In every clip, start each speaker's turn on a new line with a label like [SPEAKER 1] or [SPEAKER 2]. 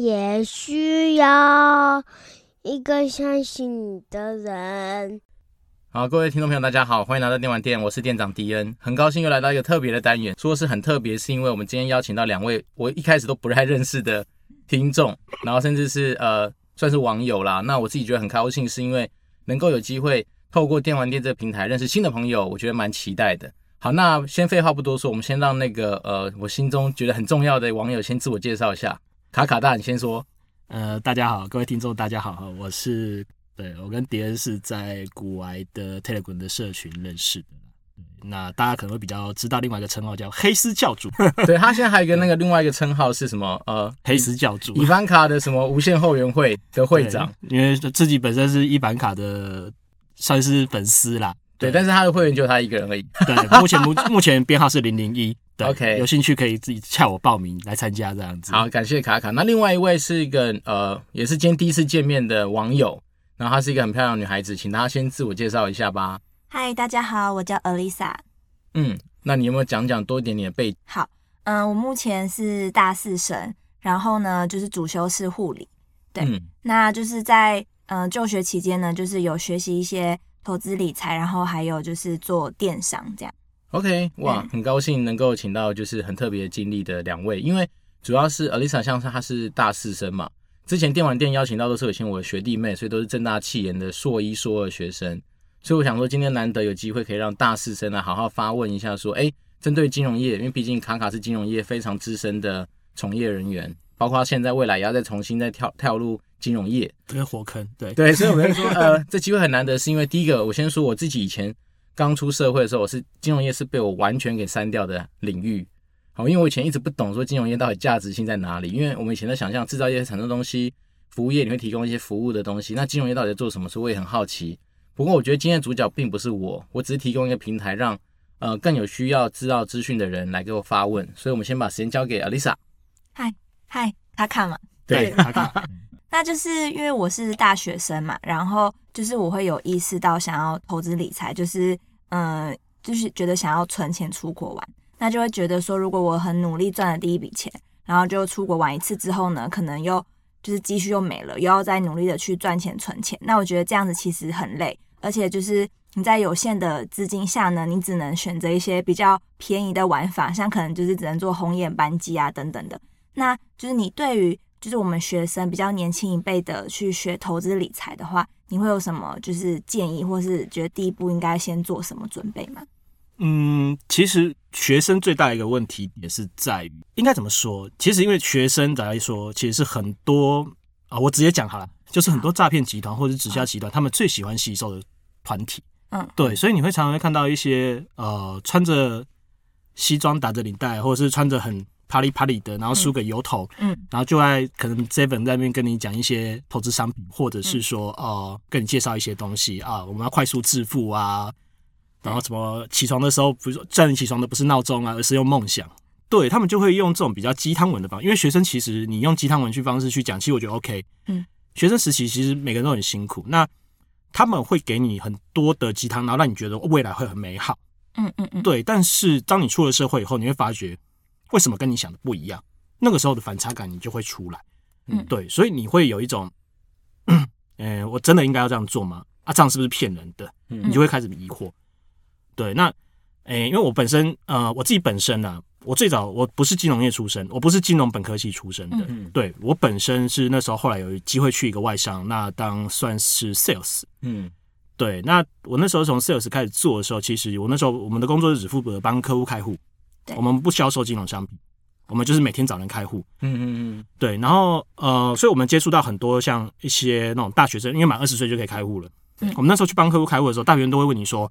[SPEAKER 1] 们需要一个相信你的人。
[SPEAKER 2] 好，各位听众朋友，大家好，欢迎来到电玩店，我是店长迪恩，很高兴又来到一个特别的单元。说是很特别，是因为我们今天邀请到两位我一开始都不太认识的听众，然后甚至是呃算是网友啦。那我自己觉得很高兴，是因为能够有机会透过电玩店这个平台认识新的朋友，我觉得蛮期待的。好，那先废话不多说，我们先让那个呃我心中觉得很重要的网友先自我介绍一下。卡卡大，你先说。
[SPEAKER 3] 呃，大家好，各位听众，大家好，我是对我跟迪恩是在古玩的 Telegram 的社群认识的。对那大家可能会比较知道另外一个称号叫黑丝教 主，
[SPEAKER 2] 对他现在还有一个那个另外一个称号是什么？呃，
[SPEAKER 3] 黑丝教主
[SPEAKER 2] 伊凡卡的什么无限后援会的会长。，
[SPEAKER 3] 对因为自己本身是伊凡卡的算是粉丝啦。
[SPEAKER 2] 对，但是他的会员就他一个人而已。
[SPEAKER 3] 对，目前目 目前编号是零零一。对
[SPEAKER 2] OK
[SPEAKER 3] 有兴趣可以自己洽我报名来参加这样子。
[SPEAKER 2] 好，感谢卡卡。那另外一位是一个呃，也是今天第一次见面的网友，然后她是一个很漂亮的女孩子，请她先自我介绍一下吧。
[SPEAKER 4] 嗨，大家好，我叫 Elisa。
[SPEAKER 2] 嗯，那你有没有讲讲多一点点的背景？
[SPEAKER 4] 好，嗯、我目前是大四生，然后呢就是主修是护理。对
[SPEAKER 2] 嗯
[SPEAKER 4] 那就是在嗯、呃就学期间呢，就是有学习一些投资理财，然后还有就是做电商这样。
[SPEAKER 2] OK，哇
[SPEAKER 4] 嗯，
[SPEAKER 2] 很高兴能够请到就是很特别经历的两位，因为主要是 Alisa 像是她是大四生嘛，之前电玩店邀请到都是有些我的学弟妹，所以都是正大气研的硕一硕二学生，所以我想说今天难得有机会可以让大四生来啊好好发问一下说，哎，针对金融业，因为毕竟卡卡是金融业非常资深的从业人员，包括现在未来也要再重新再跳跳入金融业，
[SPEAKER 3] 这个火坑，对
[SPEAKER 2] 对，所以我跟你说，呃，这机会很难得，是因为第一个，我先说我自己以前刚出社会的时候，我是金融业是被我完全给删掉的领域。好，因为我以前一直不懂说金融业到底价值性在哪里，因为我们以前在想象制造业产生东西，服务业你会提供一些服务的东西，那金融业到底在做什么？所以我也很好奇。不过我觉得今天的主角并不是我，我只是提供一个平台让。呃，更有需要知道资讯的人来给我发问，所以我们先把时间交给 Alisa。
[SPEAKER 4] 嗨，卡卡嘛，
[SPEAKER 3] 对，卡卡
[SPEAKER 4] 那就是因为我是大学生嘛，然后就是我会有意识到想要投资理财，就是嗯、呃就是觉得想要存钱出国玩，那就会觉得说，如果我很努力赚了第一笔钱，然后就出国玩一次之后呢，可能又就是积蓄又没了，又要再努力的去赚钱存钱。那我觉得这样子其实很累，而且就是你在有限的资金下呢，你只能选择一些比较便宜的玩法，像可能就是只能做红眼班机啊等等的。那就是你对于就是我们学生比较年轻一辈的去学投资理财的话，你会有什么就是建议，或是觉得第一步应该先做什么准备吗？
[SPEAKER 3] 嗯，其实学生最大的一个问题也是在于，应该怎么说？其实因为学生来说，其实是很多啊，我直接讲好了，就是很多诈骗集团或者直销集团，他们最喜欢吸收的团体。
[SPEAKER 4] 嗯，
[SPEAKER 3] 对，所以你会常常会看到一些呃，穿着西装打着领带，或者是穿着很啪里啪里的，然后梳个油头，
[SPEAKER 4] 嗯
[SPEAKER 3] 然后就在可能 Seven 在那边跟你讲一些投资商品，或者是
[SPEAKER 4] 嗯
[SPEAKER 3] 说哦、呃跟你介绍一些东西啊，我们要快速致富啊，然后什么起床的时候不是叫你起床的不是闹钟啊，而是用梦想。对他们就会用这种比较鸡汤文的方，因为学生其实你用鸡汤文去方式去讲，其实我觉得 OK。
[SPEAKER 4] 嗯，
[SPEAKER 3] 学生时期其实每个人都很辛苦，那他们会给你很多的鸡汤，然后让你觉得未来会很美好。
[SPEAKER 4] 嗯嗯嗯，
[SPEAKER 3] 对，但是当你出了社会以后，你会发觉为什么跟你想的不一样，那个时候的反差感你就会出来。
[SPEAKER 4] 嗯
[SPEAKER 3] 对，所以你会有一种， 嗯、呃我真的应该要这样做吗？啊，这样是不是骗人的？
[SPEAKER 2] 嗯
[SPEAKER 3] 你就会开始疑惑。对，那，诶、因为我本身，呃，我自己本身呢、啊，我最早我不是金融业出身，我不是金融本科系出身的，
[SPEAKER 2] 嗯
[SPEAKER 3] 对我本身是那时候后来有机会去一个外商，那当算是 sales，
[SPEAKER 2] 嗯
[SPEAKER 3] 对，那我那时候从 sales 开始做的时候，其实我那时候我们的工作是只负责帮客户开户，
[SPEAKER 4] 对
[SPEAKER 3] 我们不销售金融商品，我们就是每天找人开户。
[SPEAKER 2] 嗯嗯
[SPEAKER 3] 对，然后呃，所以我们接触到很多像一些那种大学生，因为满二十岁就可以开户了。
[SPEAKER 4] 嗯
[SPEAKER 3] 我们那时候去帮客户开户的时候，大学生都会问你说，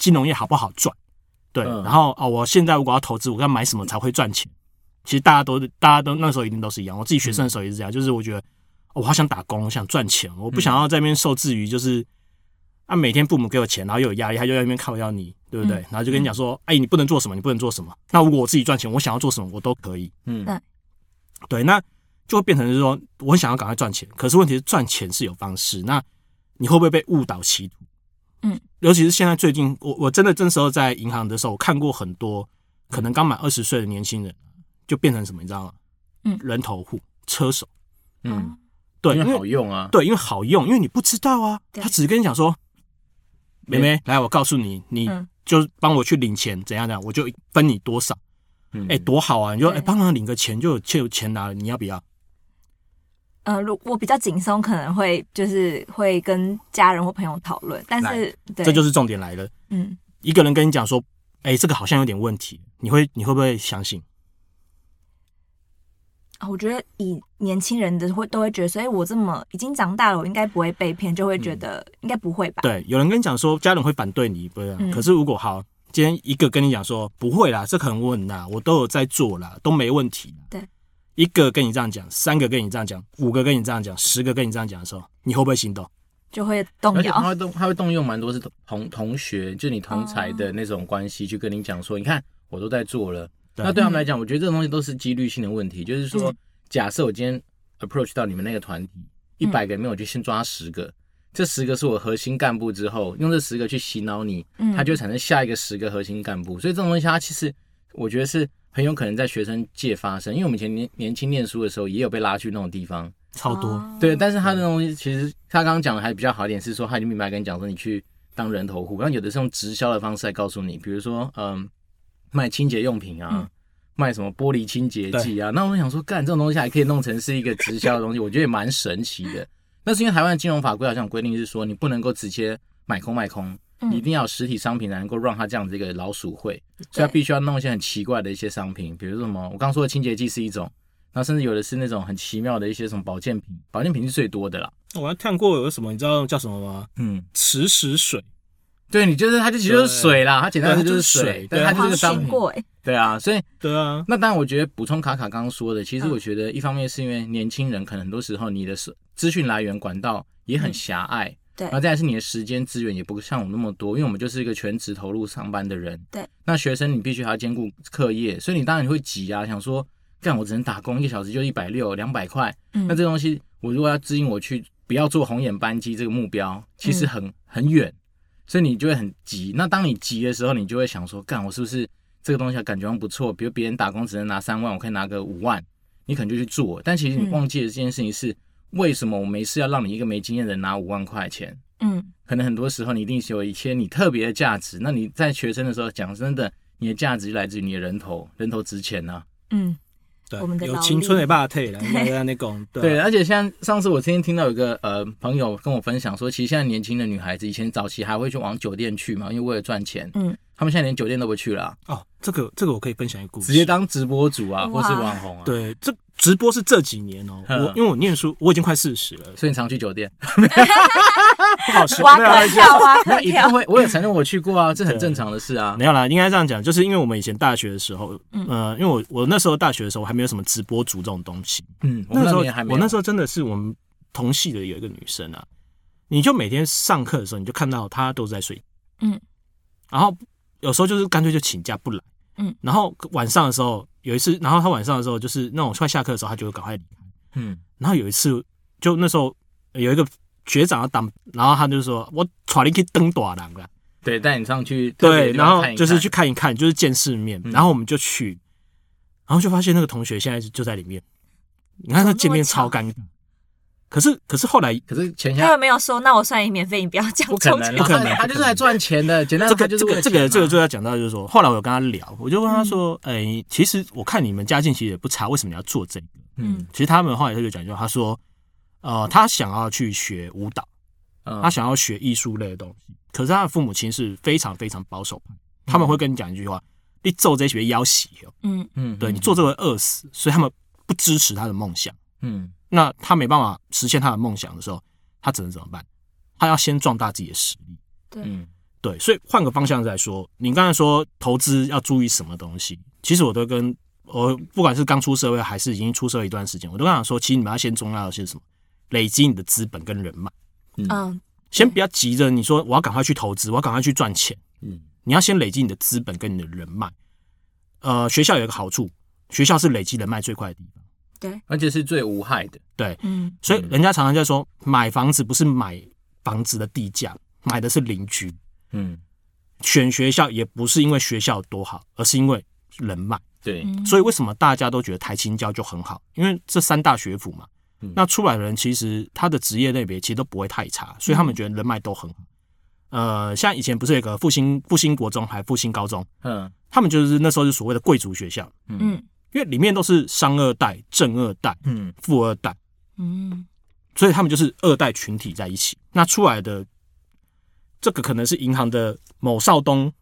[SPEAKER 3] 金融业好不好赚？对，
[SPEAKER 2] 嗯
[SPEAKER 3] 然后哦，我现在如果要投资，我该买什么才会赚钱？其实大家都大家都那时候一定都是一样，我自己学生的时候也是这样，就是我觉得、哦我好想打工，我想赚钱，我
[SPEAKER 4] 嗯
[SPEAKER 3] 不想要在那边受制于就是。啊，每天父母给我钱，然后又有压力，他就在那边靠要你，对不对？
[SPEAKER 4] 嗯
[SPEAKER 3] 然后就跟你讲说，哎，你不能做什么，你不能做什么。那如果我自己赚钱，我想要做什么，我都可以。
[SPEAKER 2] 嗯嗯
[SPEAKER 3] 对，那就会变成是说，我很想要赶快赚钱，可是问题是赚钱是有方式，那你会不会被误导歧途？
[SPEAKER 4] 嗯，
[SPEAKER 3] 尤其是现在最近，我我真的这时候在银行的时候，我看过很多可能刚满二十岁的年轻人，就变成什么，你知道吗？
[SPEAKER 4] 嗯
[SPEAKER 3] 人头户、车手，
[SPEAKER 2] 嗯，
[SPEAKER 3] 对，
[SPEAKER 2] 因
[SPEAKER 3] 因
[SPEAKER 2] 为
[SPEAKER 3] 为
[SPEAKER 2] 好用啊，
[SPEAKER 3] 对，因为好用，因为你不知道啊，
[SPEAKER 4] 对
[SPEAKER 3] 他只是跟你讲说，妹妹，来，我告诉你，你
[SPEAKER 4] 嗯
[SPEAKER 3] 就帮我去领钱，怎样怎样，我就分你多少，
[SPEAKER 2] 嗯
[SPEAKER 3] 哎、多好啊！你就
[SPEAKER 4] 对
[SPEAKER 3] 哎帮忙领个钱就有就有钱拿了，你要不要？
[SPEAKER 4] 呃，如我比较紧松，可能会就是会跟家人或朋友讨论，但是对，
[SPEAKER 3] 这就是是重点来了。
[SPEAKER 4] 嗯，
[SPEAKER 3] 一个人跟你讲说，哎、这个好像有点问题，你会你会不会相信？
[SPEAKER 4] 啊我觉得以年轻人的会都会觉得说，哎、我这么已经长大了，我应该不会被骗，就会
[SPEAKER 2] 嗯
[SPEAKER 4] 觉得、应该不会吧？
[SPEAKER 3] 对，有人跟你讲说家人会反对你，不是啊、
[SPEAKER 4] 啊嗯
[SPEAKER 3] 可是如果好，今天一个跟你讲说不会啦，这个很稳啦，我都有在做啦，都没问题啦。
[SPEAKER 4] 对，
[SPEAKER 3] 一个跟你这样讲，三个跟你这样讲，五个跟你这样讲，十个跟你这样讲的时候，你会不会心动？
[SPEAKER 4] 就会动
[SPEAKER 2] 而且他
[SPEAKER 4] 摇。
[SPEAKER 2] 会动，他会动用蛮多是同同学，就你同才的那种关系，去跟你讲说，你看我都在做了。
[SPEAKER 3] 对
[SPEAKER 2] 那对他们来讲，我觉得这种东西都是几率性的问题，就是说
[SPEAKER 4] 嗯，
[SPEAKER 2] 假设我今天 approach 到你们那个团体，一百个里面，我就先抓十个，这十个是我核心干部之后，用这十个去洗脑你，
[SPEAKER 4] 嗯
[SPEAKER 2] 它就会产生下一个十个核心干部。所以这种东西，它其实我觉得是很有可能在学生界发生，因为我们以前年年轻念书的时候，也有被拉去那种地方。
[SPEAKER 3] 超多。
[SPEAKER 4] 哦
[SPEAKER 2] 对，但是他的东西其实他刚刚讲的还比较好一点，是说他已经明白跟你讲说你去当人头户，然后有的是用直销的方式来告诉你，比如说嗯卖清洁用品啊，
[SPEAKER 4] 嗯
[SPEAKER 2] 卖什么玻璃清洁剂啊。那我想说，干这种东西还可以弄成是一个直销的东西，我觉得也蛮神奇的。那是因为台湾的金融法规好像有规定是说你不能够直接买空卖空，
[SPEAKER 4] 嗯
[SPEAKER 2] 你一定要有实体商品才能够让它这样子一个老鼠会，所以它必须要弄一些很奇怪的一些商品，比如说什么我刚刚说的清洁剂是一种。然后甚至有的是那种很奇妙的一些什么保健品，保健品是最多的啦。
[SPEAKER 3] 哦我还看过有什么，你知道叫什么吗？
[SPEAKER 2] 嗯，
[SPEAKER 3] 磁石水，
[SPEAKER 2] 对你就是它就其实就是水啦，它简单
[SPEAKER 3] 对
[SPEAKER 2] 的就是
[SPEAKER 3] 它就是水
[SPEAKER 2] 水，
[SPEAKER 3] 对
[SPEAKER 2] 但它就
[SPEAKER 4] 我好
[SPEAKER 2] 是
[SPEAKER 4] 像
[SPEAKER 2] 个商
[SPEAKER 4] 听
[SPEAKER 2] 品。
[SPEAKER 4] 过哎、
[SPEAKER 2] 对啊，所以
[SPEAKER 3] 对啊，
[SPEAKER 2] 那当然我觉得补充卡卡刚刚说的，其实
[SPEAKER 4] 嗯
[SPEAKER 2] 我觉得一方面是因为年轻人可能很多时候你的是资讯来源管道也很狭隘，
[SPEAKER 4] 嗯对
[SPEAKER 2] 然后再来是你的时间资源也不像我那么多，因为我们就是一个全职投入上班的人。
[SPEAKER 4] 对，
[SPEAKER 2] 那学生你必须还要兼顾课业，所以你当然会急啊，想说干我只能打工一个小时就一百六两百块，
[SPEAKER 4] 嗯
[SPEAKER 2] 那这东西我如果要指引我去不要做红眼班机这个目标，其
[SPEAKER 4] 嗯
[SPEAKER 2] 实很、很远，所以你就会很急。那当你急的时候，你就会想说，干我是不是这个东西感觉好像不错？比如别人打工只能拿三万，我可以拿个五万，你可能就去做。但其实你
[SPEAKER 4] 嗯
[SPEAKER 2] 忘记了这件事情是，为什么我没事要让你一个没经验的人拿五万块钱？
[SPEAKER 4] 嗯
[SPEAKER 2] 可能很多时候你一定是有一些你特别的价值。那你在学生的时候，讲真的，你的价值就来自于你的人头，人头值钱呐、啊
[SPEAKER 4] 嗯，
[SPEAKER 3] 对，
[SPEAKER 4] 我们的
[SPEAKER 3] 有
[SPEAKER 4] 劳
[SPEAKER 3] 青春
[SPEAKER 4] 力
[SPEAKER 3] 的霸退 了，大家那种
[SPEAKER 2] 对，
[SPEAKER 3] 对啊
[SPEAKER 2] 而且像上次我今天听到有一个呃朋友跟我分享说，其实现在年轻的女孩子以前早期还会去往酒店去嘛，因为为了赚钱，
[SPEAKER 4] 嗯，
[SPEAKER 2] 他们现在连酒店都不去了啊、
[SPEAKER 3] 哦，这个这个我可以分享一个故事，
[SPEAKER 2] 直接当直播主啊，或
[SPEAKER 4] 哇
[SPEAKER 2] 是网红啊，，
[SPEAKER 3] 对，这直播是这几年哦、
[SPEAKER 2] 嗯
[SPEAKER 3] 我因为我念书，我已经快四十了，
[SPEAKER 2] 所以你常去酒店，
[SPEAKER 3] 不好说。
[SPEAKER 4] 挖
[SPEAKER 3] 没有啦
[SPEAKER 4] 坑跳，挖
[SPEAKER 2] 那
[SPEAKER 4] 坑
[SPEAKER 2] 一
[SPEAKER 4] 跳
[SPEAKER 2] 定，会，我也承认我去过啊，这很正常的事啊
[SPEAKER 3] 没，有啦，应该这样讲，就是因为我们以前大学的时候，
[SPEAKER 4] 嗯
[SPEAKER 3] 呃，因为我我那时候大学的时候还没有什么直播组这种东西，
[SPEAKER 2] 嗯，我
[SPEAKER 3] 那
[SPEAKER 2] 们
[SPEAKER 3] 时候
[SPEAKER 2] 年还没有，
[SPEAKER 3] 我那时候真的是我们同系的有一个女生啊，你就每天上课的时候，你就看到她都在睡，
[SPEAKER 4] 嗯，
[SPEAKER 3] 然后有时候就是干脆就请假不来，
[SPEAKER 4] 嗯，
[SPEAKER 3] 然后晚上的时候有一次，然后她晚上的时候就是那种快下课的时候，她就会赶快离开。
[SPEAKER 2] 嗯，
[SPEAKER 3] 然后有一次，就那时候有一个学长要当，然后他就说：“我带你去登大郎了。
[SPEAKER 2] 对，带你上去”特别
[SPEAKER 3] 对，
[SPEAKER 2] 的地
[SPEAKER 3] 然
[SPEAKER 2] 方
[SPEAKER 3] 后
[SPEAKER 2] 看一看
[SPEAKER 3] 就是去看一看，就是见世面。
[SPEAKER 2] 嗯
[SPEAKER 3] 然后我们就去，然后就发现那个同学现在就在里面。你看他见面超尴尬，可是可是后来
[SPEAKER 2] 可是钱
[SPEAKER 4] 他
[SPEAKER 2] 下
[SPEAKER 4] 有没有说？那我算你免费，你不要讲
[SPEAKER 2] 不可
[SPEAKER 4] 抽
[SPEAKER 2] 能
[SPEAKER 4] 成
[SPEAKER 2] 啦，
[SPEAKER 3] 不可能
[SPEAKER 2] 他他就是来赚钱的，简单
[SPEAKER 3] 这
[SPEAKER 2] 的
[SPEAKER 3] 个
[SPEAKER 2] 他就是
[SPEAKER 3] 这
[SPEAKER 2] 为
[SPEAKER 3] 个
[SPEAKER 2] 了
[SPEAKER 3] 这个
[SPEAKER 2] 钱啊
[SPEAKER 3] 这个
[SPEAKER 2] 嘛
[SPEAKER 3] 就要讲到就是说，后来我有跟他聊，我就问他说：“哎，其实我看你们家境其实也不差，为什么你要做这个？”
[SPEAKER 2] 嗯
[SPEAKER 3] 其实他们后来他就讲就他说：“呃，他想要去学舞蹈。”
[SPEAKER 2] 嗯
[SPEAKER 3] 他想要学艺术类的东西，可是他的父母亲是非常非常保守派，他们会跟你讲一句话：“你做这学要死哦，
[SPEAKER 4] 嗯
[SPEAKER 2] 嗯，
[SPEAKER 3] 对
[SPEAKER 2] 嗯
[SPEAKER 3] 你做这个会饿死。”所以他们不支持他的梦想。
[SPEAKER 2] 嗯
[SPEAKER 3] 那他没办法实现他的梦想的时候，他只能怎么办？他要先壮大自己的实力。
[SPEAKER 2] 嗯
[SPEAKER 3] 对，所以换个方向来说，你刚才说投资要注意什么东西？其实我都跟我不管是刚出社会还是已经出社会一段时间，我都跟他说，其实你们要先重要的是什么？累积你的资本跟人脉。
[SPEAKER 4] 嗯
[SPEAKER 3] 先不要急着你说我要赶快去投资，我要赶快去赚钱，
[SPEAKER 2] 嗯
[SPEAKER 3] 你要先累积你的资本跟你的人脉。呃，学校有一个好处，学校是累积人脉最快的地方。
[SPEAKER 2] 而且是最无害的，
[SPEAKER 3] 对，
[SPEAKER 4] 嗯
[SPEAKER 3] 所以人家常常在说，买房子不是买房子的地价，买的是邻居。
[SPEAKER 2] 嗯，
[SPEAKER 3] 选学校也不是因为学校多好，而是因为人脉。
[SPEAKER 2] 对，
[SPEAKER 4] 嗯，
[SPEAKER 3] 所以为什么大家都觉得台青交就很好？因为这三大学府嘛，
[SPEAKER 2] 嗯
[SPEAKER 3] 那出来的人其实他的职业类别其实都不会太差，所以
[SPEAKER 2] 嗯
[SPEAKER 3] 他们觉得人脉都很好。呃，像以前不是有个复兴复兴国中还复兴高中，
[SPEAKER 2] 嗯
[SPEAKER 3] 他们就是那时候是所谓的贵族学校，
[SPEAKER 4] 嗯
[SPEAKER 3] 因为里面都是商二代、正二代、
[SPEAKER 2] 嗯
[SPEAKER 3] 富二代，
[SPEAKER 4] 嗯
[SPEAKER 3] 所以他们就是二代群体在一起。那出来的这个可能是银行的某少东，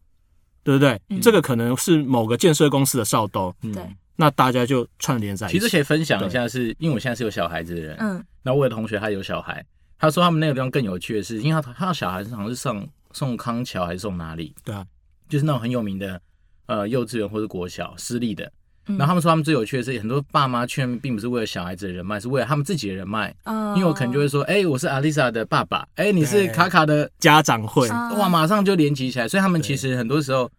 [SPEAKER 3] 对不对？
[SPEAKER 4] 嗯
[SPEAKER 3] 这个可能是某个建设公司的少东，
[SPEAKER 2] 嗯
[SPEAKER 4] 对
[SPEAKER 3] 那大家就串联在一
[SPEAKER 2] 其
[SPEAKER 3] 起。
[SPEAKER 2] 实可以分享一下是，因为我现在是有小孩子的人，
[SPEAKER 4] 嗯
[SPEAKER 2] 那我有同学他有小孩，他说他们那个地方更有趣的是，因为他他的小孩好像是上送康桥还是送哪里，
[SPEAKER 3] 对啊，
[SPEAKER 2] 就是那种很有名的呃幼稚园或是国小私立的。
[SPEAKER 4] 嗯
[SPEAKER 2] 然后他们说他们最有趣的是，很多爸妈去那边并不是为了小孩子的人脉，是为了他们自己的人脉。
[SPEAKER 4] 哦
[SPEAKER 2] 因为我可能就会说，哎、我是阿丽莎的爸爸，哎、你是
[SPEAKER 3] 对
[SPEAKER 2] 卡卡的，
[SPEAKER 3] 家长会，
[SPEAKER 4] 啊
[SPEAKER 2] 哇，马上就连集起来。所以他们其实很多时候。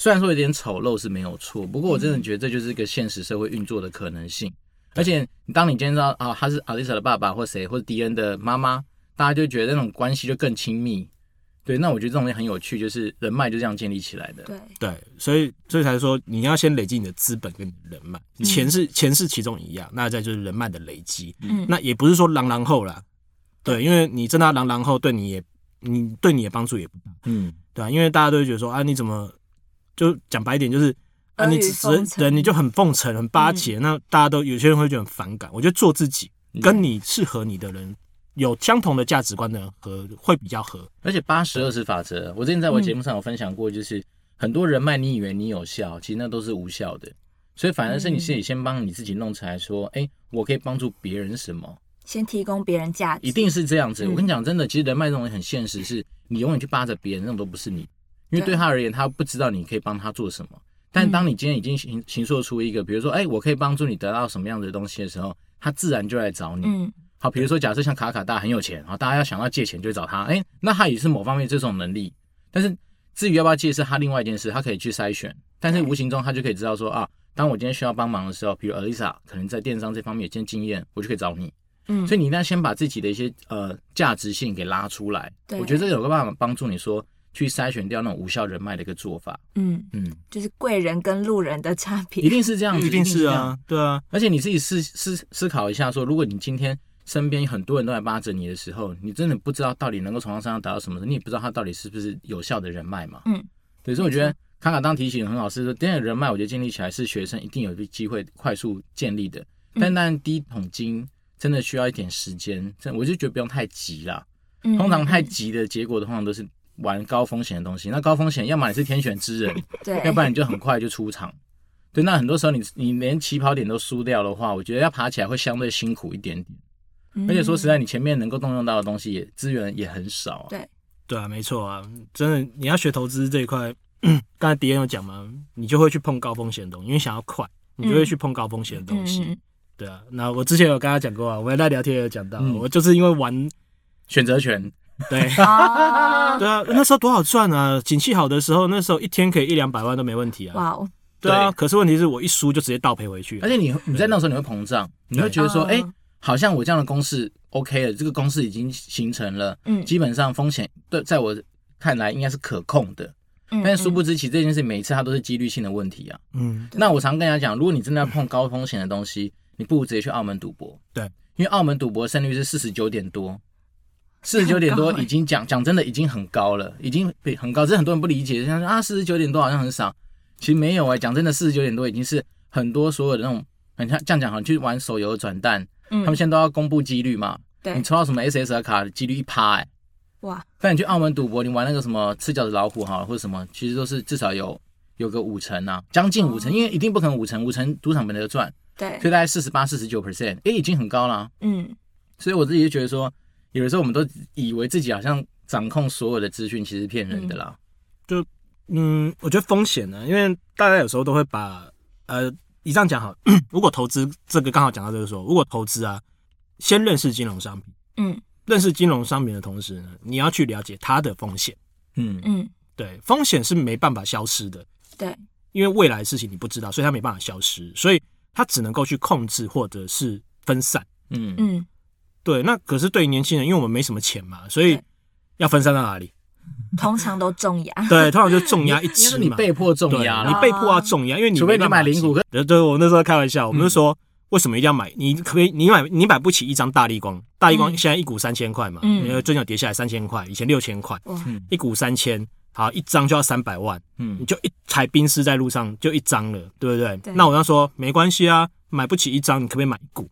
[SPEAKER 2] 虽然说有点丑陋是没有错，不过我真的觉得这就是一个现实社会运作的可能性。而且，当你今天知道啊，他是阿丽莎的爸爸，或谁，或者迪恩的妈妈，大家就觉得那种关系就更亲密。对，那我觉得这种东西很有趣，就是人脉就这样建立起来的。
[SPEAKER 4] 对
[SPEAKER 3] 对，所以所以才说你要先累积你的资本跟你的人脉，钱是钱是其中一样，那再就是人脉的累积。
[SPEAKER 4] 嗯
[SPEAKER 3] 那也不是说狼狼后啦，对，因为你真的要狼狼后，对你也你对你的帮助也不大，
[SPEAKER 2] 嗯，
[SPEAKER 3] 对啊，因为大家都会觉得说啊，你怎么就讲白一点就是。啊，
[SPEAKER 4] 阿谀
[SPEAKER 3] 你只
[SPEAKER 4] 奉承
[SPEAKER 3] 对，你就很奉承、很巴结，那大家都有些人会觉得很反感。我觉得做自己，跟你适合你的人，有相同的价值观的人合会比较合。
[SPEAKER 2] 而且八十二十法则，我之前在我节目上有分享过，就是、很多人脉你以为你有效，其实那都是无效的。所以反而是你自己先帮你自己弄起来，说，哎、我可以帮助别人什么？
[SPEAKER 4] 先提供别人价值，
[SPEAKER 2] 一定是这样子。
[SPEAKER 4] 嗯
[SPEAKER 2] 我跟你讲，真的，其实人脉这种东西很现实，是你永远去扒着别人，那种都不是你，因为
[SPEAKER 4] 对嗯
[SPEAKER 2] 对他而言，他不知道你可以帮他做什么。但当你今天已经形形塑出一个，比如说，哎、我可以帮助你得到什么样的东西的时候，他自然就来找你。
[SPEAKER 4] 嗯
[SPEAKER 2] 好，比如说假设像卡卡大很有钱，然后大家要想要借钱就找他，哎、那他也是某方面这种能力，但是至于要不要借是他另外一件事，他可以去筛选，但是无形中他就可以知道说啊，当我今天需要帮忙的时候，比如 Alisa 可能在电商这方面有些经验，我就可以找你，
[SPEAKER 4] 嗯，
[SPEAKER 2] 所
[SPEAKER 4] 以
[SPEAKER 2] 以你一定要先把自己的一些呃价值性给拉出来，
[SPEAKER 4] 对
[SPEAKER 2] 我觉得这个有个办法帮助你说去筛选掉那种无效人脉的一个做法，
[SPEAKER 4] 嗯
[SPEAKER 2] 嗯，
[SPEAKER 4] 就是贵人跟路人的差别，
[SPEAKER 2] 一定是这样子，
[SPEAKER 3] 一定是
[SPEAKER 2] 这样
[SPEAKER 3] 啊，对啊，
[SPEAKER 2] 而且你自己思思思考一下说如果你今天身边很多人都在巴着你的时候，你真的不知道到底能够从他身上达到什么，你也不知道他到底是不是有效的人脉嘛。
[SPEAKER 4] 嗯，
[SPEAKER 2] 对，所以我觉
[SPEAKER 4] 没
[SPEAKER 2] 得卡卡当提醒很好，是说这样的人脉，我觉得建立起来是学生一定有机会快速建立的，但当然第一桶金真的需要一点时间，真我就觉得不用太急啦。
[SPEAKER 4] 嗯
[SPEAKER 2] 通常太
[SPEAKER 4] 嗯
[SPEAKER 2] 急的结果，通常都是玩高风险的东西。那高风险，要么你是天选之人，
[SPEAKER 4] 嗯对，
[SPEAKER 2] 要不然你就很快就出场。对，那很多时候你你连起跑点都输掉的话，我觉得要爬起来会相对辛苦一点点。
[SPEAKER 4] 嗯
[SPEAKER 2] 而且说实在，你前面能够动用到的东西也资源也很少、啊。
[SPEAKER 4] 对
[SPEAKER 3] 对啊，没错啊，真的，你要学投资这一块， 刚才迪恩有讲嘛，你就会去碰高风险的东西，因为想要快，你就会去碰高风险的东西。
[SPEAKER 4] 嗯嗯
[SPEAKER 3] 对啊，那我之前有跟他讲过啊，我们在聊天也有讲到，
[SPEAKER 2] 嗯
[SPEAKER 3] 我就是因为玩，
[SPEAKER 2] 选择权，
[SPEAKER 3] 对
[SPEAKER 4] 嗯 啊，
[SPEAKER 3] 对啊，那时候多好赚啊，景气好的时候，那时候一天可以一两百万都没问题啊。
[SPEAKER 4] 哇哦，
[SPEAKER 3] 对啊，
[SPEAKER 2] 对
[SPEAKER 3] 可是问题是我一输就直接倒赔回去啊
[SPEAKER 2] 而。且你你在那时候你会膨胀，你会觉得说，哎、
[SPEAKER 4] 嗯
[SPEAKER 2] 好像我这样的公式 OK 了，这个公式已经形成了，
[SPEAKER 4] 嗯
[SPEAKER 2] 基本上风险对在我看来应该是可控的。
[SPEAKER 4] 嗯
[SPEAKER 2] 但是殊不知，其实这件事每一次它都是几率性的问题啊。
[SPEAKER 3] 嗯，
[SPEAKER 2] 那我常跟人家讲，如果你真的要碰高风险的东西，你不如直接去澳门赌博。
[SPEAKER 3] 对，
[SPEAKER 2] 因为澳门赌博胜率是四十九点多，四十九点多
[SPEAKER 4] 很高欸
[SPEAKER 2] 已经讲讲真的已经很高了，已经比很高，只是很多人不理解，像说啊四十九点多好像很少，其实没有哎、讲真的四十九点多已经是很多所有的那种，很像这样讲，好像去玩手游的转蛋，
[SPEAKER 4] 嗯
[SPEAKER 2] 他们现在都要公布几率嘛，
[SPEAKER 4] 对
[SPEAKER 2] 你抽到什么 SSR 卡的几率一趴哎，
[SPEAKER 4] 哇
[SPEAKER 2] 但你去澳门赌博，你玩那个什么赤脚的老虎哈，或者什么，其实都是至少有有个五成啊，将近
[SPEAKER 3] 哦
[SPEAKER 2] 五成，因为一定不可能五成，五成赌场没得赚，
[SPEAKER 4] 对
[SPEAKER 2] 所以大概四十八、四十九 percent，哎，已经很高啦。
[SPEAKER 4] 嗯
[SPEAKER 2] 所以我自己就觉得说，有的时候我们都以为自己好像掌控所有的资讯，其实骗人的啦。
[SPEAKER 3] 嗯，我觉得风险呢，因为大家有时候都会把呃，以上讲好， 如果投资这个刚好讲到这个时候，如果投资啊，先认识金融商品，
[SPEAKER 4] 嗯
[SPEAKER 3] 认识金融商品的同时呢，你要去了解它的风险。
[SPEAKER 2] 嗯
[SPEAKER 4] 嗯
[SPEAKER 3] 对，风险是没办法消失的，
[SPEAKER 4] 对
[SPEAKER 3] 因为未来的事情你不知道，所以它没办法消失，所以它只能够去控制或者是分散。
[SPEAKER 2] 嗯嗯，
[SPEAKER 4] 嗯
[SPEAKER 3] 对，那可是对于年轻人，因为我们没什么钱嘛，所以
[SPEAKER 4] 对
[SPEAKER 3] 要分散到哪里？
[SPEAKER 4] 通常都重压，
[SPEAKER 3] 对，通常就重 压一
[SPEAKER 2] 因为
[SPEAKER 3] 支
[SPEAKER 2] 是你
[SPEAKER 3] 嘛。
[SPEAKER 2] 被迫重
[SPEAKER 3] 对
[SPEAKER 2] 压
[SPEAKER 3] 你
[SPEAKER 2] 啦。
[SPEAKER 3] 被迫要重压，因为你
[SPEAKER 2] 除非你买零股嗯
[SPEAKER 3] 对对，我那时候开玩笑，我们就说，为什么一定要买？你可不可以？你买你买不起一张大力光，大力光
[SPEAKER 2] 嗯
[SPEAKER 3] 现在一股三千块嘛，
[SPEAKER 4] 嗯
[SPEAKER 3] 因为最近有跌下来三千块，以前六千块
[SPEAKER 4] 哇，
[SPEAKER 3] 一股三千，好一张就要三百万，你
[SPEAKER 2] 嗯，
[SPEAKER 3] 就一台冰丝在路上就一张了，对不对？
[SPEAKER 4] 对
[SPEAKER 3] 那我要说没关系啊，买不起一张，你可不可以买一股？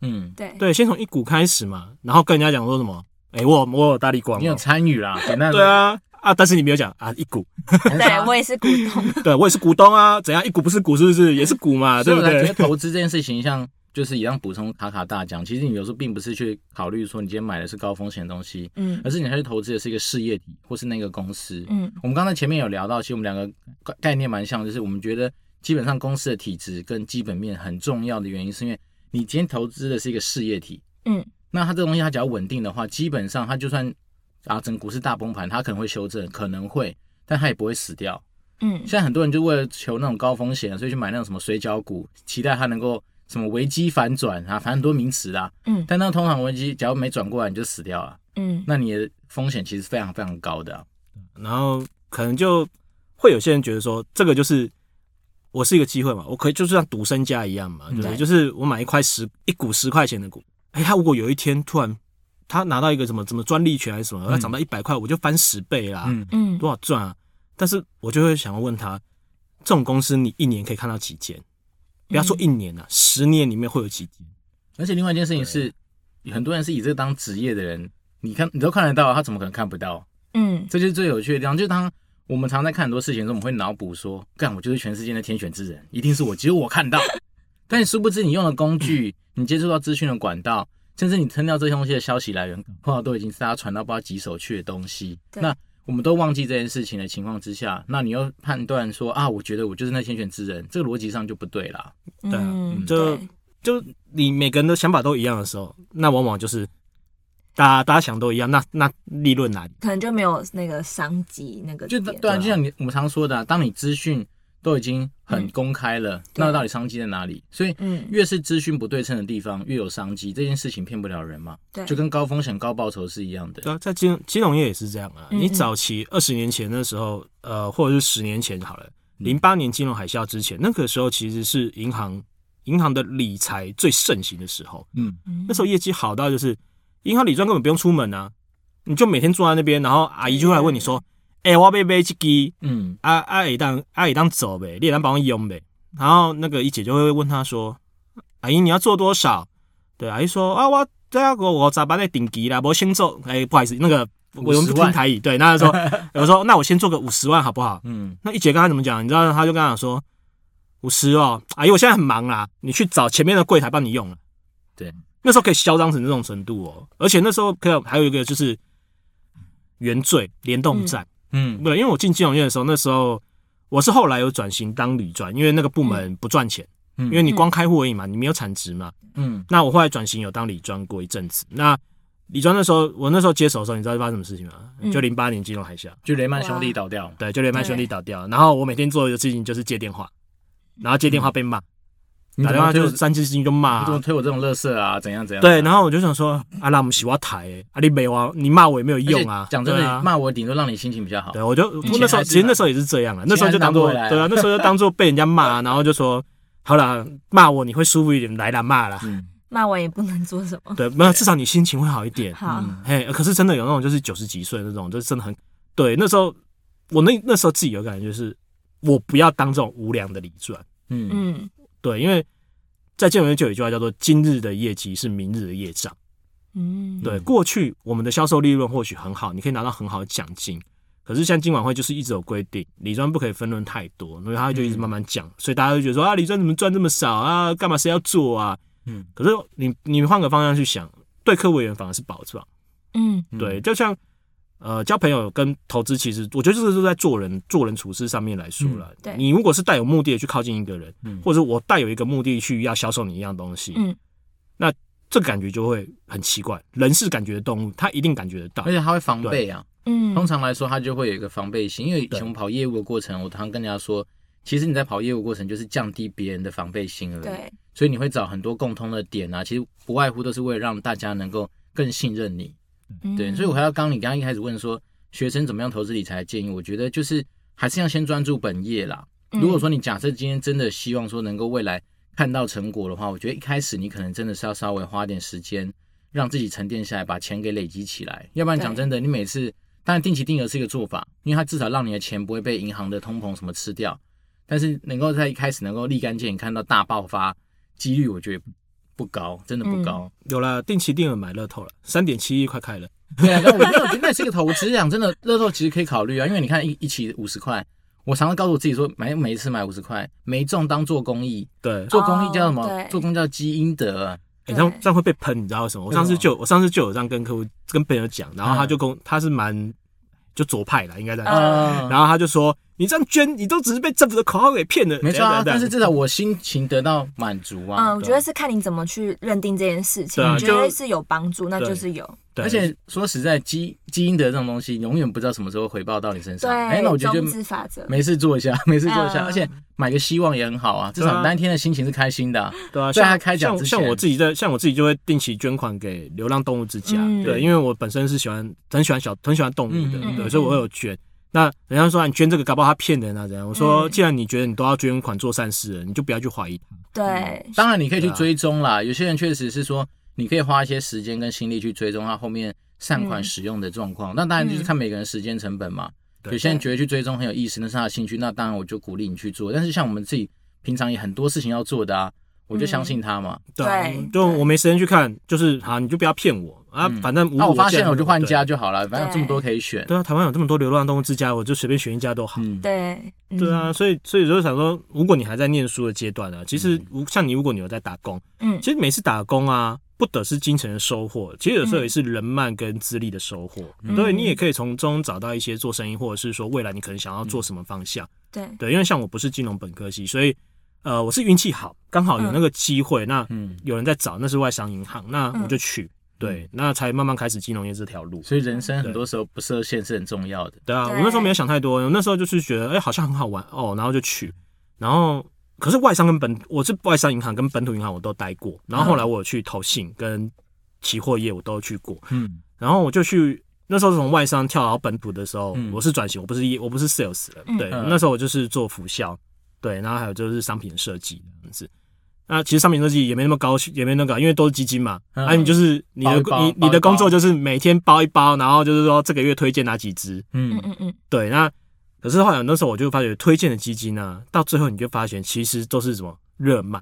[SPEAKER 2] 嗯，
[SPEAKER 4] 对
[SPEAKER 3] 对，先从一股开始嘛，然后跟人家讲说什么？哎、我有我有大力光、
[SPEAKER 2] 你有
[SPEAKER 3] 哦，
[SPEAKER 2] 参与啦，简单
[SPEAKER 3] 对，啊啊，但是你没有讲啊一股，
[SPEAKER 4] 对，我也是股东，
[SPEAKER 3] 对我也是股东啊，怎样一股不是股是不是也是股嘛，
[SPEAKER 2] 所
[SPEAKER 3] 对
[SPEAKER 2] 以
[SPEAKER 3] 不
[SPEAKER 2] 我才觉得
[SPEAKER 3] 对？
[SPEAKER 2] 投资这件事情，像就是也让补充卡卡大讲，其实你有时候并不是去考虑说你今天买的是高风险的东西，
[SPEAKER 4] 嗯
[SPEAKER 2] 而是你还是投资的是一个事业体或是那个公司。
[SPEAKER 4] 嗯
[SPEAKER 2] 我们刚才前面有聊到，其实我们两个概概念蛮像，就是我们觉得基本上公司的体质跟基本面很重要的原因，是因为你今天投资的是一个事业体，
[SPEAKER 4] 嗯，
[SPEAKER 2] 那它这东西它只要稳定的话，基本上它就算啊整股市大崩盘，它可能会修正，可能会，但它也不会死掉。
[SPEAKER 4] 嗯，
[SPEAKER 2] 现在很多人就为了求那种高风险，所以去买那种什么水饺股，期待它能够什么危机反转啊，反正很多名词啦。
[SPEAKER 4] 嗯
[SPEAKER 2] 但那通常危机，假如没转过来，你就死掉了，
[SPEAKER 4] 嗯
[SPEAKER 2] 那你的风险其实非常非常高的啊、
[SPEAKER 3] 然后可能就会有些人觉得说，这个就是我是一个机会嘛，我可以就是像赌身家一样嘛，对不对？
[SPEAKER 4] 对
[SPEAKER 3] 就是我买一块十一股十块钱的股，哎，他如果有一天突然他拿到一个什么什么专利权还是什么，他涨到一百块，我就翻十倍啦，
[SPEAKER 2] 嗯
[SPEAKER 4] 嗯，
[SPEAKER 3] 多少赚啊？但是我就会想要问他，这种公司你一年可以看到几间？不
[SPEAKER 2] 嗯
[SPEAKER 3] 要说一年了、十年里面会有几间？
[SPEAKER 2] 而且另外一件事情是，很多人是以这个当职业的人，你看你都看得到，他怎么可能看不到？
[SPEAKER 4] 嗯
[SPEAKER 2] 这就是最有趣的地方。就是当我们常在看很多事情的时候，我们会脑补说，干，我就是全世界的天选之人，一定是我，只有我看到。 但你殊不知，你用的工具，你接触到资讯的管道，甚至你听到这些东西的消息来源，搞不好都已经是大家传到不知道几手去的东西。
[SPEAKER 4] 对
[SPEAKER 2] 那我们都忘记这件事情的情况之下，那你又判断说啊，我觉得我就是那天选之人，这个逻辑上就不对啦。
[SPEAKER 3] 对啊
[SPEAKER 4] 嗯，
[SPEAKER 3] 就
[SPEAKER 4] 对
[SPEAKER 3] 就你每个人的想法都一样的时候，那往往就是大家大家想都一样，那那利润哪里？
[SPEAKER 4] 可能就没有那个商机那个
[SPEAKER 2] 就
[SPEAKER 4] 点，
[SPEAKER 2] 对啊，就像你我们常说的、啊，当你资讯都已经很
[SPEAKER 3] 嗯
[SPEAKER 2] 公开了，
[SPEAKER 4] 对
[SPEAKER 2] 那到底商机在哪里？所以
[SPEAKER 4] 嗯
[SPEAKER 2] 越是资讯不对称的地方，越有商机，这件事情骗不了人嘛，
[SPEAKER 4] 对，
[SPEAKER 2] 就跟高风险高报酬是一样的。
[SPEAKER 3] 对啊，在金金融业也是这样啊。
[SPEAKER 4] 嗯嗯
[SPEAKER 3] 你早期二十年前的时候，呃，或者是十年前好了，
[SPEAKER 2] 嗯
[SPEAKER 3] 零八年金融海啸之前，那个时候其实是银行银行的理财最盛行的时候。
[SPEAKER 2] 嗯，
[SPEAKER 3] 那时候业绩好到就是银行理专根本不用出门啊，你就每天坐在那边，然后阿姨就会来问你说：“哎、我要被被这个
[SPEAKER 2] 嗯，
[SPEAKER 3] 啊啊，会当啊会当走呗，你也当帮我用呗。”然后那个一姐就会问他说：“阿姨，你要做多少？”对，阿姨说：“啊，我这要我我咋把那顶级啦，我先做。哎，不好意思，那个我们不
[SPEAKER 2] 50
[SPEAKER 3] 听
[SPEAKER 2] 万
[SPEAKER 3] 台语，对，那他说，我说那我先做个五十万好不好？
[SPEAKER 2] 嗯，
[SPEAKER 3] 那一姐刚才怎么讲？你知道，她就跟他讲说：“五十哦，阿姨，我现在很忙啦，你去找前面的柜台帮你用了。”
[SPEAKER 2] 对，
[SPEAKER 3] 那时候可以嚣张成这种程度哦，而且那时候可以还有一个就是原罪联动站，
[SPEAKER 2] 嗯，
[SPEAKER 3] 对，因为我进金融业的时候，那时候我是后来有转型当旅专，因为那个部门不赚钱，
[SPEAKER 2] 嗯
[SPEAKER 3] 因为你光开户而已嘛，你没有产值嘛。
[SPEAKER 2] 嗯，
[SPEAKER 3] 那我后来转型有当理专过一阵子，那理专那时候我那时候接手的时候，你知道发生什么事情吗？
[SPEAKER 4] 嗯
[SPEAKER 3] 就零八年金融海啸。
[SPEAKER 2] 就雷曼兄弟倒掉，
[SPEAKER 3] 对，就连麦兄弟倒掉。然后我每天做的事情就是接电话，然后接电话被骂，
[SPEAKER 2] 嗯你
[SPEAKER 3] 打
[SPEAKER 2] 怎
[SPEAKER 3] 电
[SPEAKER 2] 么
[SPEAKER 3] 话
[SPEAKER 2] 推
[SPEAKER 3] 就
[SPEAKER 2] 我？
[SPEAKER 3] 是三件事情就骂、
[SPEAKER 2] 你怎么推我这种乐色啊？怎样怎样？
[SPEAKER 3] 对，然后我就想说，啊，那我们洗我台、欸，啊，你没我，你骂我也没有
[SPEAKER 2] 而且
[SPEAKER 3] 用啊。
[SPEAKER 2] 讲真
[SPEAKER 3] 对啊
[SPEAKER 2] 的，骂我顶多让你心情比较好。
[SPEAKER 3] 对，啊我就
[SPEAKER 2] 钱
[SPEAKER 3] 那时候
[SPEAKER 2] 还是
[SPEAKER 3] 其实那时候也是这样啊，那时候就当
[SPEAKER 2] 钱
[SPEAKER 3] 做
[SPEAKER 2] 还是拿不回来啊
[SPEAKER 3] 对啊，那时候就当做被人家骂，然后就说好啦，骂我你会舒服一点，来啦骂啦，
[SPEAKER 2] 嗯，
[SPEAKER 4] 骂我也不能做什么，
[SPEAKER 3] 对，没有至少你心情会好一点。嗯
[SPEAKER 4] 好，
[SPEAKER 3] 嘿，可是真的有那种就是九十几岁的那种，就是真的很对。那时候我那那时候自己有感觉就是，我不要当这种无良的理专。
[SPEAKER 2] 嗯嗯
[SPEAKER 4] 嗯
[SPEAKER 3] 对，因为在金融业就有一句话叫做“今日的业绩是明日的业障”。
[SPEAKER 4] 嗯，
[SPEAKER 3] 对，
[SPEAKER 2] 嗯
[SPEAKER 3] 过去我们的销售利润或许很好，你可以拿到很好的奖金，可是像金管会就是一直有规定，理专不可以分论太多，所以他就一直慢慢讲，所以大家就觉得说啊，理专怎么赚这么少啊？干嘛谁要做啊？
[SPEAKER 2] 嗯，
[SPEAKER 3] 可是你你换个方向去想，对科委员反而是保障。
[SPEAKER 4] 嗯
[SPEAKER 2] 嗯
[SPEAKER 3] 对，就像呃交朋友跟投资，其实我觉得这个都在做人做人处事上面来说了。
[SPEAKER 4] 嗯对
[SPEAKER 3] 你如果是带有目的的去靠近一个人，
[SPEAKER 2] 嗯
[SPEAKER 3] 或者我带有一个目的去要销售你一样东西，
[SPEAKER 4] 嗯，
[SPEAKER 3] 那这感觉就会很奇怪。人是感觉的动物，他一定感觉得到
[SPEAKER 2] 而。
[SPEAKER 4] 哎
[SPEAKER 2] 且他会防备啊。
[SPEAKER 4] 嗯，
[SPEAKER 2] 通常来说，它就会有一个防备心，因为以
[SPEAKER 3] 对
[SPEAKER 2] 前我们跑业务的过程，我常跟人家说，其实你在跑业务过程就是降低别人的防备心而已。
[SPEAKER 4] 对，
[SPEAKER 2] 所以你会找很多共通的点啊，其实不外乎都是为了让大家能够更信任你。对，
[SPEAKER 4] 嗯
[SPEAKER 2] 所以我还要刚你刚刚一开始问说学生怎么样投资理财的建议，我觉得
[SPEAKER 4] 嗯
[SPEAKER 2] 就是还是要先专注本业啦。如果说你假设今天真的希望说能够未来看到成果的话，我觉得一开始你可能真的是要稍微花点时间，让自己沉淀下来，把钱给累积起来。嗯要不然讲
[SPEAKER 4] 对
[SPEAKER 2] 真的，你每次当然定期定额是一个做法，因为它至少让你的钱不会被银行的通膨什么吃掉。但是能够在一开始能够立竿见影看到大爆发，几率我觉得不不高，真的不高。
[SPEAKER 3] 有啦，定期定额买乐透了，三点七亿快开了。
[SPEAKER 2] 对啊，那我那我觉得那也是一个投资，讲真的，乐透其实可以考虑啊，因为你看一一期五十块，我常常告诉我自己说，买每一次买五十块，没中当做公益，
[SPEAKER 3] 对，
[SPEAKER 2] 做公益叫什么？
[SPEAKER 4] 哦对
[SPEAKER 2] 做公益叫积阴德啊。
[SPEAKER 3] 你
[SPEAKER 4] 对哦
[SPEAKER 3] 这样这样会被喷，你知道为什么？我上次
[SPEAKER 2] 为什么
[SPEAKER 3] 就我上次就有这样跟客户跟朋友讲，然后他
[SPEAKER 2] 嗯
[SPEAKER 3] 就跟我他是蛮就左派啦，应该在，
[SPEAKER 4] 嗯
[SPEAKER 2] 啊
[SPEAKER 3] 然后他就说你这样捐，你都只是被政府的口号给骗了，
[SPEAKER 2] 没错啊，
[SPEAKER 3] 怎样怎样
[SPEAKER 2] 但是
[SPEAKER 3] 怎
[SPEAKER 2] 至
[SPEAKER 3] 样
[SPEAKER 2] 少我心情得到满足啊。
[SPEAKER 4] 嗯，我觉得是看你怎么去认定这件事情
[SPEAKER 3] 对啊，
[SPEAKER 4] 你觉得
[SPEAKER 3] 就是
[SPEAKER 4] 有帮助，那就是有。
[SPEAKER 3] 对
[SPEAKER 2] 而且说实在，积积阴德这种东西，永远不知道什么时候回报到你身
[SPEAKER 4] 对
[SPEAKER 2] 上。哎，，那我觉得
[SPEAKER 4] 中
[SPEAKER 2] 就
[SPEAKER 4] 字法则。
[SPEAKER 2] 没事做一下， 没事做一下，
[SPEAKER 4] 嗯
[SPEAKER 2] 而且买个希望也很好啊，至
[SPEAKER 3] 对
[SPEAKER 2] 少
[SPEAKER 3] 啊
[SPEAKER 2] 那一天的心情是开心的啊。
[SPEAKER 3] 对啊，
[SPEAKER 2] 在他
[SPEAKER 3] 像
[SPEAKER 2] 开奖
[SPEAKER 3] 像
[SPEAKER 2] 之
[SPEAKER 3] 像我
[SPEAKER 2] 前
[SPEAKER 3] 自己在像我自己就会定期捐款给流浪动物之家，
[SPEAKER 4] 嗯
[SPEAKER 3] 对，因为我本身是喜欢很喜欢小很喜欢动物的，
[SPEAKER 2] 嗯嗯
[SPEAKER 4] 嗯
[SPEAKER 3] 对，所以我会有捐。那人家说、啊、你捐这个，搞不好他骗人啊，怎样？我说，
[SPEAKER 4] 嗯
[SPEAKER 3] 既然你觉得你都要捐款做善事了，你就不要去怀疑他。
[SPEAKER 4] 对，
[SPEAKER 2] 当然你可以去
[SPEAKER 3] 对啊
[SPEAKER 2] 追踪啦，有些人确实是说，你可以花一些时间跟心力去追踪他后面善款
[SPEAKER 4] 嗯
[SPEAKER 2] 使用的状况。那当然就是看每个人时间成本嘛。
[SPEAKER 3] 对
[SPEAKER 2] 有些人觉得去追踪很有意思，那是他的兴趣，那当然我就鼓励你去做。但是像我们自己平常也很多事情要做的啊，我就相信他嘛。
[SPEAKER 3] 对啊，
[SPEAKER 4] 对
[SPEAKER 3] 就
[SPEAKER 4] 对
[SPEAKER 3] 我没时间去看，就是好，你就不要骗我啊，
[SPEAKER 2] 嗯
[SPEAKER 3] 反正无
[SPEAKER 2] 那我发
[SPEAKER 3] 见
[SPEAKER 2] 现了，我就换
[SPEAKER 3] 对
[SPEAKER 2] 家就好了，反正有这么多可以选。
[SPEAKER 3] 对啊，台湾有这么多流浪动物之家，我就随便选一家都好。
[SPEAKER 2] 嗯，
[SPEAKER 4] 对，嗯
[SPEAKER 3] 对啊，，所以所以就是想说，如果你还在念书的阶段呢、啊，其实如像你，如果你有在打工，
[SPEAKER 4] 嗯
[SPEAKER 3] 其实每次打工啊，不得是金钱的收获，其实有时候也是人脉跟资历的收获。
[SPEAKER 4] 嗯
[SPEAKER 3] 所以你也可以从中找到一些做生意，或者是说未来你可能想要
[SPEAKER 4] 嗯
[SPEAKER 3] 做什么方向。
[SPEAKER 4] 对，
[SPEAKER 3] 对，因为像我不是金融本科系，所以呃，我是运气好，刚好有那个机会。那
[SPEAKER 2] 嗯
[SPEAKER 3] 有人在找，那是外商银行，那
[SPEAKER 4] 嗯
[SPEAKER 3] 我就去。对，那才慢慢开始金融业这条路。
[SPEAKER 2] 所以人生很多时候不设限是很重要的。
[SPEAKER 3] 对啊，
[SPEAKER 4] 对
[SPEAKER 3] 我那时候没有想太多，我那时候就是觉得，哎、好像很好玩哦，然后就去，然后可是外商跟本，我是外商银行跟本土银行我都待
[SPEAKER 2] 嗯
[SPEAKER 3] 过，然后后来我有去投信跟期货业我都去过，
[SPEAKER 2] 嗯，
[SPEAKER 3] 然后我就去那时候从外商跳到本土的时候，
[SPEAKER 2] 嗯
[SPEAKER 3] 我是转型，我不是业我不是 sales 了，
[SPEAKER 4] 嗯
[SPEAKER 3] 对，
[SPEAKER 2] 嗯
[SPEAKER 3] 那时候我就是做辅销，对，然后还有就是商品设计这样子。那其实商品设计也没那么高，也没那个，因为都是基金嘛。
[SPEAKER 2] 嗯
[SPEAKER 3] 啊，你就是你的
[SPEAKER 2] 包一包
[SPEAKER 3] 你
[SPEAKER 2] 包一
[SPEAKER 3] 你的工
[SPEAKER 2] 包
[SPEAKER 3] 作就是每天包一包，然后就是说这个月推荐哪几只，
[SPEAKER 4] 嗯
[SPEAKER 2] 嗯，
[SPEAKER 4] 嗯嗯，
[SPEAKER 3] 对，那可是后来那时候我就发觉，推荐的基金呢、到最后你就发现其实都是什么热卖，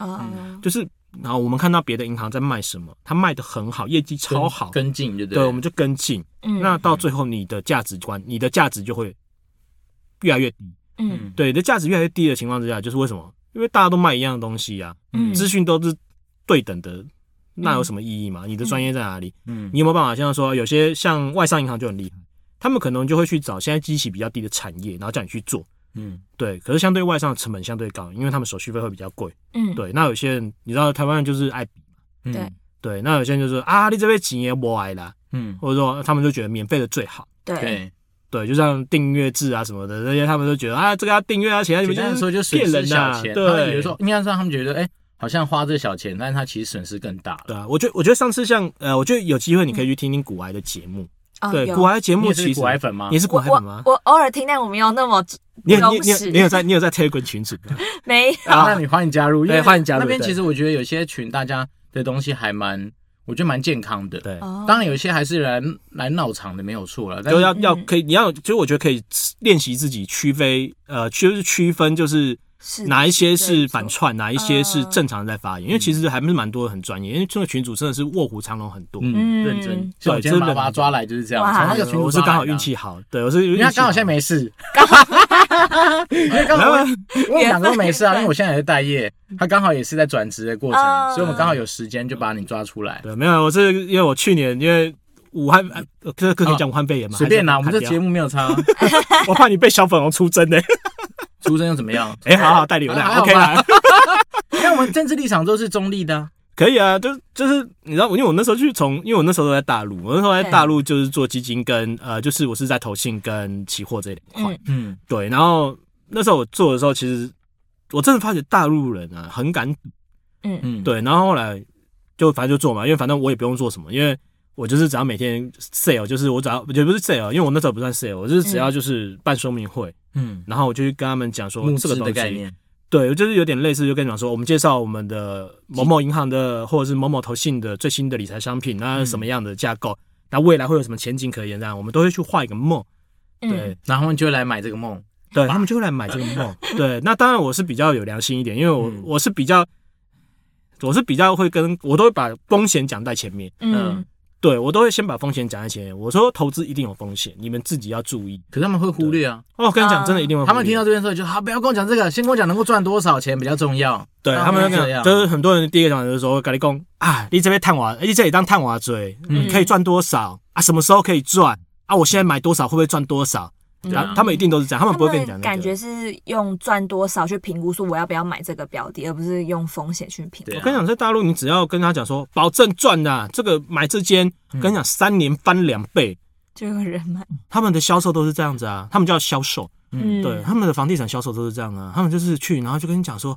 [SPEAKER 4] 哦，
[SPEAKER 3] 就是然后我们看到别的银行在卖什么，它卖的很好，业绩超好，
[SPEAKER 2] 跟跟进，对不
[SPEAKER 3] 对，我们就跟进。
[SPEAKER 4] 嗯
[SPEAKER 3] 那到最后，你的价值观，你的价值就会越来越低。
[SPEAKER 4] 嗯
[SPEAKER 2] 嗯，
[SPEAKER 3] 对，你的价值越来越低的情况之下，就是为什么？因为大家都卖一样的东西啊，
[SPEAKER 4] 嗯
[SPEAKER 3] 资讯都是对等的，那有什么意义嘛？你的专业在哪里？
[SPEAKER 2] 嗯，
[SPEAKER 3] 你有没有办法像说有些像外商银行就很厉害，他们可能就会去找现在基期比较低的产业，然后叫你去做。
[SPEAKER 2] 嗯，
[SPEAKER 3] 对，可是相对外商的成本相对高，因为他们手续费会比较贵。
[SPEAKER 4] 嗯，
[SPEAKER 3] 对，那有些人你知道台湾人就是爱比，
[SPEAKER 2] 嗯
[SPEAKER 4] 对，
[SPEAKER 3] 对，那有些人就是啊，你这边钱也不爱啦，
[SPEAKER 2] 嗯，
[SPEAKER 3] 或者说他们就觉得免费的最好。
[SPEAKER 4] 对，
[SPEAKER 2] 对，
[SPEAKER 3] 哎对，就像订阅制啊什么的，这些他们都觉得啊，这个要订阅啊，钱啊你
[SPEAKER 2] 简
[SPEAKER 3] 们
[SPEAKER 2] 单
[SPEAKER 3] 就
[SPEAKER 2] 的说
[SPEAKER 3] 是
[SPEAKER 2] 就损
[SPEAKER 3] 骗
[SPEAKER 2] 失
[SPEAKER 3] 人
[SPEAKER 2] 小
[SPEAKER 3] 呐、
[SPEAKER 2] 钱，他们
[SPEAKER 3] 对，
[SPEAKER 2] 有时候应该说他们觉得，哎，好像花这小钱，但是他其实损失更大了。
[SPEAKER 3] 对啊，我觉得我觉得上次像呃，我觉得有机会你可以去听听古癌的节目，
[SPEAKER 4] 哦
[SPEAKER 3] 对，
[SPEAKER 4] 有
[SPEAKER 3] 古癌的节
[SPEAKER 2] 你
[SPEAKER 3] 目
[SPEAKER 2] 也
[SPEAKER 3] 其
[SPEAKER 2] 是
[SPEAKER 3] 实
[SPEAKER 2] 古癌粉吗
[SPEAKER 3] 你？是古
[SPEAKER 4] 我
[SPEAKER 3] 癌粉吗
[SPEAKER 4] 我？我偶尔听，但我没有那么
[SPEAKER 3] 你有你有你
[SPEAKER 4] 忠
[SPEAKER 3] 有
[SPEAKER 4] 实
[SPEAKER 3] 你有在你有在 Telegram 群组吗？
[SPEAKER 4] 没
[SPEAKER 2] 啊，那你欢迎加入，因为
[SPEAKER 3] 对欢迎加入
[SPEAKER 2] 那边
[SPEAKER 3] 对
[SPEAKER 2] 其实我觉得有些群大家的东西还蛮，我觉得蛮健康的。
[SPEAKER 3] 对，
[SPEAKER 4] 哦
[SPEAKER 2] 当然有些还是来来闹场的，没有错了。但
[SPEAKER 3] 就是要要
[SPEAKER 2] 嗯
[SPEAKER 3] 可以，你要就是我觉得可以练习自己区分，呃，就是区分就是
[SPEAKER 4] 是
[SPEAKER 3] 哪一些是
[SPEAKER 4] 对
[SPEAKER 3] 反
[SPEAKER 4] 错
[SPEAKER 3] 串，哪一些是
[SPEAKER 4] 嗯
[SPEAKER 3] 正常在发言，因为
[SPEAKER 2] 嗯
[SPEAKER 3] 其实还是蛮多很专业，因为这个群主真的是卧虎藏龙很多。
[SPEAKER 2] 嗯，
[SPEAKER 4] 嗯
[SPEAKER 2] 认真。像我今
[SPEAKER 3] 真
[SPEAKER 2] 天
[SPEAKER 3] 的
[SPEAKER 2] 把把他抓来就是这样，
[SPEAKER 4] 哇
[SPEAKER 2] 从那
[SPEAKER 3] 对
[SPEAKER 2] 个群
[SPEAKER 3] 我
[SPEAKER 2] 组
[SPEAKER 3] 是
[SPEAKER 2] 抓来
[SPEAKER 3] 刚
[SPEAKER 2] 的
[SPEAKER 3] 好运，气好，对我是因
[SPEAKER 2] 因为他刚好现在没事，因为刚好我我们两个都没事啊，因为我现在也在待业，他刚好也是在转职的过程，
[SPEAKER 4] 嗯
[SPEAKER 2] 所以我们刚好有时间就把你抓出来。
[SPEAKER 3] 对没有，我是因为我去年因为武汉，呃这个可以讲武汉肺炎吗？
[SPEAKER 2] 哦随便啦，我
[SPEAKER 3] 还
[SPEAKER 2] 们
[SPEAKER 3] 是
[SPEAKER 2] 这
[SPEAKER 3] 把它
[SPEAKER 2] 节目没有差，啊
[SPEAKER 3] 砍 掉，我怕你被小粉红出 征呢。
[SPEAKER 2] 出生又怎么 样？
[SPEAKER 3] 哎，好好带流量
[SPEAKER 2] 还啊好
[SPEAKER 3] ，OK
[SPEAKER 2] 吧
[SPEAKER 3] 啦，
[SPEAKER 2] 因为我们政治立场都是中立的啊，
[SPEAKER 3] 可以啊，就就是你知道，因为我那时候去从，因为我那时候都在大陆，我那时候在大陆就是做基金跟呃，就是我是在投信跟期货这两块，
[SPEAKER 4] 嗯
[SPEAKER 2] 嗯，
[SPEAKER 3] 对。然后那时候我做的时候，其实我真的发觉大陆人啊很敢赌，
[SPEAKER 4] 嗯
[SPEAKER 2] 嗯，
[SPEAKER 3] 对。然后后来就反正就做嘛，因为反正我也不用做什么，因为我就是只要每天 sale，就是我只要也不是 sale，因为我那时
[SPEAKER 4] 嗯
[SPEAKER 3] 候不算 sale，我就是只要就是办说明会，
[SPEAKER 2] 嗯，
[SPEAKER 3] 然后我就去跟他们讲说
[SPEAKER 2] 募
[SPEAKER 3] 这个
[SPEAKER 2] 资
[SPEAKER 3] 东
[SPEAKER 2] 的概
[SPEAKER 3] 西，
[SPEAKER 2] 念，
[SPEAKER 3] 对，就是有点类似，就跟你讲说，我们介绍我们的某某银行的或者是某某投信的最新的理财商品，那什么样的架构，那未来会有什么前景可言，这样我们都会去画一个梦。对
[SPEAKER 4] 嗯，
[SPEAKER 2] 然后他们就会来买这个梦。
[SPEAKER 3] 对，啊他们就会来买这个梦。 对，那当然我是比较有良心一点，因为我、
[SPEAKER 2] 嗯
[SPEAKER 3] 我是比较，我是比较会跟我都会把风险讲在前面。
[SPEAKER 2] 嗯
[SPEAKER 4] 嗯，
[SPEAKER 3] 对我都会先把风险讲在前面。我说投资一定有风险，你们自己要注意。
[SPEAKER 2] 可是他们会忽略啊，
[SPEAKER 3] 哦，我跟你讲，真的一定会忽略、
[SPEAKER 2] 他们听到这边的时候就好，啊不要跟我讲这个，先跟我讲能够赚多少钱比较重要。
[SPEAKER 3] 对他们
[SPEAKER 2] 嗯
[SPEAKER 3] 那
[SPEAKER 2] 这
[SPEAKER 3] 个，
[SPEAKER 2] 样
[SPEAKER 3] 就是很多人第一个想法就是说，跟你讲啊，你这边探娃，你这里当探娃追，
[SPEAKER 2] 嗯
[SPEAKER 3] 你可以赚多少啊？什么时候可以赚啊？我现在买多少会不会赚多少？
[SPEAKER 4] 嗯
[SPEAKER 2] 啊
[SPEAKER 3] 然后他们一定都是这样，他们
[SPEAKER 4] 他
[SPEAKER 3] 不会跟你讲
[SPEAKER 4] 们
[SPEAKER 3] 那个。
[SPEAKER 4] 感觉是用赚多少去评估说我要不要买这个标的，而不是用风险去评
[SPEAKER 2] 对
[SPEAKER 4] 估。
[SPEAKER 2] 啊
[SPEAKER 3] 跟你讲，在大陆，你只要跟他讲说保证赚呐、这个买这间，跟你讲三年翻两倍，
[SPEAKER 4] 就有人买，
[SPEAKER 3] 他们的销售都是这样子啊，他们叫销售，
[SPEAKER 2] 嗯
[SPEAKER 4] 嗯，
[SPEAKER 3] 对，他们的房地产销售都是这样啊，他们就是去，然后就跟你讲说，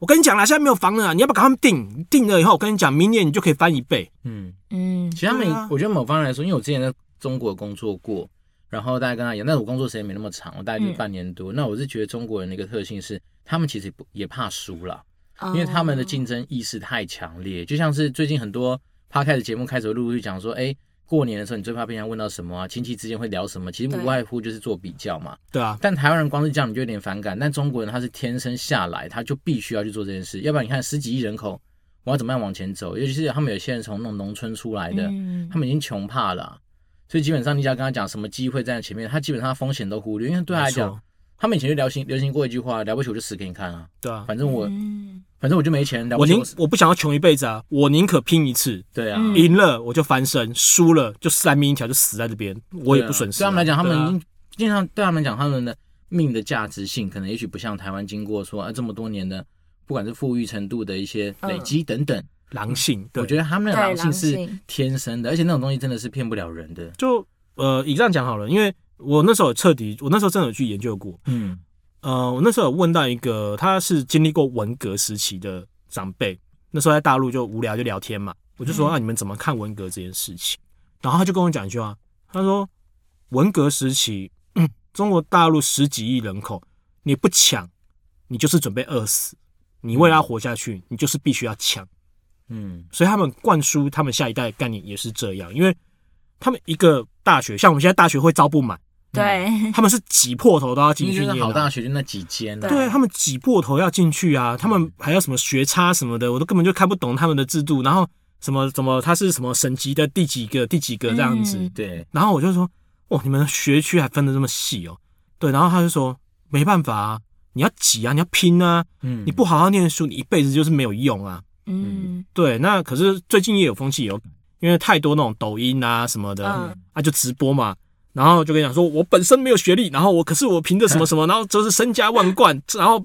[SPEAKER 3] 我跟你讲啦，现在没有房了啊，你要不要赶快订？订了以后，我跟你讲，明年你就可以翻一倍。
[SPEAKER 2] 嗯，
[SPEAKER 4] 嗯
[SPEAKER 2] 其实他们
[SPEAKER 3] 对啊
[SPEAKER 2] 我觉得某方面来说，因为我之前在中国工作过，然后大概跟他一样，但是我工作时间没那么长，我大概就
[SPEAKER 4] 嗯
[SPEAKER 2] 半年多。那我是觉得中国人的一个特性是，他们其实不也怕输啦。
[SPEAKER 4] 哦
[SPEAKER 2] 因为他们的竞争意识太强烈，就像是最近很多 p 开的节目开始陆续讲说，哎，过年的时候你最怕被人家问到什么啊？亲戚之间会聊什么？其实
[SPEAKER 4] 对
[SPEAKER 2] 无外乎就是做比较嘛。
[SPEAKER 3] 对啊，
[SPEAKER 2] 但台湾人光是这样你就有点反感，但中国人他是天生下来他就必须要去做这件事，要不然你看十几亿人口，我要怎么样往前走？尤其是他们有些人从那种农村出来的，
[SPEAKER 4] 嗯
[SPEAKER 2] 他们已经穷怕了啊、所以基本上你只要跟他讲什么机会站在前面，他基本上风险都忽略，因为对他来
[SPEAKER 3] 没
[SPEAKER 2] 讲
[SPEAKER 3] 错，
[SPEAKER 2] 他们以前就流行流行过一句话，了不起我就死给你看啊，
[SPEAKER 3] 对啊，
[SPEAKER 2] 反正我
[SPEAKER 4] 嗯
[SPEAKER 2] 反正我就没钱，了不
[SPEAKER 3] 我
[SPEAKER 2] 起
[SPEAKER 3] 宁
[SPEAKER 2] 我死
[SPEAKER 3] 我不想要穷一辈子啊，我宁可拼一次，
[SPEAKER 2] 对啊，
[SPEAKER 4] 嗯
[SPEAKER 3] 赢了我就翻身，输了就三命一条，就死在这边，我也不损失
[SPEAKER 2] 对他
[SPEAKER 3] 啊、
[SPEAKER 2] 们来讲，他
[SPEAKER 3] 对啊
[SPEAKER 2] 们已经经常对他们讲，他们的命的价值性，可能也许不像台湾经过说啊这么多年的，不管是富裕程度的一些累积等等，
[SPEAKER 3] 狼性，对
[SPEAKER 2] 我觉得他们的
[SPEAKER 4] 对
[SPEAKER 2] 狼性
[SPEAKER 4] 狼
[SPEAKER 2] 是
[SPEAKER 4] 性
[SPEAKER 2] 天生的，而且那种东西真的是骗不了人的。
[SPEAKER 3] 就呃，以这样讲好了，因为我那时候有彻底，我那时候真的有去研究过。
[SPEAKER 2] 嗯
[SPEAKER 3] 呃，我那时候有问到一个，他是经历过文革时期的长辈，那时候在大陆就无聊就聊天嘛，我就说、
[SPEAKER 4] 嗯
[SPEAKER 3] 啊，你们怎么看文革这件事情？然后他就跟我讲一句话，他说文革时期， 嗯中国大陆十几亿人口，你不抢，你就是准备饿死。你为了要活下去，你就是必须要抢。
[SPEAKER 2] 嗯
[SPEAKER 3] 所以他们灌输他们下一代的概念也是这样，因为他们一个大学，像我们现在大学会招不满，
[SPEAKER 4] 对，
[SPEAKER 2] 哎
[SPEAKER 3] 他们是挤破头都要进
[SPEAKER 2] 进
[SPEAKER 3] 去
[SPEAKER 2] 去
[SPEAKER 3] 念、啊
[SPEAKER 2] 好大学就那几间啊，
[SPEAKER 4] 对
[SPEAKER 3] 对他们挤破头要进去啊，他们还要什么学差什么的，我都根本就看不懂他们的制度，然后什么什么他是什么省级的第几个第几个这样子，
[SPEAKER 4] 嗯
[SPEAKER 2] 对，
[SPEAKER 3] 然后我就说，哇，你们学区还分的这么细哦，对，然后他就说没办法啊，你要挤啊，你要拼啊，
[SPEAKER 2] 嗯
[SPEAKER 3] 你不好好念书，你一辈子就是没有用啊，
[SPEAKER 4] 嗯
[SPEAKER 3] 对，那可是最近也有风气有，因为太多那种抖音啊什么的，
[SPEAKER 4] 嗯
[SPEAKER 3] 啊就直播嘛，然后就跟你讲说，我本身没有学历，然后我可是我凭着什么什么，然后就是身家万贯，然后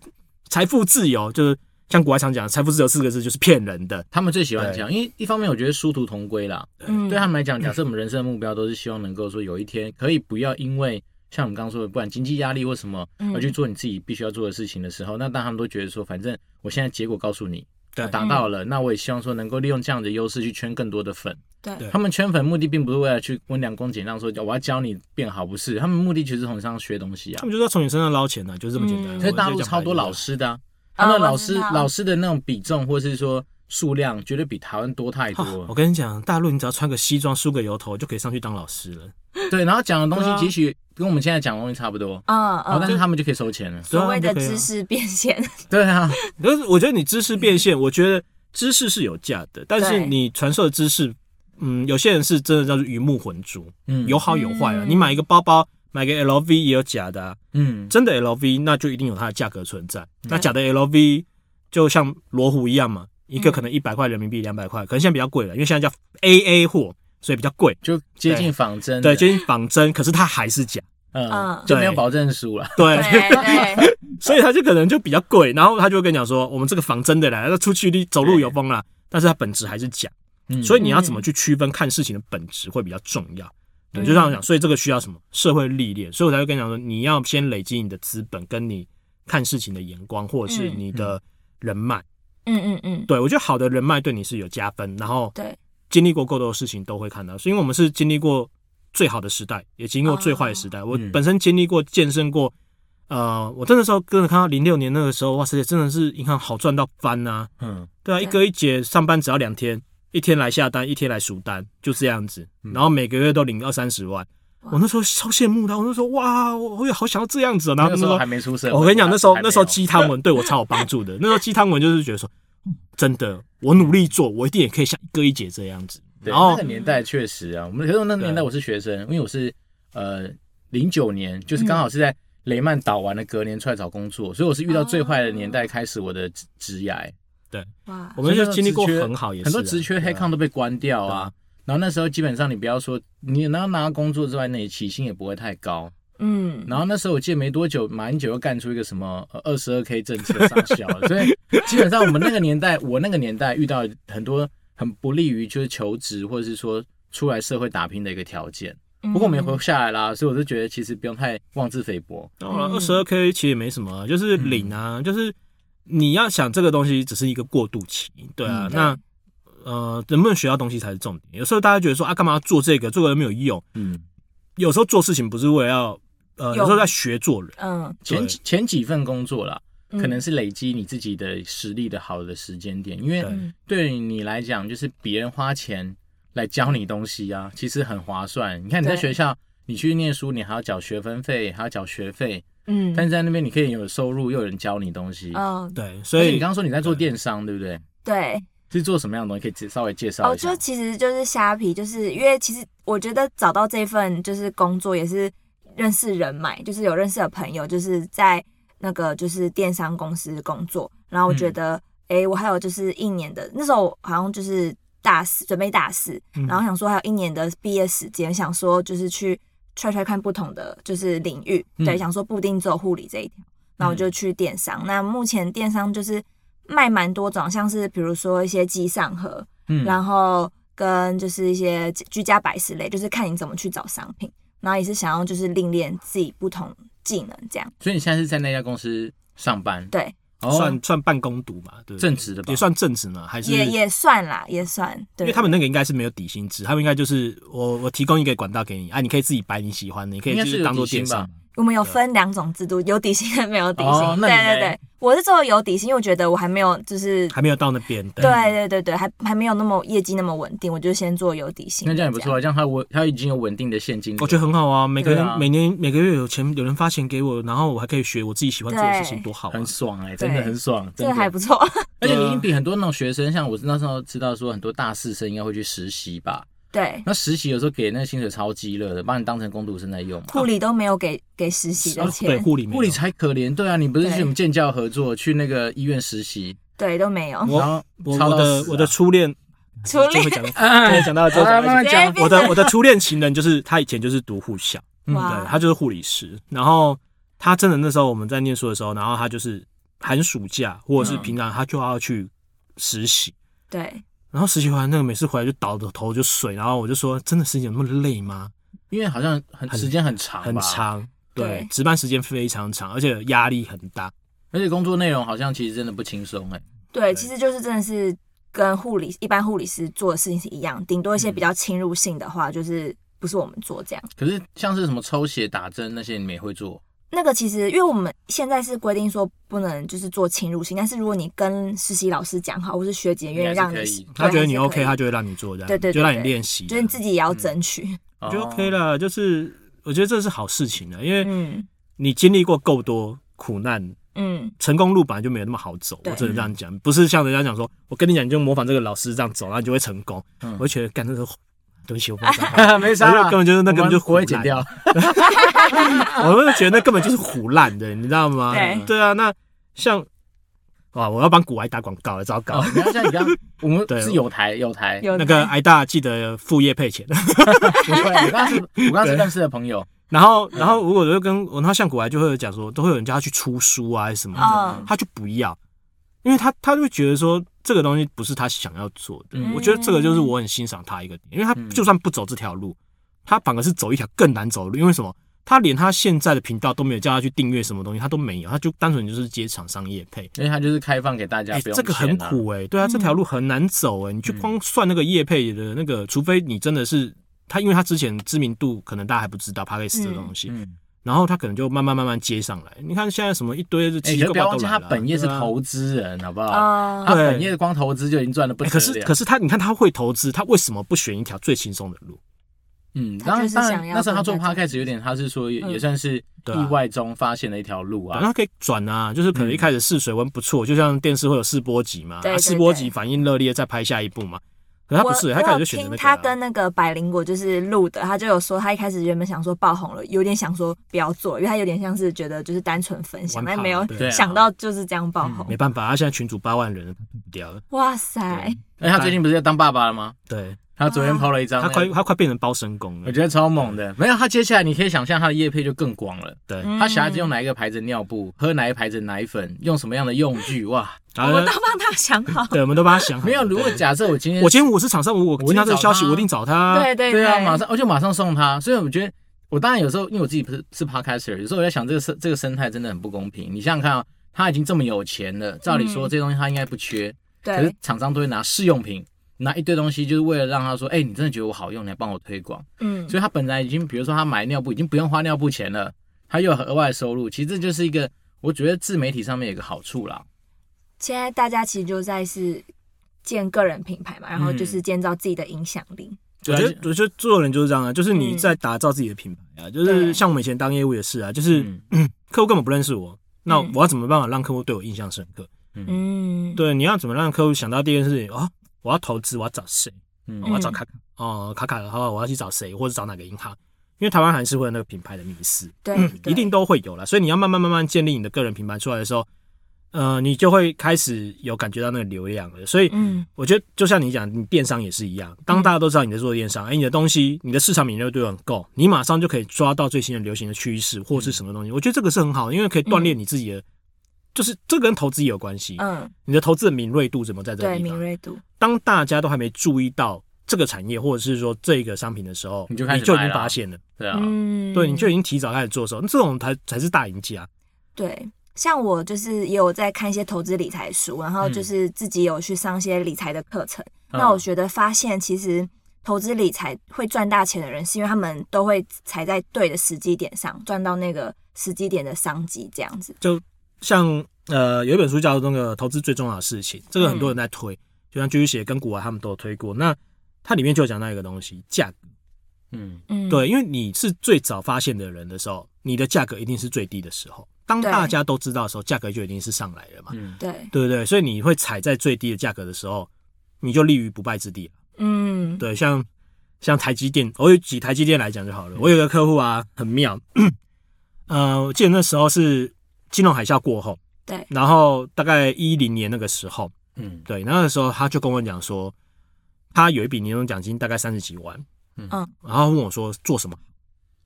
[SPEAKER 3] 财富自由，就是像国外常讲，财富自由四个字就是骗人的，
[SPEAKER 2] 他们最喜欢这样，因为一方面我觉得殊途同归啦，
[SPEAKER 4] 嗯
[SPEAKER 2] 对他啊们来讲，假设我们人生的目标都是希望能够说有一天可以不要因为像我们刚刚说的，不管经济压力或什么，
[SPEAKER 4] 嗯
[SPEAKER 2] 而去做你自己必须要做的事情的时候，那当他们都觉得说，反正我现在结果告诉你，
[SPEAKER 3] 对
[SPEAKER 2] 我达到了，那我也希望说能够利用这样的优势去圈更多的粉。
[SPEAKER 4] 对
[SPEAKER 3] 对
[SPEAKER 2] 他们圈粉目的并不是为了去温良恭俭让，说我要教你变好，不是，他们目的其实从你身上学东西啊
[SPEAKER 3] 他。们就是要从你身上捞钱的、就是这么简单。
[SPEAKER 4] 嗯
[SPEAKER 2] 所以大
[SPEAKER 3] 嗯我
[SPEAKER 2] 陆
[SPEAKER 3] 就讲白
[SPEAKER 2] 超多
[SPEAKER 3] 了
[SPEAKER 2] 老，师的、啊，他
[SPEAKER 4] 嗯
[SPEAKER 2] 们老
[SPEAKER 4] 我知
[SPEAKER 2] 师、
[SPEAKER 4] 道
[SPEAKER 2] 老师的那种比重或是说数量，绝对比台湾多太多
[SPEAKER 3] 啊
[SPEAKER 2] 了。
[SPEAKER 3] 我跟你讲，大陆你只要穿个西装、梳个油头就可以上去当老师了。
[SPEAKER 2] 对，然后讲的东
[SPEAKER 3] 对啊
[SPEAKER 2] 西也许跟我们现在讲的东西差不多，
[SPEAKER 4] 嗯
[SPEAKER 2] 然后但是
[SPEAKER 4] 嗯，
[SPEAKER 2] 他们就可以收钱了。
[SPEAKER 4] 所谓的
[SPEAKER 3] 对啊
[SPEAKER 4] 知识变现，
[SPEAKER 2] 对啊，
[SPEAKER 3] 可是我觉得你知识变现，我觉得知识是有价的，但是
[SPEAKER 4] 对
[SPEAKER 3] 你传授的知识，嗯，有些人是真的叫做鱼目混珠，
[SPEAKER 2] 嗯，
[SPEAKER 3] 有好有坏啊。
[SPEAKER 4] 嗯
[SPEAKER 3] 你买一个包包，买个 LV 也有假的、啊，
[SPEAKER 2] 嗯，
[SPEAKER 3] 真的 LV 那就一定有它的价格存在。那假的 LV 就像罗湖一样嘛，一个可能一百块人民币，两百块，可能现在比较贵了，因为现在叫 AA 货，所以比较贵。
[SPEAKER 2] 就接近仿真的，
[SPEAKER 3] 对，接近仿真，可是它还是假，
[SPEAKER 2] 嗯
[SPEAKER 4] 嗯，
[SPEAKER 2] 就没有
[SPEAKER 3] 对
[SPEAKER 2] 保证书了。
[SPEAKER 3] 对，
[SPEAKER 4] 对对，
[SPEAKER 3] 所以它就可能就比较贵，然后他就会跟你讲说，我们这个仿真的啦，那出去你走路有风啦，但是它本质还是假。
[SPEAKER 2] 嗯
[SPEAKER 3] 所以你要怎么去区分看事情的本质会比较重要。
[SPEAKER 4] 嗯
[SPEAKER 3] 对，就像我讲，所以这个需要什么社会历练，所以我才会跟你讲说，你要先累积你的资本，跟你看事情的眼光，或者是
[SPEAKER 4] 嗯
[SPEAKER 3] 你的人脉。
[SPEAKER 4] 嗯嗯嗯，
[SPEAKER 3] 对我觉得好的人脉对你是有加分，然后
[SPEAKER 4] 对，
[SPEAKER 3] 经历过够多的事情都会看到，是因为我们是
[SPEAKER 4] 哦
[SPEAKER 3] 经历过最好的时代，也经历过最坏的时代。我本身经历过、健身过，呃，我真的时候真的看到零六年那个时候，哇塞，真的是银行好赚到翻啊！
[SPEAKER 2] 嗯，
[SPEAKER 3] 对啊，一哥一姐上班只要两天，一天来下单，一天来数单，就这样子，然后每个月都领二三十万。我那时候超羡慕的，啊我那时候哇，我我也好想要这样子哦。然后
[SPEAKER 2] 那
[SPEAKER 3] 那
[SPEAKER 2] 时
[SPEAKER 3] 时
[SPEAKER 2] 候
[SPEAKER 3] 候
[SPEAKER 2] 还没出社会，
[SPEAKER 3] 我跟你讲，那时候
[SPEAKER 2] 还没有
[SPEAKER 3] 那时候 鸡汤文对我超有帮助的。那时候鸡汤文就是觉得说，嗯真的，我努力做，我一定也可以像一哥一姐这样子。
[SPEAKER 2] 对
[SPEAKER 3] 然后
[SPEAKER 2] 那个年代确实啊，我们可是那个年代我是学生，因为我是呃零九年，就是刚好是在雷曼倒完了，隔年出来找工作，所以我是遇
[SPEAKER 3] 嗯
[SPEAKER 2] 到最坏的年代开始我的职职涯，
[SPEAKER 4] 哇
[SPEAKER 3] 我，
[SPEAKER 2] 所
[SPEAKER 3] 们就
[SPEAKER 2] 以那时候
[SPEAKER 3] 经历过
[SPEAKER 2] 职缺
[SPEAKER 3] 很好，也是
[SPEAKER 2] 很
[SPEAKER 3] 啊
[SPEAKER 2] 多职缺
[SPEAKER 3] 对啊
[SPEAKER 2] head count 都被关掉
[SPEAKER 3] 对
[SPEAKER 2] 啊
[SPEAKER 3] 啊。
[SPEAKER 2] 然后那时候基本上你不要说你拿拿到工作之外，那你起薪也不会太高。
[SPEAKER 4] 嗯，
[SPEAKER 2] 然后那时候我记得没多久，马英九又干出一个什么呃二十二 k 政策上 小了，所以基本上我们那个年代，我那个年代遇到很多很不利于就是求职或者是说出来社会打拼的一个条件。
[SPEAKER 3] 嗯
[SPEAKER 2] 不过我们也
[SPEAKER 4] 嗯
[SPEAKER 2] 活下来啦，所以我就觉得其实不用太妄自菲薄。
[SPEAKER 3] 当然，
[SPEAKER 4] 嗯
[SPEAKER 3] 二十二 k 其实也没什么啊，就是领啊，
[SPEAKER 2] 嗯
[SPEAKER 3] 就是你要想这个东西只是一个过渡期，对啊，
[SPEAKER 2] 嗯
[SPEAKER 3] 那呃能不能学到东西才是重点。有时候大家觉得说啊，干嘛要做这个，做了没有用？
[SPEAKER 2] 嗯，
[SPEAKER 3] 有时候做事情不是为了要呃，
[SPEAKER 4] 用
[SPEAKER 3] 有时候在学做人，
[SPEAKER 4] 嗯，
[SPEAKER 2] 前
[SPEAKER 3] 对
[SPEAKER 2] 几前几份工作啦，
[SPEAKER 4] 嗯
[SPEAKER 2] 可能是累积你自己的实力的好的时间点，因为
[SPEAKER 3] 对
[SPEAKER 4] 嗯
[SPEAKER 2] 对于你来讲，就是别人花钱来教你东西啊，其实很划算。你看你在
[SPEAKER 4] 对
[SPEAKER 2] 学校，你去念书，你还要缴学分费，还要缴学费，
[SPEAKER 4] 嗯，
[SPEAKER 2] 但是在那边你可以有收入，又有人教你东西。
[SPEAKER 4] 嗯，
[SPEAKER 3] 对，所
[SPEAKER 2] 所以你
[SPEAKER 3] 以
[SPEAKER 2] 刚刚说你在做电商，对不对？
[SPEAKER 4] 对，
[SPEAKER 2] 是做什么样的东西？可以介稍微介绍
[SPEAKER 4] 哦，
[SPEAKER 2] 一下。
[SPEAKER 4] 就其实就是虾皮，就是因为其实我觉得找到这份就是工作也是认识人脉，就是有认识的朋友，就是在那个就是电商公司工作，然后我
[SPEAKER 2] 嗯
[SPEAKER 4] 觉得，诶，我还有就是一年的那时候好像就是大四，准备大四，
[SPEAKER 3] 嗯
[SPEAKER 4] 然后想说还有一年的毕业时间，想说就是去 try try 看不同的就是领域，
[SPEAKER 2] 嗯
[SPEAKER 4] 对，想说不一定只有护理这一条，那我就去电商。那目前电商就是卖蛮多种，像是比如说一些机上盒，
[SPEAKER 2] 嗯
[SPEAKER 4] 然后跟就是一些居家摆饰类，就是看你怎么去找商品，然后也是想要就是历练自己不同技能这样。
[SPEAKER 2] 所以你现在是在那家公司上班，
[SPEAKER 4] 对，
[SPEAKER 2] 哦
[SPEAKER 3] 算算半工读嘛，对不对，
[SPEAKER 2] 正职的吧
[SPEAKER 3] 也算正职呢，还是
[SPEAKER 4] 也也算啦，也算。
[SPEAKER 3] 因
[SPEAKER 4] 对，
[SPEAKER 3] 为他们那个应该是没有底薪制，他们应该就是我我提供一个管道给你，啊，你可以自己摆你喜欢的，你可以
[SPEAKER 2] 应该
[SPEAKER 3] 就是是
[SPEAKER 2] 有
[SPEAKER 3] 当做
[SPEAKER 2] 底薪
[SPEAKER 3] 电商
[SPEAKER 2] 吧。
[SPEAKER 4] 我们有分两种制度，有底薪跟没有底薪。
[SPEAKER 2] 哦那
[SPEAKER 4] 对
[SPEAKER 2] 你
[SPEAKER 4] 对
[SPEAKER 2] 嘞
[SPEAKER 4] 对，我是做有底薪，因为我觉得我还没有就是。
[SPEAKER 3] 还没有到那边，
[SPEAKER 4] 对对对对，还还没有那么业绩那么稳定，我就先做有底薪。
[SPEAKER 2] 那这样也不错啊，这样他稳，他已经有稳定的现金流。
[SPEAKER 3] 我觉得很好啊，每个人、
[SPEAKER 2] 对啊
[SPEAKER 3] 每年每个月有钱，有人发钱给我，然后我还可以学我自己喜欢做的事情，
[SPEAKER 4] 对
[SPEAKER 3] 多好啊！啊
[SPEAKER 2] 很爽哎、真的
[SPEAKER 4] 对
[SPEAKER 2] 很爽，
[SPEAKER 4] 这
[SPEAKER 2] 真的
[SPEAKER 4] 样，这个还不错。
[SPEAKER 2] 而且你已经比很多那种学生，像我那时候知道说，很多大四生应该会去实习吧？
[SPEAKER 4] 对，
[SPEAKER 2] 那实习有时候给那个薪水超级热的，把你当成工读生在用嘛。
[SPEAKER 4] 护理都没有给给实习的
[SPEAKER 3] 哦对
[SPEAKER 4] 钱，
[SPEAKER 3] 护理没有
[SPEAKER 2] 护理才可怜，对啊，你不是去
[SPEAKER 4] 对
[SPEAKER 2] 什么建教合作，去那个医院实习，
[SPEAKER 4] 对都没有。
[SPEAKER 3] 我
[SPEAKER 2] 然后
[SPEAKER 3] 我
[SPEAKER 2] 超
[SPEAKER 3] 我
[SPEAKER 2] 到
[SPEAKER 3] 的
[SPEAKER 2] 死啊
[SPEAKER 3] 我的初恋，
[SPEAKER 4] 初恋
[SPEAKER 3] 嗯就会讲到，就会讲 到这
[SPEAKER 2] 啊慢
[SPEAKER 3] 个
[SPEAKER 2] 慢。
[SPEAKER 4] 讲
[SPEAKER 3] 我的我的初恋情人就是他以前就是读护校，
[SPEAKER 2] 嗯
[SPEAKER 3] 对
[SPEAKER 4] 哇，
[SPEAKER 3] 他就是护理师，然后他真的那时候我们在念书的时候，然后他就是寒暑假或者是
[SPEAKER 2] 嗯
[SPEAKER 3] 平常他就要去实习，
[SPEAKER 4] 对，
[SPEAKER 3] 然后实习完那个每次回来就倒的头就水，然后我就说真的实习有那么累吗？
[SPEAKER 2] 因为好像很
[SPEAKER 3] 很
[SPEAKER 2] 时间很长，
[SPEAKER 3] 很，长，对
[SPEAKER 4] 对，
[SPEAKER 3] 值班时间非常长，而且压力很大。
[SPEAKER 2] 而且工作内容好像其实真的不轻松哎。
[SPEAKER 4] 对，
[SPEAKER 3] 对
[SPEAKER 4] 其实就是真的是跟护理一般护理师做的事情是一样，顶多一些比
[SPEAKER 3] 嗯
[SPEAKER 4] 较侵入性的话，就是不是我们做这样。
[SPEAKER 2] 可是像是什么抽血、打针那些，你们也会做，
[SPEAKER 4] 那个其实，因为我们现在是规定说不能就是做侵入性，但是如果你跟实习老师讲好，或是学姐愿意让
[SPEAKER 2] 应该是可
[SPEAKER 4] 你
[SPEAKER 2] 以，
[SPEAKER 3] 他觉得你
[SPEAKER 4] 对还是可
[SPEAKER 3] OK，
[SPEAKER 4] 以
[SPEAKER 3] 他嗯就会让你做这样，
[SPEAKER 4] 对对对
[SPEAKER 3] 就让你练习，啊
[SPEAKER 4] 就是你自己也要争取。
[SPEAKER 2] 哦
[SPEAKER 3] 就 OK。了。就是我觉得这是好事情啊的，因为
[SPEAKER 4] 嗯
[SPEAKER 3] 你经历过够多苦难，
[SPEAKER 4] 嗯，
[SPEAKER 3] 成功路本来就没有那么好走。我
[SPEAKER 4] 对
[SPEAKER 3] 只能这样讲，不是像人家讲说，我跟你讲，你就模仿这个老师这样走，然后你就会成功。
[SPEAKER 2] 嗯
[SPEAKER 3] 我就觉得干这个，对不起，我不能讲 话。
[SPEAKER 2] 哈哈 没
[SPEAKER 3] 我
[SPEAKER 2] 啥啦，
[SPEAKER 3] 就根本就是那根本就
[SPEAKER 2] 我们不会剪掉。
[SPEAKER 3] 我就觉得那根本就是胡烂的，你知道吗？
[SPEAKER 4] 对
[SPEAKER 3] 啊，那像哇，我要帮古埃打广告了，糟糕
[SPEAKER 2] 哦，。你要像你刚，我们
[SPEAKER 3] 对
[SPEAKER 2] 是有台有台，
[SPEAKER 4] 有嗯
[SPEAKER 3] 那个挨大记得副业配钱，
[SPEAKER 2] 不会，我刚刚是，我刚刚是
[SPEAKER 3] 对
[SPEAKER 2] 认识的朋友，
[SPEAKER 3] 然后然后如果就跟然后像古埃就会有讲说，都会有人叫他去出书啊还是什么的，
[SPEAKER 4] 哦，
[SPEAKER 3] 他就不要，因为他他就会觉得说这个东西不是他想要做的。
[SPEAKER 2] 嗯
[SPEAKER 3] 我觉得这个就是我很欣赏他一个点，因为他
[SPEAKER 2] 嗯
[SPEAKER 3] 就算不走这条路，他反而是走一条更难走的路，因为什么？他连他现在的频道都没有叫他去订阅什么东西，他都没有，他就单纯就是接厂商业配。
[SPEAKER 2] 因为他就是开放给大家
[SPEAKER 3] 哎，
[SPEAKER 2] 不用
[SPEAKER 3] 这个很
[SPEAKER 2] 钱啊
[SPEAKER 3] 苦哎、对啊，这条路很难走哎、你去光算那个业配的
[SPEAKER 2] 嗯
[SPEAKER 3] 那个，除非你真的是他，因为他之前知名度可能大家还不知道 p a c k a s 这
[SPEAKER 4] 嗯
[SPEAKER 3] 东西，
[SPEAKER 2] 嗯，
[SPEAKER 3] 然后他可能就慢慢慢慢接上来。你看现在什么一堆是
[SPEAKER 2] 哎，
[SPEAKER 3] 奇
[SPEAKER 2] 你
[SPEAKER 3] 奇
[SPEAKER 2] 不
[SPEAKER 3] 怪
[SPEAKER 2] 要
[SPEAKER 3] 怪
[SPEAKER 2] 忘
[SPEAKER 3] 都
[SPEAKER 2] 记，
[SPEAKER 3] 来
[SPEAKER 2] 他
[SPEAKER 3] 了，
[SPEAKER 2] 本业是
[SPEAKER 3] 对啊
[SPEAKER 2] 投资人，好不好？
[SPEAKER 4] 啊
[SPEAKER 2] 他
[SPEAKER 3] 对
[SPEAKER 2] 本业光投资就已经赚了不
[SPEAKER 3] 哎
[SPEAKER 2] 得
[SPEAKER 3] 可是
[SPEAKER 2] 了
[SPEAKER 3] 可。是他，你看他会投资，他为什么不选一条最轻松的路？
[SPEAKER 2] 嗯，
[SPEAKER 4] 他
[SPEAKER 2] 当
[SPEAKER 4] 就
[SPEAKER 2] 然
[SPEAKER 4] 是
[SPEAKER 2] 当然
[SPEAKER 4] 想，要
[SPEAKER 2] 那时候他做
[SPEAKER 4] 跟大家
[SPEAKER 2] podcast 有点，他是说也
[SPEAKER 4] 嗯
[SPEAKER 2] 也算是
[SPEAKER 3] 对啊
[SPEAKER 2] 意外中发现了一条路
[SPEAKER 3] 对
[SPEAKER 2] 啊。
[SPEAKER 3] 他可以转啊，就是可能一开始试水温不错，就像电视会有试播集
[SPEAKER 2] 嗯
[SPEAKER 3] 嘛，
[SPEAKER 4] 对
[SPEAKER 3] 啊
[SPEAKER 4] 对
[SPEAKER 3] 试播
[SPEAKER 4] 对
[SPEAKER 3] 集反应热烈，再拍下一部嘛。可是他
[SPEAKER 4] 我
[SPEAKER 3] 不是，他一开始
[SPEAKER 4] 我有
[SPEAKER 3] 就选择那个
[SPEAKER 4] 听他
[SPEAKER 3] 啊。
[SPEAKER 4] 跟那个百灵果就是录的，他就有说他一开始原本想说爆红了，有点想说不要做，因为他有点像是觉得就是单纯分享，
[SPEAKER 3] 玩
[SPEAKER 4] 但
[SPEAKER 3] 怕
[SPEAKER 4] 没有
[SPEAKER 3] 对嗯
[SPEAKER 2] 啊
[SPEAKER 4] 想到就是这样爆红。
[SPEAKER 3] 没办法，他现在群主八万人，他退不掉了。
[SPEAKER 4] 哇塞！
[SPEAKER 2] 而且哎他最近不是要当爸爸了吗？
[SPEAKER 3] 对
[SPEAKER 2] 他昨
[SPEAKER 4] 哦
[SPEAKER 2] 天抛了一张
[SPEAKER 3] 他
[SPEAKER 2] 那个，
[SPEAKER 3] 快嗯他快变成包身工
[SPEAKER 2] 我
[SPEAKER 3] 了。
[SPEAKER 2] 觉得超猛的。没有，他接下来你可以想象他的叶配就更广了。
[SPEAKER 3] 对，
[SPEAKER 4] 嗯
[SPEAKER 2] 他小孩子用哪一个牌子的尿布，喝哪一个牌子的奶粉，用什么样的用具？哇，
[SPEAKER 3] 然
[SPEAKER 4] 我
[SPEAKER 3] 后。
[SPEAKER 4] 都帮他想好
[SPEAKER 3] 对，我们都帮他想好了。
[SPEAKER 2] 没有。如果
[SPEAKER 3] 对
[SPEAKER 2] 假设我今天
[SPEAKER 3] 嗯我今天我是厂商，我
[SPEAKER 2] 定
[SPEAKER 3] 听到这个消息，
[SPEAKER 2] 找他
[SPEAKER 3] 我一定找他。
[SPEAKER 4] 对对
[SPEAKER 2] 对啊，马上我就马上送他。所以我觉得，我当然有时候因为我自己不是是 podcaster，有时候我在想这个生这个生态真的很不公平。你想想看啊，他已经这么有钱了，照理说
[SPEAKER 4] 嗯
[SPEAKER 2] 这些东西他应该不缺，可是
[SPEAKER 4] 对，
[SPEAKER 2] 厂商都会拿试用品。拿一堆东西，就是为了让他说：“哎、你真的觉得我好用，你来帮我推广。”
[SPEAKER 4] 嗯，
[SPEAKER 2] 所以他本来已经，比如说他买尿布，已经不用花尿布钱了，他又有额外的收入。其实这就是一个，我觉得自媒体上面有一个好处啦。
[SPEAKER 4] 现在大家其实就在是建个人品牌嘛，然后就是建造自己的影响力。
[SPEAKER 3] 我觉
[SPEAKER 2] 对啊
[SPEAKER 3] 得，我觉得做人就是这样啊，就是你
[SPEAKER 4] 嗯
[SPEAKER 3] 在打造自己的品牌啊，就
[SPEAKER 4] 对
[SPEAKER 3] 是像我们以前当业务也是啊，就是
[SPEAKER 2] 嗯
[SPEAKER 3] 客户根本不认识我，那
[SPEAKER 4] 嗯
[SPEAKER 3] 我要怎么办法让客户对我印象深刻？
[SPEAKER 2] 嗯
[SPEAKER 4] 嗯，
[SPEAKER 3] 对，你要怎么让客户想到第一件事情哦，我要投资，我要找谁？我
[SPEAKER 2] 嗯
[SPEAKER 3] 要找卡卡哦、卡卡的话，我要去找谁，或者找哪个银行？因为台湾还是会有那个品牌的迷失，
[SPEAKER 4] 对，对
[SPEAKER 3] 嗯一定都会有啦。所以你要慢慢慢慢建立你的个人品牌出来的时候，呃，你就会开始有感觉到那个流量了。所以
[SPEAKER 4] 嗯
[SPEAKER 3] 我觉得就像你讲，你电商也是一样，
[SPEAKER 2] 嗯
[SPEAKER 3] 当大家都知道你在做电商，哎、你的东西、你的市场敏锐度很够，你马上就可以抓到最新的流行的趋势或是什么
[SPEAKER 2] 嗯
[SPEAKER 3] 东西。我觉得这个是很好的，因为可以锻炼你自己的，就是这跟投资也有关系。
[SPEAKER 4] 嗯，
[SPEAKER 3] 你的投资的敏锐度怎么在这个
[SPEAKER 4] 对，
[SPEAKER 3] 地
[SPEAKER 4] 敏
[SPEAKER 3] 方？
[SPEAKER 4] 锐度，
[SPEAKER 3] 当大家都还没注意到这个产业或者是说这个商品的时候，
[SPEAKER 2] 你就开始
[SPEAKER 3] 你就已
[SPEAKER 2] 卖
[SPEAKER 3] 经
[SPEAKER 2] 了
[SPEAKER 3] 发现了，
[SPEAKER 2] 对啊，
[SPEAKER 4] 嗯，
[SPEAKER 3] 对，你就已经提早开始做的时候，那这种才才是大赢家。
[SPEAKER 4] 对，像我就是也有在看一些投资理财书，然后就
[SPEAKER 2] 嗯
[SPEAKER 4] 是自己有去上一些理财的课程。
[SPEAKER 2] 嗯
[SPEAKER 4] 那我觉得发现，其实投资理财会赚大钱的人，是因为他们都会踩在对的时机点上，赚到那个时机点的商机，这样子。
[SPEAKER 3] 像呃，有一本书叫《那个投资最重要的事情》，这个很多人在推，就像居续写跟古玩他们都有推过。那它里面就有讲到一个东西，价格。
[SPEAKER 2] 嗯
[SPEAKER 4] 嗯，
[SPEAKER 3] 对，因为你是最早发现的人的时候，你的价格一定是最低的时候。当
[SPEAKER 4] 对
[SPEAKER 3] 大家都知道的时候，价格就一定是上来了嘛，
[SPEAKER 2] 嗯，
[SPEAKER 4] 对，
[SPEAKER 3] 对不对？所以你会踩在最低的价格的时候，你就立于不败之地了。
[SPEAKER 4] 嗯，
[SPEAKER 3] 对，像像台积电，我有举台积电来讲就好了。我有个客户啊，很妙，呃，我记得那时候是金融海啸过后，
[SPEAKER 4] 对，
[SPEAKER 3] 然后大概一零年那个时候，
[SPEAKER 2] 嗯
[SPEAKER 3] 对，那个时候他就跟我讲说，他有一笔年终奖金大概三十几万，
[SPEAKER 4] 嗯
[SPEAKER 3] 然后问我说做什么，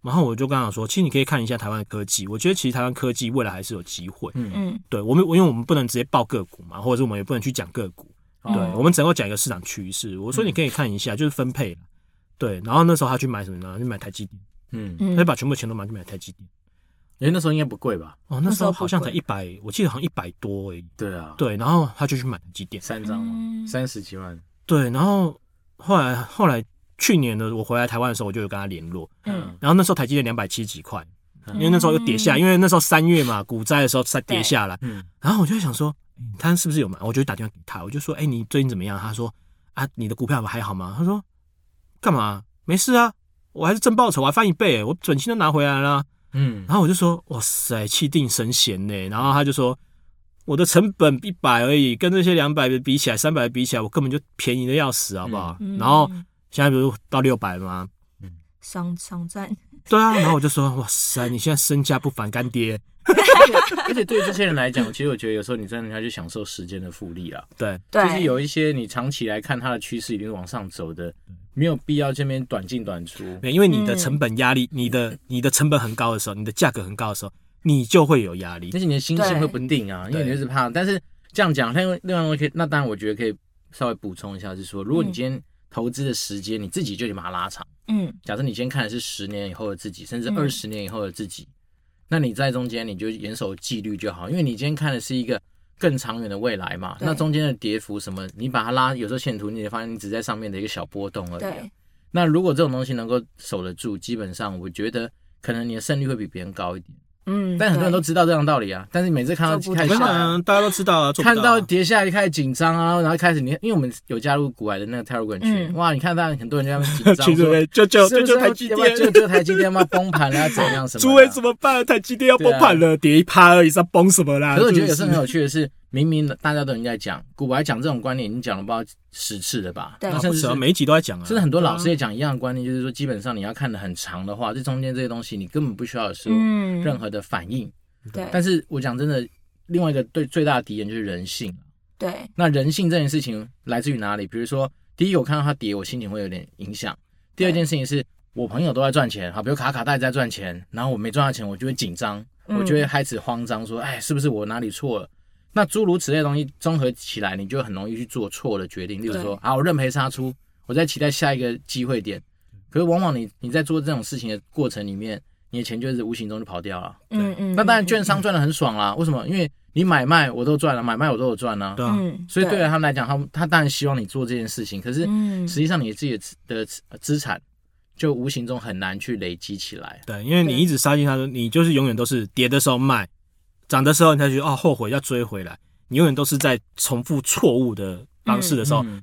[SPEAKER 3] 然后我就跟他说，其实你可以看一下台湾的科技，我觉得其实台湾科技未来还是有机会。
[SPEAKER 2] 嗯，
[SPEAKER 4] 嗯
[SPEAKER 3] 对我们，因为我们不能直接报个股嘛，或者是我们也不能去讲个股，
[SPEAKER 2] 哦
[SPEAKER 4] 嗯
[SPEAKER 3] 对我们只能够讲一个市场趋势。我说你可以看一下，就是分配啦对，然后那时候他去买什么呢？去买台积电，
[SPEAKER 2] 嗯，
[SPEAKER 4] 嗯
[SPEAKER 3] 他就把全部钱都拿去买台积电。
[SPEAKER 2] 因为那时候应该不贵吧？
[SPEAKER 3] 哦，
[SPEAKER 4] 那
[SPEAKER 3] 那
[SPEAKER 4] 时
[SPEAKER 3] 时
[SPEAKER 4] 候
[SPEAKER 3] 候
[SPEAKER 4] 不
[SPEAKER 3] 好像才
[SPEAKER 4] 贵
[SPEAKER 3] 一百，我记得好像一百多而已。
[SPEAKER 2] 对啊，，
[SPEAKER 3] 对，然后他就去买台积电。
[SPEAKER 2] 三张嘛，
[SPEAKER 4] 嗯
[SPEAKER 2] 三十几万，
[SPEAKER 3] 对，然后后来后来去年的我回来台湾的时候，我就有跟他联络。
[SPEAKER 4] 嗯，
[SPEAKER 3] 然后那时候台积电两百七几块，
[SPEAKER 2] 嗯
[SPEAKER 3] 因为那时候又跌下，因为那时候三月嘛，股灾的时候才跌下来。
[SPEAKER 2] 嗯
[SPEAKER 3] 然后我就在想说，诶他是不是有买？我就打电话给他，我就说，哎、你最近怎么样？他说，啊，你的股票还好吗？他说，干嘛？没事啊，我还是正报酬，我还翻一倍，我准薪都拿回来了。啊
[SPEAKER 2] 嗯，
[SPEAKER 3] 然后我就说，哇塞，气定神闲呢。然后他就说，我的成本一百而已，跟这些两百的比起来，三百的比起来，我根本就便宜的要死，好不好？
[SPEAKER 4] 嗯
[SPEAKER 3] 然后现在不是到六百吗？
[SPEAKER 4] 爽爽赚，
[SPEAKER 3] 对啊，然后我就说，哇塞，你现在身价不凡，干爹。
[SPEAKER 2] 而且对于这些人来讲，其实我觉得有时候你真的要去享受时间的复利啊，
[SPEAKER 3] 对
[SPEAKER 4] 对，
[SPEAKER 2] 就是有一些你长期来看它的趋势一定是往上走的，没有必要这边短进短出。
[SPEAKER 3] 对，因为你的
[SPEAKER 4] 嗯
[SPEAKER 3] 成本压力，你的你的成本很高的时候，你的价格很高的时候，你就会有压力
[SPEAKER 2] 而。且你的心性会不定啊，因为你就是怕。但是这样讲，另外另外一个可以，那当然我觉得可以稍微补充一下，是说，如果你今天投资的时间，你自己就得把它拉长。
[SPEAKER 4] 嗯
[SPEAKER 2] 假设你今天看的是十年以后的自己，甚至
[SPEAKER 4] 嗯
[SPEAKER 2] 二十年以后的自己，那你在中间你就严守纪律就好，因为你今天看的是一个更长远的未来嘛。
[SPEAKER 4] 对
[SPEAKER 2] 那中间的跌幅什么，你把它拉，有时候线图你也发现你只在上面的一个小波动而已啊、
[SPEAKER 4] 对，
[SPEAKER 2] 那如果这种东西能够守得住，基本上我觉得可能你的胜率会比别人高一点。
[SPEAKER 4] 嗯，
[SPEAKER 2] 但很多人都
[SPEAKER 4] 对
[SPEAKER 2] 知道这样道理啊，但是每次看到
[SPEAKER 4] 做不
[SPEAKER 2] 开
[SPEAKER 4] 到
[SPEAKER 2] 始
[SPEAKER 4] 没
[SPEAKER 3] 没
[SPEAKER 4] 办
[SPEAKER 3] 办
[SPEAKER 4] 法
[SPEAKER 3] 法，大家都知道啊，做不
[SPEAKER 2] 看到
[SPEAKER 3] 到。
[SPEAKER 2] 跌下来就开始紧张啊，然后开始你，因为我们有加入古癌的那个 Telegram 群，
[SPEAKER 4] 嗯
[SPEAKER 2] 哇，你看到很多人在那边紧张，
[SPEAKER 3] 去这
[SPEAKER 2] 说
[SPEAKER 3] 边就就是就
[SPEAKER 2] 不是
[SPEAKER 3] 就
[SPEAKER 2] 要
[SPEAKER 3] 台积电，
[SPEAKER 2] 就就台积电嘛崩盘啦，怎样什么的？啊
[SPEAKER 3] 诸位怎么办？台积电要崩盘了，跌一趴而已，是要崩什么啦？
[SPEAKER 2] 可是我觉得也
[SPEAKER 3] 是
[SPEAKER 2] 是很有趣的是，明明大家都已经在讲，古白讲这种观念已经讲了不知道十次了吧？
[SPEAKER 4] 对
[SPEAKER 2] 然
[SPEAKER 3] 啊
[SPEAKER 2] 后
[SPEAKER 3] 不
[SPEAKER 2] 甚至
[SPEAKER 3] 止
[SPEAKER 2] 是
[SPEAKER 3] 啊，每一集都在讲啊，
[SPEAKER 2] 甚至很多老师也讲一样的观念，就是说基本上你要看的很长的话，这中间这些东西你根本不需要有说
[SPEAKER 4] 嗯
[SPEAKER 2] 任何的反应。
[SPEAKER 4] 对
[SPEAKER 2] 但是我讲真的，另外一个对最大的敌人就是人性。啊
[SPEAKER 4] 对
[SPEAKER 2] 那人性这件事情来自于哪里？比如说，第一个我看到它跌，我心情会有点影响；第二件事情是我朋友都在赚钱，好，比如卡卡带在赚钱，然后我没赚到钱，我就会紧张，
[SPEAKER 4] 嗯
[SPEAKER 2] 我就会开始慌张，说，哎，是不是我哪里错了？那诸如此类的东西综合起来，你就很容易去做错的决定。例如说，啊，我认赔杀出，我在期待下一个机会点，可是往往你你在做这种事情的过程里面，你的钱就是无形中就跑掉了。
[SPEAKER 4] 嗯嗯，
[SPEAKER 2] 那当然，
[SPEAKER 4] 嗯
[SPEAKER 2] 券商赚的很爽啦，为什么？因为你买卖我都赚了，买卖我都有赚啦。
[SPEAKER 3] 对啊，
[SPEAKER 4] 嗯，
[SPEAKER 2] 所以对他们来讲，他们他当然希望你做这件事情，可是
[SPEAKER 4] 嗯
[SPEAKER 2] 实际上你自己的资的资资产就无形中很难去累积起来。
[SPEAKER 3] 对，啊因为你一直杀进它，你就是永远都是跌的时候卖，涨的时候你才觉得哦后悔要追回来，你永远都是在重复错误的方式的时候，
[SPEAKER 2] 嗯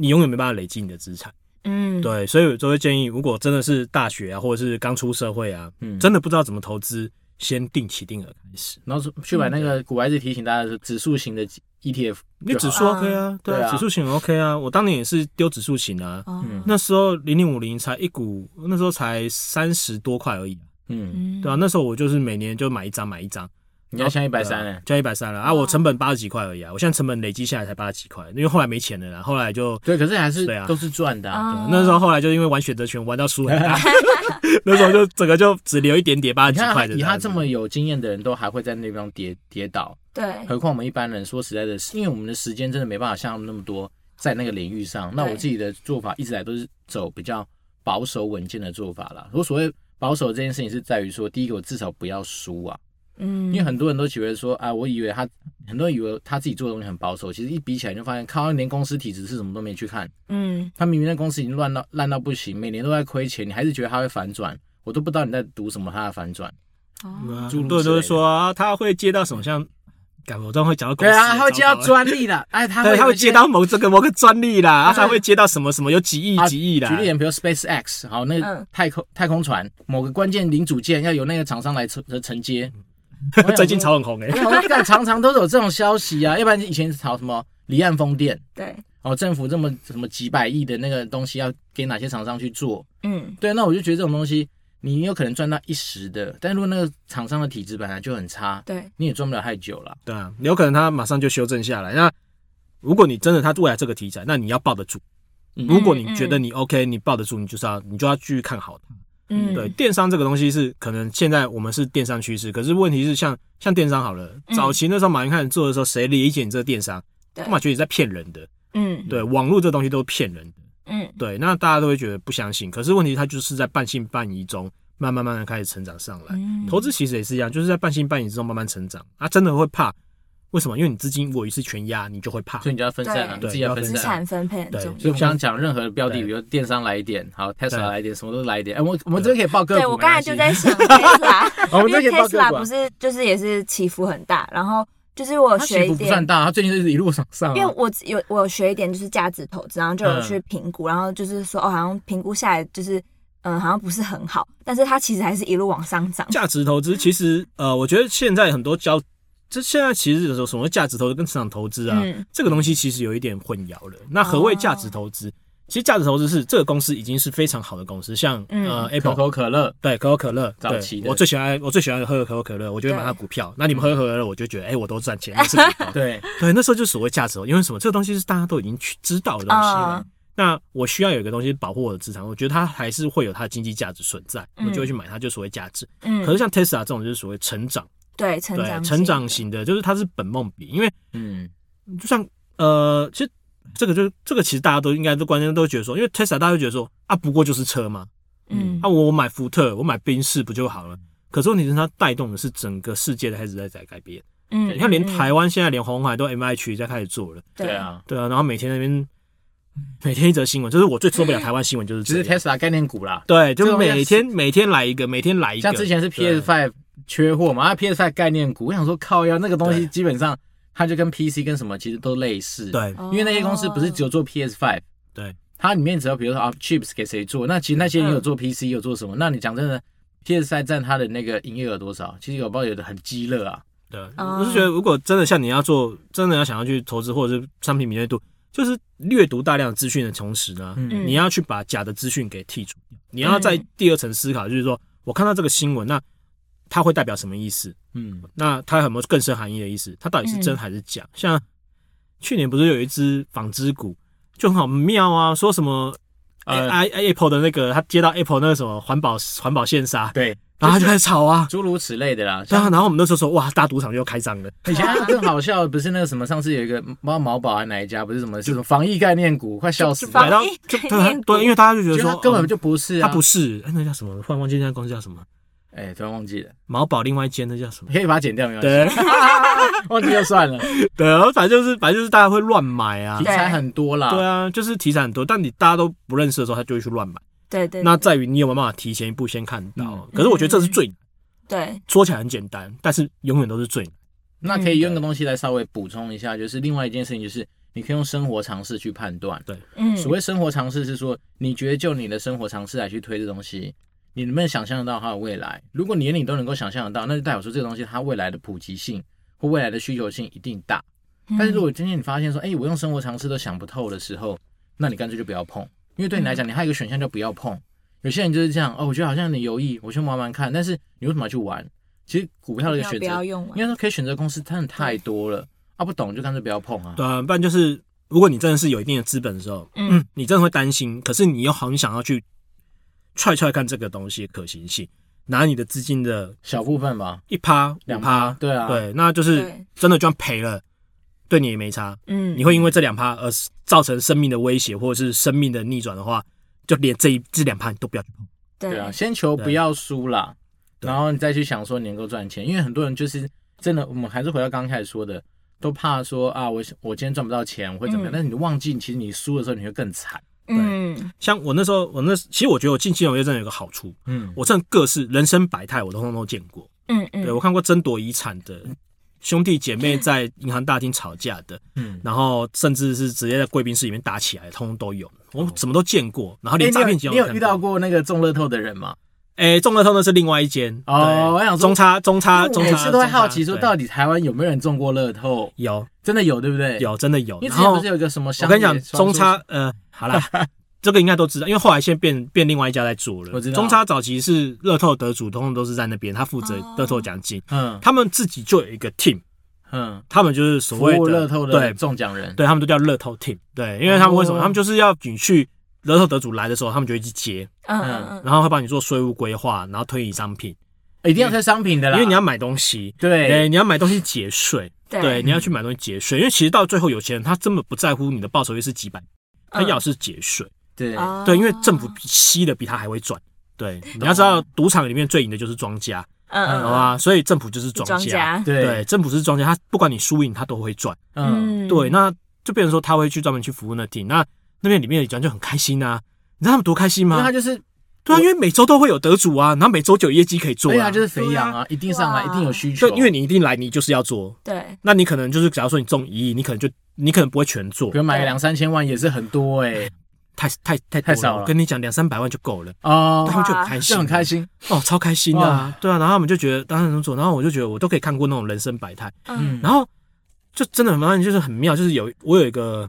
[SPEAKER 3] 你永远没办法累积你的资产。
[SPEAKER 4] 嗯
[SPEAKER 3] 对，所以我就会建议，如果真的是大学啊，或者是刚出社会啊，
[SPEAKER 2] 嗯
[SPEAKER 3] 真的不知道怎么投资，先定期定额开始。
[SPEAKER 2] 然后去买那个古埃及提醒大家是指数型的 ETF，
[SPEAKER 3] 因为指
[SPEAKER 2] 就好
[SPEAKER 3] 数 OK 啊，对
[SPEAKER 2] 对
[SPEAKER 3] 啊，
[SPEAKER 2] 啊
[SPEAKER 3] 指数型很 OK 啊，我当年也是丢指数型啊，
[SPEAKER 4] 哦
[SPEAKER 2] 嗯
[SPEAKER 3] 那时候零零五零才一股，那时候才三十多块而已啊，
[SPEAKER 2] 嗯，
[SPEAKER 4] 嗯
[SPEAKER 3] 对啊，那时候我就是每年就买一张买一张，
[SPEAKER 2] 你要像一百
[SPEAKER 3] 对啊
[SPEAKER 2] 三哎，
[SPEAKER 3] 就一百三了啊，我成本八十几块而已啊，我现在成本累积下来才八十几块，因为后来没钱了啦，后来就。
[SPEAKER 2] 对，可是还是
[SPEAKER 3] 对啊
[SPEAKER 2] 都是赚的啊。
[SPEAKER 4] 啊
[SPEAKER 3] 那时候后来就因为玩选择权玩到输很 大，那时候就整个就只留一点点八十
[SPEAKER 2] 你
[SPEAKER 3] 几
[SPEAKER 2] 看他
[SPEAKER 3] 块的。
[SPEAKER 2] 以他这么有经验的人都还会在那地方跌跌倒，
[SPEAKER 4] 对
[SPEAKER 2] 何况我们一般人，说实在的，是因为我们的时间真的没办法像他们那么多在那个领域上。那我
[SPEAKER 4] 对
[SPEAKER 2] 自己的做法一直来都是走比较保守稳健的做法啦。我所谓保守这件事情是在于说，第一个我至少不要输啊，
[SPEAKER 4] 嗯，
[SPEAKER 2] 因为很多人都觉得说，啊，我以为他很多人以为他自己做的东西很保守，其实一比起来就发现，靠，他连公司体制是什么都没去看，
[SPEAKER 4] 嗯
[SPEAKER 2] 他明明那公司已经乱到烂到不行，每年都在亏钱，你还是觉得他会反转，我都不知道你在读什么他的反转。
[SPEAKER 4] 哦
[SPEAKER 2] 诸
[SPEAKER 3] 嗯很
[SPEAKER 2] 如
[SPEAKER 3] 多人都
[SPEAKER 2] 此类
[SPEAKER 3] 会
[SPEAKER 2] 的
[SPEAKER 3] 说啊，他会接到什么像，感我都会讲到公司，
[SPEAKER 2] 啊他会接到
[SPEAKER 3] 糟糕了
[SPEAKER 2] 专利的，哎，他
[SPEAKER 3] 对，
[SPEAKER 2] 会
[SPEAKER 3] 他
[SPEAKER 2] 有
[SPEAKER 3] 会
[SPEAKER 2] 一
[SPEAKER 3] 接
[SPEAKER 2] 些
[SPEAKER 3] 到某这个某个专利啦，啊，
[SPEAKER 2] 对
[SPEAKER 3] 他会接到什么什么有几亿
[SPEAKER 2] 啊
[SPEAKER 3] 几亿啦
[SPEAKER 2] 举。 例，比如 SpaceX，好，那
[SPEAKER 4] 嗯
[SPEAKER 2] 个太空、太空船某个关键零组件要由那个厂商来承承接。
[SPEAKER 3] 最近炒很红 诶，
[SPEAKER 2] 我想说，干常常都有这种消息啊，要不然以前炒什么离岸风电，
[SPEAKER 4] 对
[SPEAKER 2] 哦，政府这么什么几百亿的那个东西要给哪些厂商去做？
[SPEAKER 4] 嗯
[SPEAKER 2] 对，那我就觉得这种东西你有可能赚到一时的，但如果那个厂商的体质本来就很差，
[SPEAKER 4] 对
[SPEAKER 2] 你也赚不了太久了。
[SPEAKER 3] 对啊，有可能他马上就修正下来。那如果你真的他未来这个题材，那你要抱得住。
[SPEAKER 2] 嗯
[SPEAKER 3] 如果你觉得你 OK，你抱得住，你就是要你就要继续看好它。
[SPEAKER 4] 嗯
[SPEAKER 3] 对，电商这个东西是可能现在我们是电商趋势，可是问题是像像电商好了，
[SPEAKER 4] 嗯
[SPEAKER 3] 早期那时候马云开始做的时候，谁理解你这个电商？
[SPEAKER 4] 对
[SPEAKER 3] 他嘛觉得你在骗人的。
[SPEAKER 4] 嗯
[SPEAKER 3] 对，网络这东西都是骗人的。
[SPEAKER 4] 嗯
[SPEAKER 3] 对，那大家都会觉得不相信，可是问题它就是在半信半疑中，慢慢慢慢开始成长上来。
[SPEAKER 4] 嗯
[SPEAKER 3] 投资其实也是一样，就是在半信半疑之中慢慢成长。啊，真的会怕，为什么？因为你资金如果一次全压，你就会怕
[SPEAKER 2] 所。以你就要分散了，你
[SPEAKER 3] 对
[SPEAKER 2] 自己要分
[SPEAKER 4] 资
[SPEAKER 2] 散。啊
[SPEAKER 4] 产分配很
[SPEAKER 3] 对
[SPEAKER 4] 重
[SPEAKER 2] 所以
[SPEAKER 4] 要
[SPEAKER 2] 我。们想讲任何的标的，
[SPEAKER 3] 对
[SPEAKER 2] 比如电商来一点，好
[SPEAKER 3] 对
[SPEAKER 2] Tesla 来一点，什么都来一点。哎，我我们这边可以报个股，
[SPEAKER 4] 对，我刚才就
[SPEAKER 2] 没关
[SPEAKER 4] 在
[SPEAKER 2] 系，
[SPEAKER 4] 想 Tesla，
[SPEAKER 2] 我们
[SPEAKER 4] 因
[SPEAKER 2] 这边
[SPEAKER 4] 为
[SPEAKER 2] 可以报个
[SPEAKER 4] Tesla
[SPEAKER 2] 股
[SPEAKER 4] 不
[SPEAKER 2] 啊。
[SPEAKER 4] 是就是也是起伏很大，然后就是我
[SPEAKER 2] 它
[SPEAKER 4] 学
[SPEAKER 2] 起
[SPEAKER 4] 一
[SPEAKER 2] 伏不
[SPEAKER 4] 点
[SPEAKER 2] 算大，它最近就是一路往上啊。
[SPEAKER 4] 因为我只有我有学一点就是价值投资，然后就有
[SPEAKER 2] 嗯
[SPEAKER 4] 去评估，然后就是说哦，好像评估下来就是嗯，好像不是很好，但是它其实还是一路往上涨。
[SPEAKER 3] 价值投资其实，呃，我觉得现在很多交，这现在其实有时候所谓价值投资跟市场投资啊，
[SPEAKER 4] 嗯哦
[SPEAKER 3] 这个东西其实有一点混淆了。那何谓价值投资？其实价值投资是这个公司已经是非常好的公司，像、呃
[SPEAKER 4] 嗯
[SPEAKER 3] Apple
[SPEAKER 2] 可口可乐，
[SPEAKER 3] 对，可口可乐，
[SPEAKER 2] 早
[SPEAKER 3] 对
[SPEAKER 2] 期的
[SPEAKER 3] 我最喜欢我最喜欢喝可口可乐，我就会买它
[SPEAKER 4] 对嗯
[SPEAKER 3] 股票。那你们喝可口可乐，我就觉得哎、我都赚钱，我是股东
[SPEAKER 2] 对，
[SPEAKER 3] 对，那时候就所谓价值投资，因为什么？这个东西是大家都已经去知道的东西了。
[SPEAKER 4] 啊
[SPEAKER 3] 那我需要有一个东西保护我的资产，我觉得它还是会有它的经济价值存在，我
[SPEAKER 4] 嗯
[SPEAKER 3] 就会去买它，就所谓价值。
[SPEAKER 4] 嗯，
[SPEAKER 3] 可是像 Tesla 这种就是所谓成长，
[SPEAKER 4] 对成
[SPEAKER 3] 对
[SPEAKER 4] 长
[SPEAKER 3] 成长
[SPEAKER 4] 型
[SPEAKER 3] 型的，就是它是本梦比，因为
[SPEAKER 2] 嗯，
[SPEAKER 3] 就像呃，其实这个就这个其实大家都应该都关键都觉得说，因为 Tesla 大家都觉得说啊，不过就是车嘛，
[SPEAKER 4] 的嗯
[SPEAKER 3] 啊，我买福特，我买宾士不就好了？可是问题是，它带动的是整个世界的开始在在改变。
[SPEAKER 4] 嗯，
[SPEAKER 3] 你看，连
[SPEAKER 4] 嗯
[SPEAKER 3] 台湾现在连红海都 M I 区在开始做了，
[SPEAKER 2] 对，啊，
[SPEAKER 3] 对啊，然后每天那边，每天一则新闻，就是我最受不了台湾新闻就 是
[SPEAKER 2] 只
[SPEAKER 3] 这
[SPEAKER 2] 是
[SPEAKER 3] 样。
[SPEAKER 2] Tesla 概念股啦，
[SPEAKER 3] 对，
[SPEAKER 2] 这
[SPEAKER 3] 就
[SPEAKER 2] 种
[SPEAKER 3] 每
[SPEAKER 2] 要
[SPEAKER 3] 天每天来一个，每天来一个。
[SPEAKER 2] 像之前是 PS Five 缺货嘛，啊 PS Five 概念股，我想说靠呀，那个东西
[SPEAKER 3] 对
[SPEAKER 2] 基本上它就跟 PC 跟什么其实都类似，，
[SPEAKER 3] 对
[SPEAKER 4] 哦
[SPEAKER 2] 因为那些公司不是只有做 PS Five，
[SPEAKER 3] 哦对，嗯
[SPEAKER 2] 它里面只要比如说啊 chips 给谁做，那其实那些也有做 PC 有做什么，那你讲真的，PS Five 占它的那个营业额多少？其实有不好有的很鸡肋啊，
[SPEAKER 3] 对，
[SPEAKER 4] 哦
[SPEAKER 3] 我是觉得如果真的像你要做，真的要想要去投资或者是商品敏锐度，就是阅读大量的资讯的同时呢，
[SPEAKER 2] 嗯
[SPEAKER 3] 你要去把假的资讯给剔除掉，你要在第二层思考，就是说我看到这个新闻，那它会代表什么意思？
[SPEAKER 2] 嗯，
[SPEAKER 3] 那它有没有更深含义的意思？它到底是真还是假？像去年不是有一只纺织股就很好妙啊，说什么
[SPEAKER 2] 呃
[SPEAKER 3] 呃 i Apple 的那个，他接到 Apple 那个什么环保环保线纱，
[SPEAKER 2] 对，
[SPEAKER 3] 然后他就开始吵啊，
[SPEAKER 2] 诸如此类的啦，
[SPEAKER 3] 对啊，
[SPEAKER 2] 像
[SPEAKER 3] 然后我们那时候说哇，大赌场又开张了，
[SPEAKER 2] 以前更好笑，的不是那个什么，上次有一个猫毛宝还啊哪一家，不是什么这种防疫概念股，快笑死
[SPEAKER 3] 就
[SPEAKER 2] 了
[SPEAKER 3] 买。到
[SPEAKER 4] 防疫
[SPEAKER 3] 就
[SPEAKER 4] 概念
[SPEAKER 3] 对
[SPEAKER 4] 股
[SPEAKER 3] 对，因为大家就觉
[SPEAKER 2] 就
[SPEAKER 3] 得
[SPEAKER 2] 是它
[SPEAKER 3] 说
[SPEAKER 2] 根本
[SPEAKER 3] 哦
[SPEAKER 2] 就不是、啊，
[SPEAKER 3] 它不是，哎，那叫什么？忽然忘记那家公司叫什么，
[SPEAKER 2] 哎、突然忘记了，
[SPEAKER 3] 毛宝另外一间那叫什么？
[SPEAKER 2] 可以把它剪掉没关系，
[SPEAKER 3] 对
[SPEAKER 2] 忘记就算了。
[SPEAKER 3] 对，然后反正就是反正就是大家会乱买啊
[SPEAKER 2] 题，材很多啦，
[SPEAKER 3] 对啊，就是题材很多，但你大家都不认识的时候，他就会去乱买。
[SPEAKER 4] 对对，
[SPEAKER 3] 那在于你有没有办法提前一步先看到
[SPEAKER 2] 嗯。
[SPEAKER 3] 可是我觉得这是最难
[SPEAKER 4] 对
[SPEAKER 3] 说起来很简单，但是永远都是最难。
[SPEAKER 2] 那可
[SPEAKER 4] 嗯
[SPEAKER 2] 以用个东西来稍微补充一下，就是另外一件事情，就是你可以用生活常识去判断。
[SPEAKER 4] 嗯，
[SPEAKER 2] 所谓生活常识是说，你觉得就你的生活常识来去推这东西，你能不能想象得到它的未来？如果你连你都能够想象得到，那就代表说这个东西它未来的普及性或未来的需求性一定大。
[SPEAKER 4] 嗯
[SPEAKER 2] 但是如果今天你发现说，哎、我用生活常识都想不透的时候，那你干脆就不要碰，因为对你
[SPEAKER 4] 嗯
[SPEAKER 2] 来讲，你还有一个选项叫不要碰。有些人就是这样，哦，我觉得好像你有意，我去玩玩看，但是你为什么要去玩？其实股票的一个
[SPEAKER 4] 要
[SPEAKER 2] 选
[SPEAKER 4] 不
[SPEAKER 2] 择，
[SPEAKER 4] 要用完
[SPEAKER 2] 应该说可以选择公司真的太多了啊，不懂就干脆不要碰啊。
[SPEAKER 3] 对啊，不然就是如果你真的是有一定的资本的时候，
[SPEAKER 4] 嗯
[SPEAKER 3] 嗯，你真的会担心，可是你又很想要去踹踹看这个东西的可行性，拿你的资金的
[SPEAKER 2] 小部分吧，
[SPEAKER 3] 一趴、
[SPEAKER 2] 两
[SPEAKER 3] 两趴，
[SPEAKER 2] 对啊，，
[SPEAKER 3] 对，那就是
[SPEAKER 4] 对
[SPEAKER 3] 真的就算赔了，对你也没差。
[SPEAKER 4] 嗯，
[SPEAKER 3] 你会因为这两趴而造成生命的威胁或者是生命的逆转的话，就连这一这两趴你都不要去碰。
[SPEAKER 4] 对
[SPEAKER 2] 对啊，先求不要输啦，
[SPEAKER 3] 对
[SPEAKER 2] 然后你再去想说你能够赚钱，因为很多人就是真的，我们还是回到刚开始说的，都怕说啊，我我今天赚不到钱，我会怎么样？
[SPEAKER 4] 嗯
[SPEAKER 2] 但是你忘记，其实你输的时候你会更惨。
[SPEAKER 4] 嗯
[SPEAKER 3] 像我那时候，我那其实我觉得我进金融业真的有个好处，
[SPEAKER 2] 嗯，
[SPEAKER 3] 我真的各式人生百态我都通通都见过。
[SPEAKER 4] 嗯嗯，
[SPEAKER 3] 对我看过争夺遗产的，兄弟姐妹在银行大厅吵架的，
[SPEAKER 2] 嗯，
[SPEAKER 3] 然后甚至是直接在贵宾室里面打起来的，通通都有。我什么都见过，然后连
[SPEAKER 2] 你
[SPEAKER 3] 诈骗集
[SPEAKER 2] 有
[SPEAKER 3] 团
[SPEAKER 2] 你有
[SPEAKER 3] 我看
[SPEAKER 2] 遇到？过那个中乐透的人吗？
[SPEAKER 3] 哎，中乐透那是另外一间
[SPEAKER 2] 哦
[SPEAKER 3] 对
[SPEAKER 2] 我想说
[SPEAKER 3] 中差中差
[SPEAKER 2] 我
[SPEAKER 3] 中
[SPEAKER 2] 每
[SPEAKER 3] 差，
[SPEAKER 2] 次都会好奇
[SPEAKER 3] 啊
[SPEAKER 2] 说，
[SPEAKER 3] 中差
[SPEAKER 2] 到
[SPEAKER 3] 对
[SPEAKER 2] 底台湾有没有人中过乐透？
[SPEAKER 3] 有
[SPEAKER 2] 真的有，对不对？，
[SPEAKER 3] 有真的有。
[SPEAKER 2] 因为
[SPEAKER 3] 然
[SPEAKER 2] 之前
[SPEAKER 3] 后
[SPEAKER 2] 不是有一个什么？
[SPEAKER 3] 我跟你讲，中差呃，好啦，这个应该都知道，因为后来现在变变另外一家在做了。
[SPEAKER 2] 我知道
[SPEAKER 3] 中差早期是乐透得主，通通都是在那边，他负责
[SPEAKER 4] 哦
[SPEAKER 3] 乐透奖金，
[SPEAKER 2] 嗯
[SPEAKER 3] 他们自己就有一个 team，
[SPEAKER 2] 嗯，
[SPEAKER 3] 他们就是所
[SPEAKER 2] 服
[SPEAKER 3] 谓
[SPEAKER 2] 务
[SPEAKER 3] 的
[SPEAKER 2] 乐透的
[SPEAKER 3] 对
[SPEAKER 2] 中奖人，
[SPEAKER 3] 对，他们都叫乐透 team。对，因为他们为什么？
[SPEAKER 2] 哦
[SPEAKER 3] 他们就是要你去乐透得主来的时候，他们就会去接，
[SPEAKER 4] 嗯嗯嗯，
[SPEAKER 3] 然后会帮你做税务规划，然后推移商品，
[SPEAKER 2] 一定要推商品的
[SPEAKER 3] 因
[SPEAKER 2] 啦，
[SPEAKER 3] 为你要买东西，
[SPEAKER 2] 对
[SPEAKER 3] 对，你要买东西节税，对，
[SPEAKER 4] 对，
[SPEAKER 3] 你要去买东西节税，因为其实到最后有钱人他根本不在乎你的报酬率是几百，
[SPEAKER 4] 嗯
[SPEAKER 3] 他
[SPEAKER 2] 嗯
[SPEAKER 3] 要的是节税，
[SPEAKER 2] 对
[SPEAKER 4] 哦
[SPEAKER 3] 对，因为政府吸的比他还会赚。对，你要知道，赌场里面最赢的就是庄家，
[SPEAKER 4] 嗯
[SPEAKER 3] 好
[SPEAKER 4] 嗯
[SPEAKER 3] 吧？所以政府就是庄
[SPEAKER 4] 庄
[SPEAKER 3] 家，
[SPEAKER 4] 家，
[SPEAKER 2] 对
[SPEAKER 3] 对，政府是庄家，他不管你输赢，他都会赚。
[SPEAKER 2] 嗯。
[SPEAKER 3] 对，那就变成说他会去专门去服务那 team，那那边里面的人就很开心啊，你知道他们多开心
[SPEAKER 2] 因为
[SPEAKER 3] 吗
[SPEAKER 2] 他？就是，
[SPEAKER 3] 对啊，因为每周都会有得主啊，然后每周就有业绩可以做
[SPEAKER 2] 所以他
[SPEAKER 3] 啊，
[SPEAKER 2] 就是肥羊啊，一定上来，
[SPEAKER 4] 哇
[SPEAKER 2] 一定有需求。
[SPEAKER 3] 对，因为你一定来，你就是要做，
[SPEAKER 4] 对，
[SPEAKER 3] 那你可能就是假如说你中一亿，你可能就你可能不会全做
[SPEAKER 2] 比，如买个两三千万也是很多哎，
[SPEAKER 3] 太太太
[SPEAKER 2] 太
[SPEAKER 3] 多
[SPEAKER 2] 少了
[SPEAKER 3] 我跟你讲，两三百万就够了，
[SPEAKER 2] 哦
[SPEAKER 3] 他，们就很开
[SPEAKER 2] 就
[SPEAKER 3] 心，
[SPEAKER 2] 很开心。
[SPEAKER 3] 哦，超开心的、啊，对啊，然后他们就觉得当然能做，然后我就觉得我都可以看过那种人生百态，
[SPEAKER 4] 嗯
[SPEAKER 3] 然后就真的很发现就是很妙，就是有我有一个，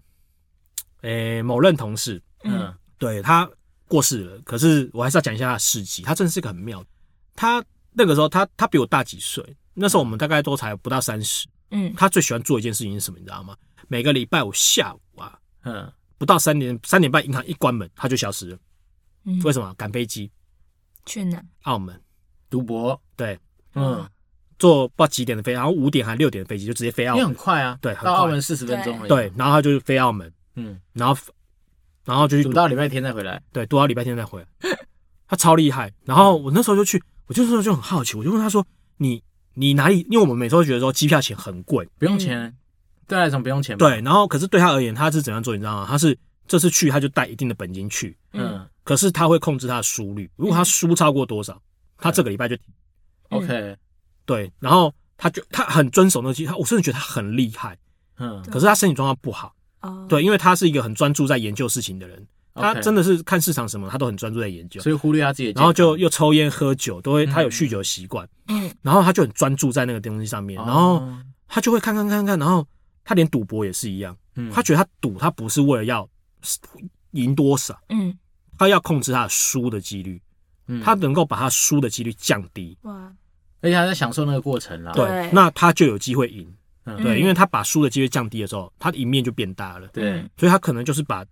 [SPEAKER 3] 诶、某任同事，
[SPEAKER 2] 嗯
[SPEAKER 4] 嗯
[SPEAKER 3] 对他过世了，可是我还是要讲一下他的事迹，他真的是个很妙的，他那个时候他他比我大几岁，那时候我们大概都才不到三十，
[SPEAKER 4] 嗯
[SPEAKER 3] 他最喜欢做一件事情是什么，你知道吗？每个礼拜五下午啊，
[SPEAKER 2] 嗯，
[SPEAKER 3] 不到三点三点半银行一关门他就消失了，
[SPEAKER 4] 嗯，
[SPEAKER 3] 为什么？赶飞机
[SPEAKER 4] 去哪？
[SPEAKER 3] 澳门，
[SPEAKER 2] 赌博，
[SPEAKER 3] 对。
[SPEAKER 2] 嗯，
[SPEAKER 3] 坐不知道几点的飞，然后五点还六点的飞机就直接飞
[SPEAKER 2] 因
[SPEAKER 3] 澳
[SPEAKER 2] 为很
[SPEAKER 3] 门，
[SPEAKER 2] 快啊，
[SPEAKER 3] 对很快
[SPEAKER 2] 到澳门四十分钟而已。
[SPEAKER 3] 对，，然后他就飞澳门，
[SPEAKER 2] 嗯，
[SPEAKER 3] 然后然后就去
[SPEAKER 2] 赌到礼拜天再回来。
[SPEAKER 3] 对，多到礼拜天再回来，他超厉害。然后我那时候就去，我就那时候就很好奇，我就问他说：“你你哪里？”因为我们每次都觉得说机票钱很贵，
[SPEAKER 2] 不用钱，对他来讲不用钱。，
[SPEAKER 3] 对。然后可是对他而言，他是怎样做？你知道吗？他是这次去他就带一定的本金去，
[SPEAKER 2] 嗯
[SPEAKER 3] 可是他会控制他的输率，如果他输超过多少，他这个礼拜就停。
[SPEAKER 4] 嗯
[SPEAKER 2] ，OK，
[SPEAKER 3] 对，然后他就他很遵守那些，他我甚至觉得他很厉害，
[SPEAKER 2] 嗯，
[SPEAKER 3] 可是他身体状况不好。
[SPEAKER 4] 哦，
[SPEAKER 3] 对，因为他是一个很专注在研究事情的人，他
[SPEAKER 2] OK
[SPEAKER 3] 真的是看市场什么，他都很专注在研究。
[SPEAKER 2] 所以忽略他自己的健康，
[SPEAKER 3] 然后就又抽烟喝酒，都会
[SPEAKER 2] 嗯
[SPEAKER 3] 他有酗酒习惯，
[SPEAKER 4] 嗯
[SPEAKER 3] 然后他就很专注在那个东西上面，
[SPEAKER 2] 哦
[SPEAKER 3] 然后他就会看看看看，然后他连赌博也是一样，
[SPEAKER 2] 嗯
[SPEAKER 3] 他觉得他赌他不是为了要赢多少，
[SPEAKER 4] 嗯，
[SPEAKER 3] 他要控制他的输的几率，
[SPEAKER 2] 嗯
[SPEAKER 3] 他能够把他输的几率降低，
[SPEAKER 4] 哇，
[SPEAKER 2] 而且他在享受那个过程啦，
[SPEAKER 4] 对
[SPEAKER 3] 那他就有机会赢，
[SPEAKER 2] 啊嗯
[SPEAKER 3] 对，
[SPEAKER 4] 嗯
[SPEAKER 3] 因为他把输的几率降低的时候，他的赢面就变大了，
[SPEAKER 2] 对，
[SPEAKER 3] 所以他可能就是把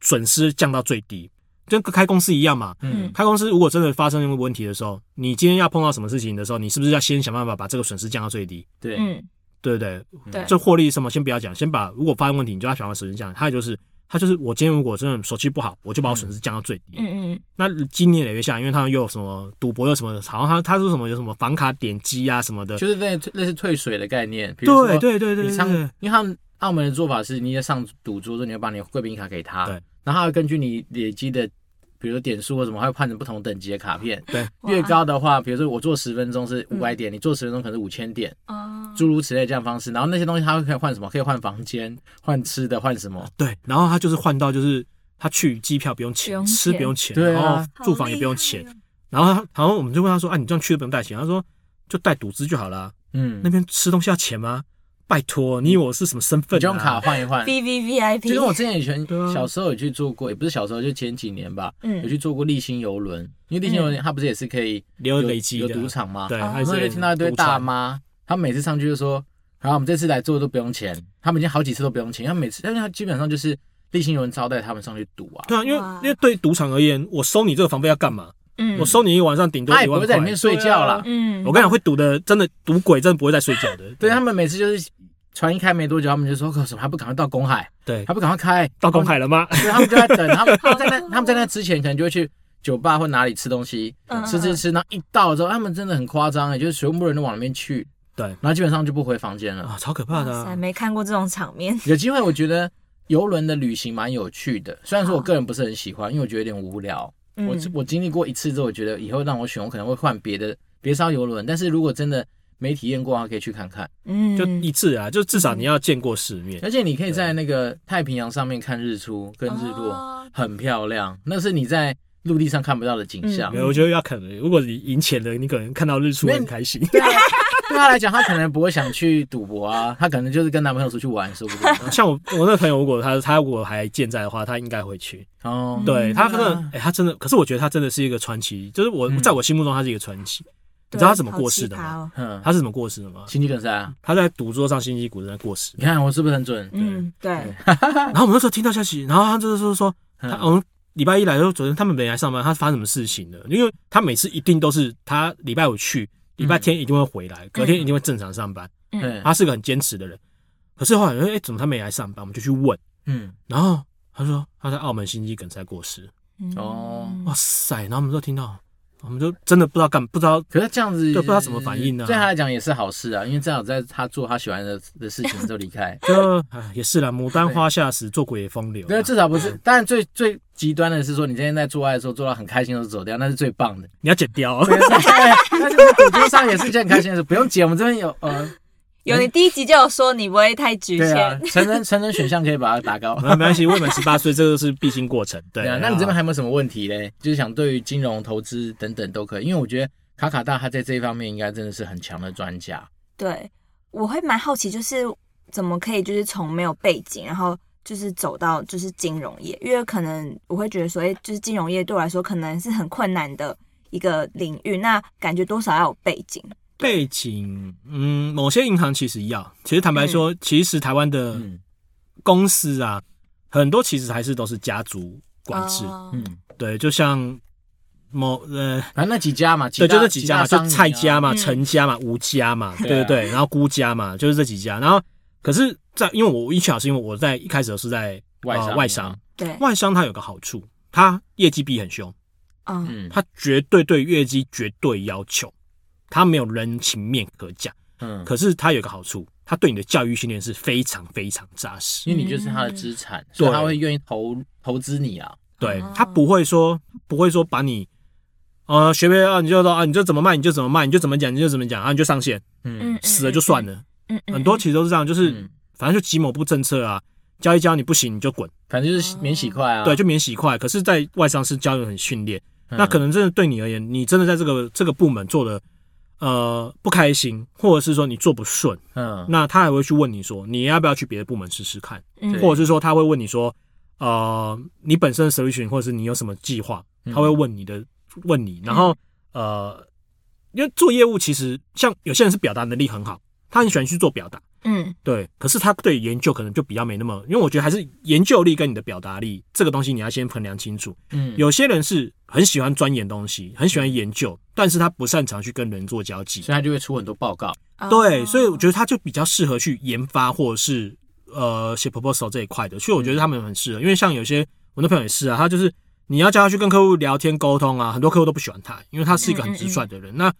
[SPEAKER 3] 损失降到最低，就跟开公司一样嘛，
[SPEAKER 2] 嗯
[SPEAKER 3] 开公司如果真的发生问题的时候，你今天要碰到什么事情的时候，你是不是要先想办法把这个损失降到最低，
[SPEAKER 2] 对，
[SPEAKER 4] 嗯
[SPEAKER 3] 对不对？
[SPEAKER 4] 对，
[SPEAKER 3] 这获利什么先不要讲，先把如果发生问题，你就要想办法损失降。还有就是，他就是我今天如果真的手气不好，我就把我损失降到最低。
[SPEAKER 4] 嗯嗯
[SPEAKER 3] 那今年累月下来，因为他又有什么赌博，又什么，好像他他说什么有什么房卡点击啊什么的，
[SPEAKER 2] 就是类类似退水的概念，比如说
[SPEAKER 3] 对对对对
[SPEAKER 2] 你
[SPEAKER 3] 对
[SPEAKER 2] 上
[SPEAKER 3] 对，，
[SPEAKER 2] 因为他们澳门的做法是，你在上赌桌的时候，你会把你的贵宾卡给他，
[SPEAKER 3] 对，
[SPEAKER 2] 然后他会根据你累积的，比如说点数或什么，他会判成不同等级的卡片。
[SPEAKER 3] 对，
[SPEAKER 4] 哇
[SPEAKER 2] 越高的话，比如说我做十分钟是五百点，你做十分钟可能是五千点，
[SPEAKER 4] 哦，
[SPEAKER 2] 诸如此类这样的方式。然后那些东西他会可以换什么？可以换房间、换吃的、换什么？
[SPEAKER 3] 对，然后他就是换到就是他去机票不用
[SPEAKER 4] 不用
[SPEAKER 3] 钱，吃不用钱，
[SPEAKER 2] 对啊
[SPEAKER 3] 然后住房也不用钱，
[SPEAKER 4] 啊
[SPEAKER 3] 然后他然后我们就问他说啊，你这样去都不用带钱，他说就带赌资就好啦。
[SPEAKER 2] 嗯，
[SPEAKER 3] 那边吃东西要钱吗？拜托，你以为我是什么身份、
[SPEAKER 2] 你
[SPEAKER 3] 啊？
[SPEAKER 2] 就用卡换一换。
[SPEAKER 4] 哦，V V V
[SPEAKER 2] 就跟我
[SPEAKER 4] I
[SPEAKER 2] 之前以前
[SPEAKER 3] 对啊
[SPEAKER 2] 小时候有去做过，也不是小时候，就前几年吧，
[SPEAKER 4] 嗯
[SPEAKER 2] 有去做过立新游轮。因为立新游轮它不是也是可以
[SPEAKER 3] 留累积
[SPEAKER 2] 有
[SPEAKER 3] 的
[SPEAKER 2] 有赌场吗？
[SPEAKER 3] 对，
[SPEAKER 4] 哦
[SPEAKER 3] 还
[SPEAKER 2] 然
[SPEAKER 3] 是
[SPEAKER 2] 后就听到一堆大妈，她每次上去就说：“然后我们这次来做都不用钱。”他们已经好几次都不用钱，因为她每次，因为她基本上就是立新有人招待他们上去赌啊，
[SPEAKER 3] 对啊，因为
[SPEAKER 4] 哇
[SPEAKER 3] 因为对赌场而言，我收你这个房费要干嘛？
[SPEAKER 4] 嗯
[SPEAKER 3] 我收你一晚上顶多
[SPEAKER 2] 她也
[SPEAKER 3] 一
[SPEAKER 2] 不
[SPEAKER 3] 万
[SPEAKER 2] 会
[SPEAKER 3] 块。
[SPEAKER 2] 在里面睡觉啦。
[SPEAKER 4] 嗯，
[SPEAKER 3] 我跟你讲，会赌的真的赌鬼真的不会再睡觉的。
[SPEAKER 2] 对他们每次就是船一开没多久，他们就说：“可什么还不赶快到公海，
[SPEAKER 3] 对
[SPEAKER 4] 嗯
[SPEAKER 2] 还，不赶快开
[SPEAKER 3] 到公？”海了吗？
[SPEAKER 2] 对，他们就在等，他 们他们在那他们在那之前可能就会去。酒吧或哪里吃东西
[SPEAKER 4] 嗯，
[SPEAKER 2] 吃吃吃，然后一到之后，他们真的很夸张，也就是全部人都往那边去，
[SPEAKER 3] 对
[SPEAKER 2] 然后基本上就不回房间了。
[SPEAKER 3] 啊，超可怕
[SPEAKER 4] 哇
[SPEAKER 3] 的啊、
[SPEAKER 4] 塞，没看过这种 场面，
[SPEAKER 2] 有机会，我觉得游轮的旅行蛮有趣的。虽然说我个人不是很喜欢，因为我觉得有点无聊。
[SPEAKER 4] 嗯
[SPEAKER 2] 我我经历过一次之后，我觉得以后让我选，我可能会换别的别艘游轮。但是如果真的没体验过的话，可以去看看。
[SPEAKER 4] 嗯
[SPEAKER 3] 就一次啊，就至少你要见过世面。
[SPEAKER 2] 而且你可以在那个太平洋上面看日出跟日落，
[SPEAKER 4] 哦
[SPEAKER 2] 很漂亮。那是你在陆地上看不到的景象
[SPEAKER 4] 嗯
[SPEAKER 3] 没。有，我觉得要可能，如果你赢钱了，你可能看到日出
[SPEAKER 2] 没有
[SPEAKER 3] 很开心。
[SPEAKER 2] 对啊， 对他来讲，他可能不会想去赌博啊，他可能就是跟男朋友出去玩，说不定。
[SPEAKER 3] 像我我那个朋友，如果他他如果还健在的话，他应该会去。
[SPEAKER 2] 哦，
[SPEAKER 3] 对他真的
[SPEAKER 2] 啊，
[SPEAKER 3] 哎、他真的，可是我觉得他真的是一个传奇，就是我、
[SPEAKER 2] 嗯
[SPEAKER 3] 在我心目中他是一个传奇。你
[SPEAKER 4] 对
[SPEAKER 3] 知道他怎么过世的
[SPEAKER 4] 好奇葩
[SPEAKER 3] 吗？
[SPEAKER 4] 哦
[SPEAKER 2] 嗯，
[SPEAKER 3] 他是怎么过世的吗？
[SPEAKER 2] 心肌梗塞啊。
[SPEAKER 3] 他在赌桌上心肌梗塞过世。
[SPEAKER 2] 你看我是不是很准？
[SPEAKER 4] 嗯，对，
[SPEAKER 3] 然后我们那时候听到消息，然后他就是说说，
[SPEAKER 2] 嗯
[SPEAKER 3] 他我们礼拜一来的时候，昨天他们没来上班，他发生什么事情了？因为他每次一定都是他礼拜五去，礼拜天一定会回来，隔天一定会正常上班。
[SPEAKER 2] 嗯
[SPEAKER 3] 他是个很坚持的人。可是后来，哎、怎么他没来上班？我们就去问，
[SPEAKER 2] 嗯，
[SPEAKER 3] 然后他说他在澳门心肌梗塞过世。
[SPEAKER 4] 嗯
[SPEAKER 2] 哦
[SPEAKER 3] 哇塞！然后我们就听到，我们就真的不知道干，不知道
[SPEAKER 2] 可是这样子
[SPEAKER 3] 对不知道怎么反应啊。
[SPEAKER 2] 对他来讲也是好事啊，因为至少在他做他喜欢的的事情之后离开
[SPEAKER 3] 就唉也是啦，牡丹花下时，做鬼也风流啦。
[SPEAKER 2] 对，至啊少不是。当然最最极端的是说，你今天在做爱的时候做到很开心的时候走掉，那是最棒的。
[SPEAKER 3] 你要剪掉
[SPEAKER 2] 对，啊但是在赌桌上也是一件很开心的事，不用解。我们这边有呃，
[SPEAKER 3] 哎
[SPEAKER 4] 有你第一集就有说你不会太局
[SPEAKER 2] 对啊
[SPEAKER 4] 限，，
[SPEAKER 2] 成人成人选项可以把它打高。
[SPEAKER 3] 没没关系，未满十八岁这个是必经过程。对
[SPEAKER 2] 对啊，那你这边还有没有什么问题嘞？就是想对于金融投资等等都可以，因为我觉得卡卡大他在这一方面应该真的是很强的专家。
[SPEAKER 4] 对，我会蛮好奇，就是怎么可以就是从没有背景，然后就是走到就是金融业，因为可能我会觉得说，哎，就是金融业对我来说可能是很困难的一个领域，那感觉多少要有背景，
[SPEAKER 3] 背景，嗯，某些银行其实要，其实坦白说，其实台湾的
[SPEAKER 2] 嗯
[SPEAKER 3] 公司啊，很多其实还是都是家族管制。
[SPEAKER 4] 哦
[SPEAKER 2] 嗯，
[SPEAKER 3] 对，就像某呃。
[SPEAKER 2] 反正那几家嘛，
[SPEAKER 3] 对，
[SPEAKER 2] 大
[SPEAKER 3] 就这几家嘛，
[SPEAKER 2] 大
[SPEAKER 3] 就
[SPEAKER 2] 商银啊
[SPEAKER 3] 蔡家嘛、
[SPEAKER 4] 嗯
[SPEAKER 3] 陈家嘛、吴家嘛，
[SPEAKER 2] 对啊
[SPEAKER 3] 对对对，然后辜家嘛，就是这几家。然后，可是在，因为我一巧是因为我在一开始的时候是在
[SPEAKER 2] 外商
[SPEAKER 3] 呃
[SPEAKER 2] 嘛
[SPEAKER 3] 外商，
[SPEAKER 4] 对，
[SPEAKER 3] 外商它有个好处，它业绩逼很凶，
[SPEAKER 4] 嗯
[SPEAKER 2] 嗯
[SPEAKER 3] 它绝对对业绩绝对要求，它没有人情面可讲。
[SPEAKER 2] 嗯
[SPEAKER 3] 可是它有个好处，他对你的教育训练是非常非常扎实。
[SPEAKER 2] 因为你就是他的资产，
[SPEAKER 3] 嗯
[SPEAKER 2] 所以他会愿意投投资你啊。
[SPEAKER 3] 对他不会说不会说把你，呃，学妹啊，你就说啊，你就怎么卖你就怎么卖，你就怎么讲你就怎么讲啊，你就上线，
[SPEAKER 2] 嗯
[SPEAKER 4] 嗯，
[SPEAKER 3] 死了就算
[SPEAKER 4] 了，
[SPEAKER 3] 了。
[SPEAKER 4] 嗯，嗯
[SPEAKER 3] 很多其实都是这样，就是、
[SPEAKER 2] 嗯
[SPEAKER 3] 反正就几某部政策啊，教一教你不行你就滚，
[SPEAKER 2] 反正就是免洗块啊。嗯
[SPEAKER 3] 对，就免洗块。可是，在外商是教人很训练，那可能真的对你而言，你真的在这个这个部门做的呃不开心，或者是说你做不顺，
[SPEAKER 2] 嗯，
[SPEAKER 3] 那他还会去问你说你要不要去别的部门试试看，
[SPEAKER 4] 嗯
[SPEAKER 2] 对
[SPEAKER 3] 或者是说他会问你说呃你本身的 solution 或者是你有什么计划，
[SPEAKER 2] 嗯
[SPEAKER 3] 他会问你的问你，然后呃因为做业务其实像有些人是表达能力很好，他很喜欢去做表达。
[SPEAKER 4] 嗯
[SPEAKER 3] 对，可是他对研究可能就比较没那么，因为我觉得还是研究力跟你的表达力这个东西你要先衡量清楚。
[SPEAKER 2] 嗯
[SPEAKER 3] 有些人是很喜欢钻研东西，很喜欢研究，但是他不擅长去跟人做交际
[SPEAKER 2] 所以。他就会出很多报告。
[SPEAKER 4] 嗯
[SPEAKER 3] 对，所以我觉得
[SPEAKER 4] 得
[SPEAKER 3] 他就比较适合去研发或者是呃写 proposal 这一块的。所以我觉得他们很适合，因为像有些我那朋友也是啊，他就是你要叫他去跟客户聊天沟通啊，很多客户都不喜欢他，因为他是一个很直率的人。那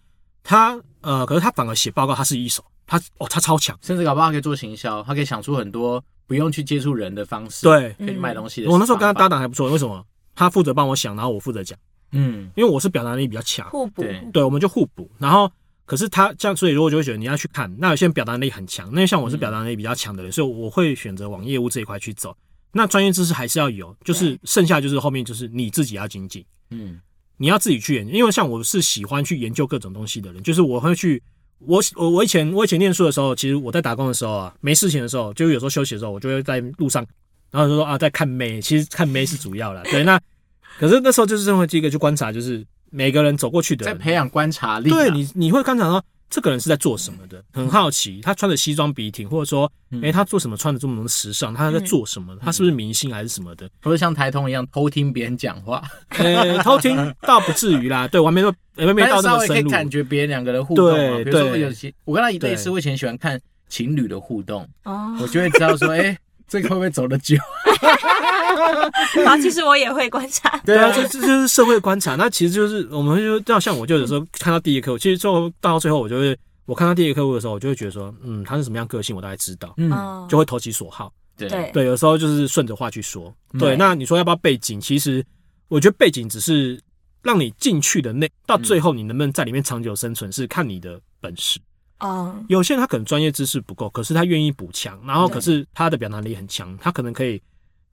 [SPEAKER 3] 他呃，可是他反而写报告他是一手，他哦他超强。
[SPEAKER 2] 甚至搞不好他可以做行销，他可以想出很多不用去接触人的方式，，
[SPEAKER 3] 对，嗯
[SPEAKER 2] 可以卖东西的。
[SPEAKER 3] 我那时候跟他搭，档还不错，为什么？他负责帮我想，然后我负责讲，
[SPEAKER 2] 嗯，
[SPEAKER 3] 因为我是表达能力比较强，
[SPEAKER 4] 哦互补，
[SPEAKER 2] 对
[SPEAKER 3] 对，我们就互补。然后，可是他这样，所以如果就会觉得你要去看，那有些人表达能力很强，那像我是表达能力比较强的人，所以我会选择往业务这一块去走。那专业知识还是要有，就是
[SPEAKER 4] 对
[SPEAKER 3] 剩下就是后面就是你自己要精进，
[SPEAKER 2] 嗯，
[SPEAKER 3] 你要自己去研究，因为像我是喜欢去研究各种东西的人，就是我会去。我我我以前我以前念书的时候，其实我在打工的时候啊，没事情的时候，就有时候休息的时候，我就会在路上，然后就说啊，在看妹，其实看妹是主要啦。对，那可是那时候就是认为这个去观察，就是每个人走过去的
[SPEAKER 2] 在
[SPEAKER 3] 人，
[SPEAKER 2] 培养观察力啊。
[SPEAKER 3] 嗯对你你会观察到这个人是在做什么的，很好奇，他穿着西装笔挺，或者说，
[SPEAKER 2] 嗯
[SPEAKER 3] 诶，他做什么穿的这么时尚，他在做什么，他是不是明星还是什么的？
[SPEAKER 2] 不是像台通一样偷听别人讲话，
[SPEAKER 3] 呃，偷听倒不至于啦，对，我还没到，还没
[SPEAKER 2] 但是
[SPEAKER 3] 到那
[SPEAKER 2] 稍
[SPEAKER 3] 么
[SPEAKER 2] 微可
[SPEAKER 3] 深
[SPEAKER 2] 以
[SPEAKER 3] 入。
[SPEAKER 2] 感觉别人两个人互动啊。
[SPEAKER 3] 对
[SPEAKER 2] 比如说
[SPEAKER 3] 对
[SPEAKER 2] 有些我跟他类似，
[SPEAKER 3] 对
[SPEAKER 2] 我以前喜欢看情侣的互 动，
[SPEAKER 4] 哦，
[SPEAKER 2] 我就会知道说，哎，这个会不会走得久？
[SPEAKER 4] 然后其实我也会观察，
[SPEAKER 3] 对啊，这这就是社会观察。那其实就是我们就要像我，就有时候看到第一个客户，其实最后到最后，我就会我看到第一个客户的时候，我就会觉得说，嗯，他是什么样个性，我大概知道，
[SPEAKER 2] 嗯，
[SPEAKER 4] 嗯，
[SPEAKER 3] 就会投其所好。
[SPEAKER 2] 对
[SPEAKER 4] 对
[SPEAKER 3] 对，有时候就是顺着话去说。
[SPEAKER 2] 嗯
[SPEAKER 3] 对，那你说要不要背景？其实我觉得背景只是让你进去的那到最后，你能不能在里面长久生存，是看你的本事。
[SPEAKER 4] 嗯
[SPEAKER 3] 有些人他可能专业知识不够，可是他愿意补强，然后
[SPEAKER 4] 对
[SPEAKER 3] 可是他的表达能力很强，他可能可以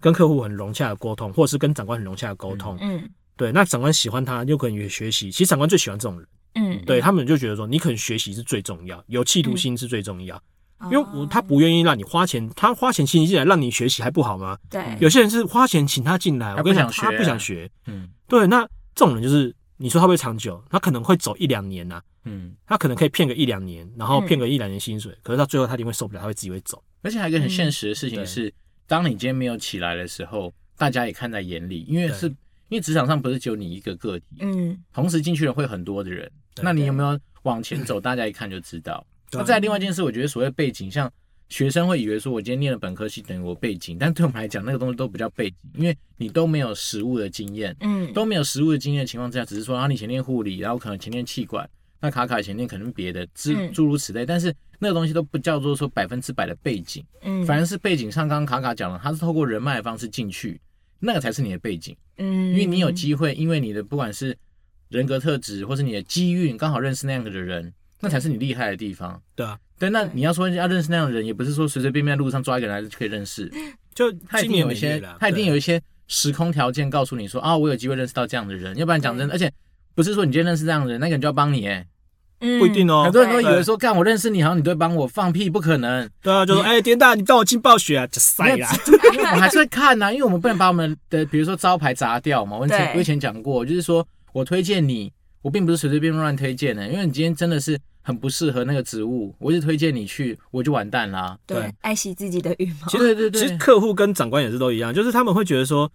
[SPEAKER 3] 跟客户很融洽的沟通，或者是跟长官很融洽的沟通。
[SPEAKER 4] 嗯
[SPEAKER 3] 对，那长官喜欢他，又可能也学习。其实长官最喜欢这种人，
[SPEAKER 4] 嗯，
[SPEAKER 3] 对他们就觉得说，你肯学习是最重要，有企图心是最重要。
[SPEAKER 4] 哦，
[SPEAKER 3] 因为我他不愿意让你花钱，他花钱请你进来让你学习还不好吗？
[SPEAKER 4] 对
[SPEAKER 3] 有些人是花钱请他进来，
[SPEAKER 2] 嗯他
[SPEAKER 3] 我跟你讲，
[SPEAKER 2] 不想
[SPEAKER 3] 他
[SPEAKER 2] 学
[SPEAKER 3] 不想学。
[SPEAKER 2] 嗯
[SPEAKER 3] 对，那这种人就是你说他会长久，他可能会走一两年呐、
[SPEAKER 2] 嗯，
[SPEAKER 3] 他可能可以骗个一两年，然后
[SPEAKER 4] 嗯
[SPEAKER 3] 骗个一两年薪水，可是到最后他一定会受不了，他会自己会走。
[SPEAKER 2] 而且还有一个很现实的事情
[SPEAKER 3] 嗯
[SPEAKER 2] 是，当你今天没有起来的时候，大家也看在眼里，因为
[SPEAKER 3] 对
[SPEAKER 2] 是因为职场上不是只有你一个个体，
[SPEAKER 4] 嗯
[SPEAKER 2] 同时进去的会很多的人，
[SPEAKER 3] 对
[SPEAKER 2] 那你有没有往前走？大家一看就知道。
[SPEAKER 3] 对
[SPEAKER 2] 那再另外一件事，我觉得所谓背景，像学生会以为说我今天念了本科系等于我背景，但对我们来讲，那个东西都不叫背景，因为你都没有实务的经验，
[SPEAKER 4] 嗯
[SPEAKER 2] 都没有实务的经验的情况之下，只是说啊，你前念护理，然后可能前念气管，那卡卡以前念可能别的，诸
[SPEAKER 4] 嗯
[SPEAKER 2] 诸如此类，但是那个东西都不叫做说百分之百的背景。
[SPEAKER 4] 嗯，
[SPEAKER 2] 反而是背景上，刚刚卡卡讲了，他是透过人脉的方式进去，那个才是你的背景，
[SPEAKER 4] 嗯，
[SPEAKER 2] 因为你有机会，因为你的不管是人格特质或是你的机遇，刚好认识那样的人，那才是你厉害的地方。
[SPEAKER 3] 对啊，
[SPEAKER 2] 对，那你要说要认识那样的人，也不是说随随便便路上抓一个人来就可以认识，
[SPEAKER 3] 就
[SPEAKER 2] 他一
[SPEAKER 3] 今
[SPEAKER 2] 定
[SPEAKER 3] 年
[SPEAKER 2] 有一些
[SPEAKER 3] 没了，
[SPEAKER 2] 他一定有
[SPEAKER 3] 对
[SPEAKER 2] 一些时空条件告诉你说啊，我有机会认识到这样的人，要不然讲真的，而且不是说你今天认识这样的人，那个人就要帮你哎，
[SPEAKER 3] 不一定
[SPEAKER 4] 哦，
[SPEAKER 3] 哦
[SPEAKER 2] 很。多人都以
[SPEAKER 3] 对
[SPEAKER 2] 为说干我认识你，好像你都会帮我，放屁，不可 能。
[SPEAKER 3] 对啊，就说哎，天大，你帮我进暴雪啊，就塞啦。
[SPEAKER 2] 因为我们还是会看呐、因为我们不能把我们的比如说招牌砸掉嘛。我以前
[SPEAKER 4] 对
[SPEAKER 2] 我以前讲过，就是说我推荐你，我并不是随随便便乱推荐的，因为你今天真的是很不适合那个职务，我一直推荐你去，我就完蛋啦、
[SPEAKER 4] 对
[SPEAKER 3] 对，
[SPEAKER 4] 爱惜自己的羽毛，
[SPEAKER 2] 其实对
[SPEAKER 3] 其实
[SPEAKER 2] 对，
[SPEAKER 3] 客户跟长官也是都一样，就是他们会觉得说，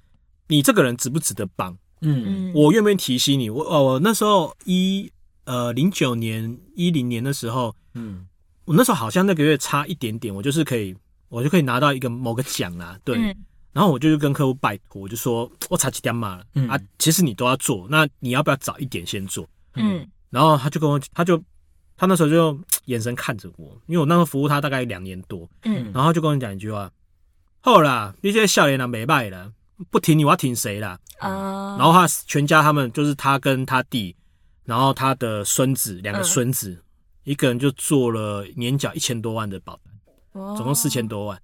[SPEAKER 3] 你这个人值不值得帮，
[SPEAKER 2] 嗯
[SPEAKER 4] 嗯，
[SPEAKER 3] 我愿不愿意提醒你？我哦，我那时候一呃零九年一零年的时候，
[SPEAKER 2] 嗯
[SPEAKER 3] 我那时候好像那个月差一点点，我就是可以，我就可以拿到一个某个奖啦、对，
[SPEAKER 4] 嗯
[SPEAKER 3] 然后我就跟客户拜托，我就说我差几点嘛了、
[SPEAKER 2] 嗯
[SPEAKER 3] 啊，其实你都要做，那你要不要早一点先做？
[SPEAKER 4] 嗯
[SPEAKER 3] 然后他就跟我，他就他那时候就眼神看着我，因为我那时候服务他大概两年多，
[SPEAKER 4] 嗯，
[SPEAKER 3] 然后他就跟我讲一句话：“后啦，你这笑脸啦，没卖了，不挺你，我要挺谁啦？”
[SPEAKER 2] 嗯
[SPEAKER 4] 啊，
[SPEAKER 3] 然后他全家他们就是他跟他弟，然后他的孙子两个
[SPEAKER 4] 嗯
[SPEAKER 3] 孙子，一个人就做了年缴一千多万的保单，
[SPEAKER 4] 哦
[SPEAKER 3] 总共四千，多万，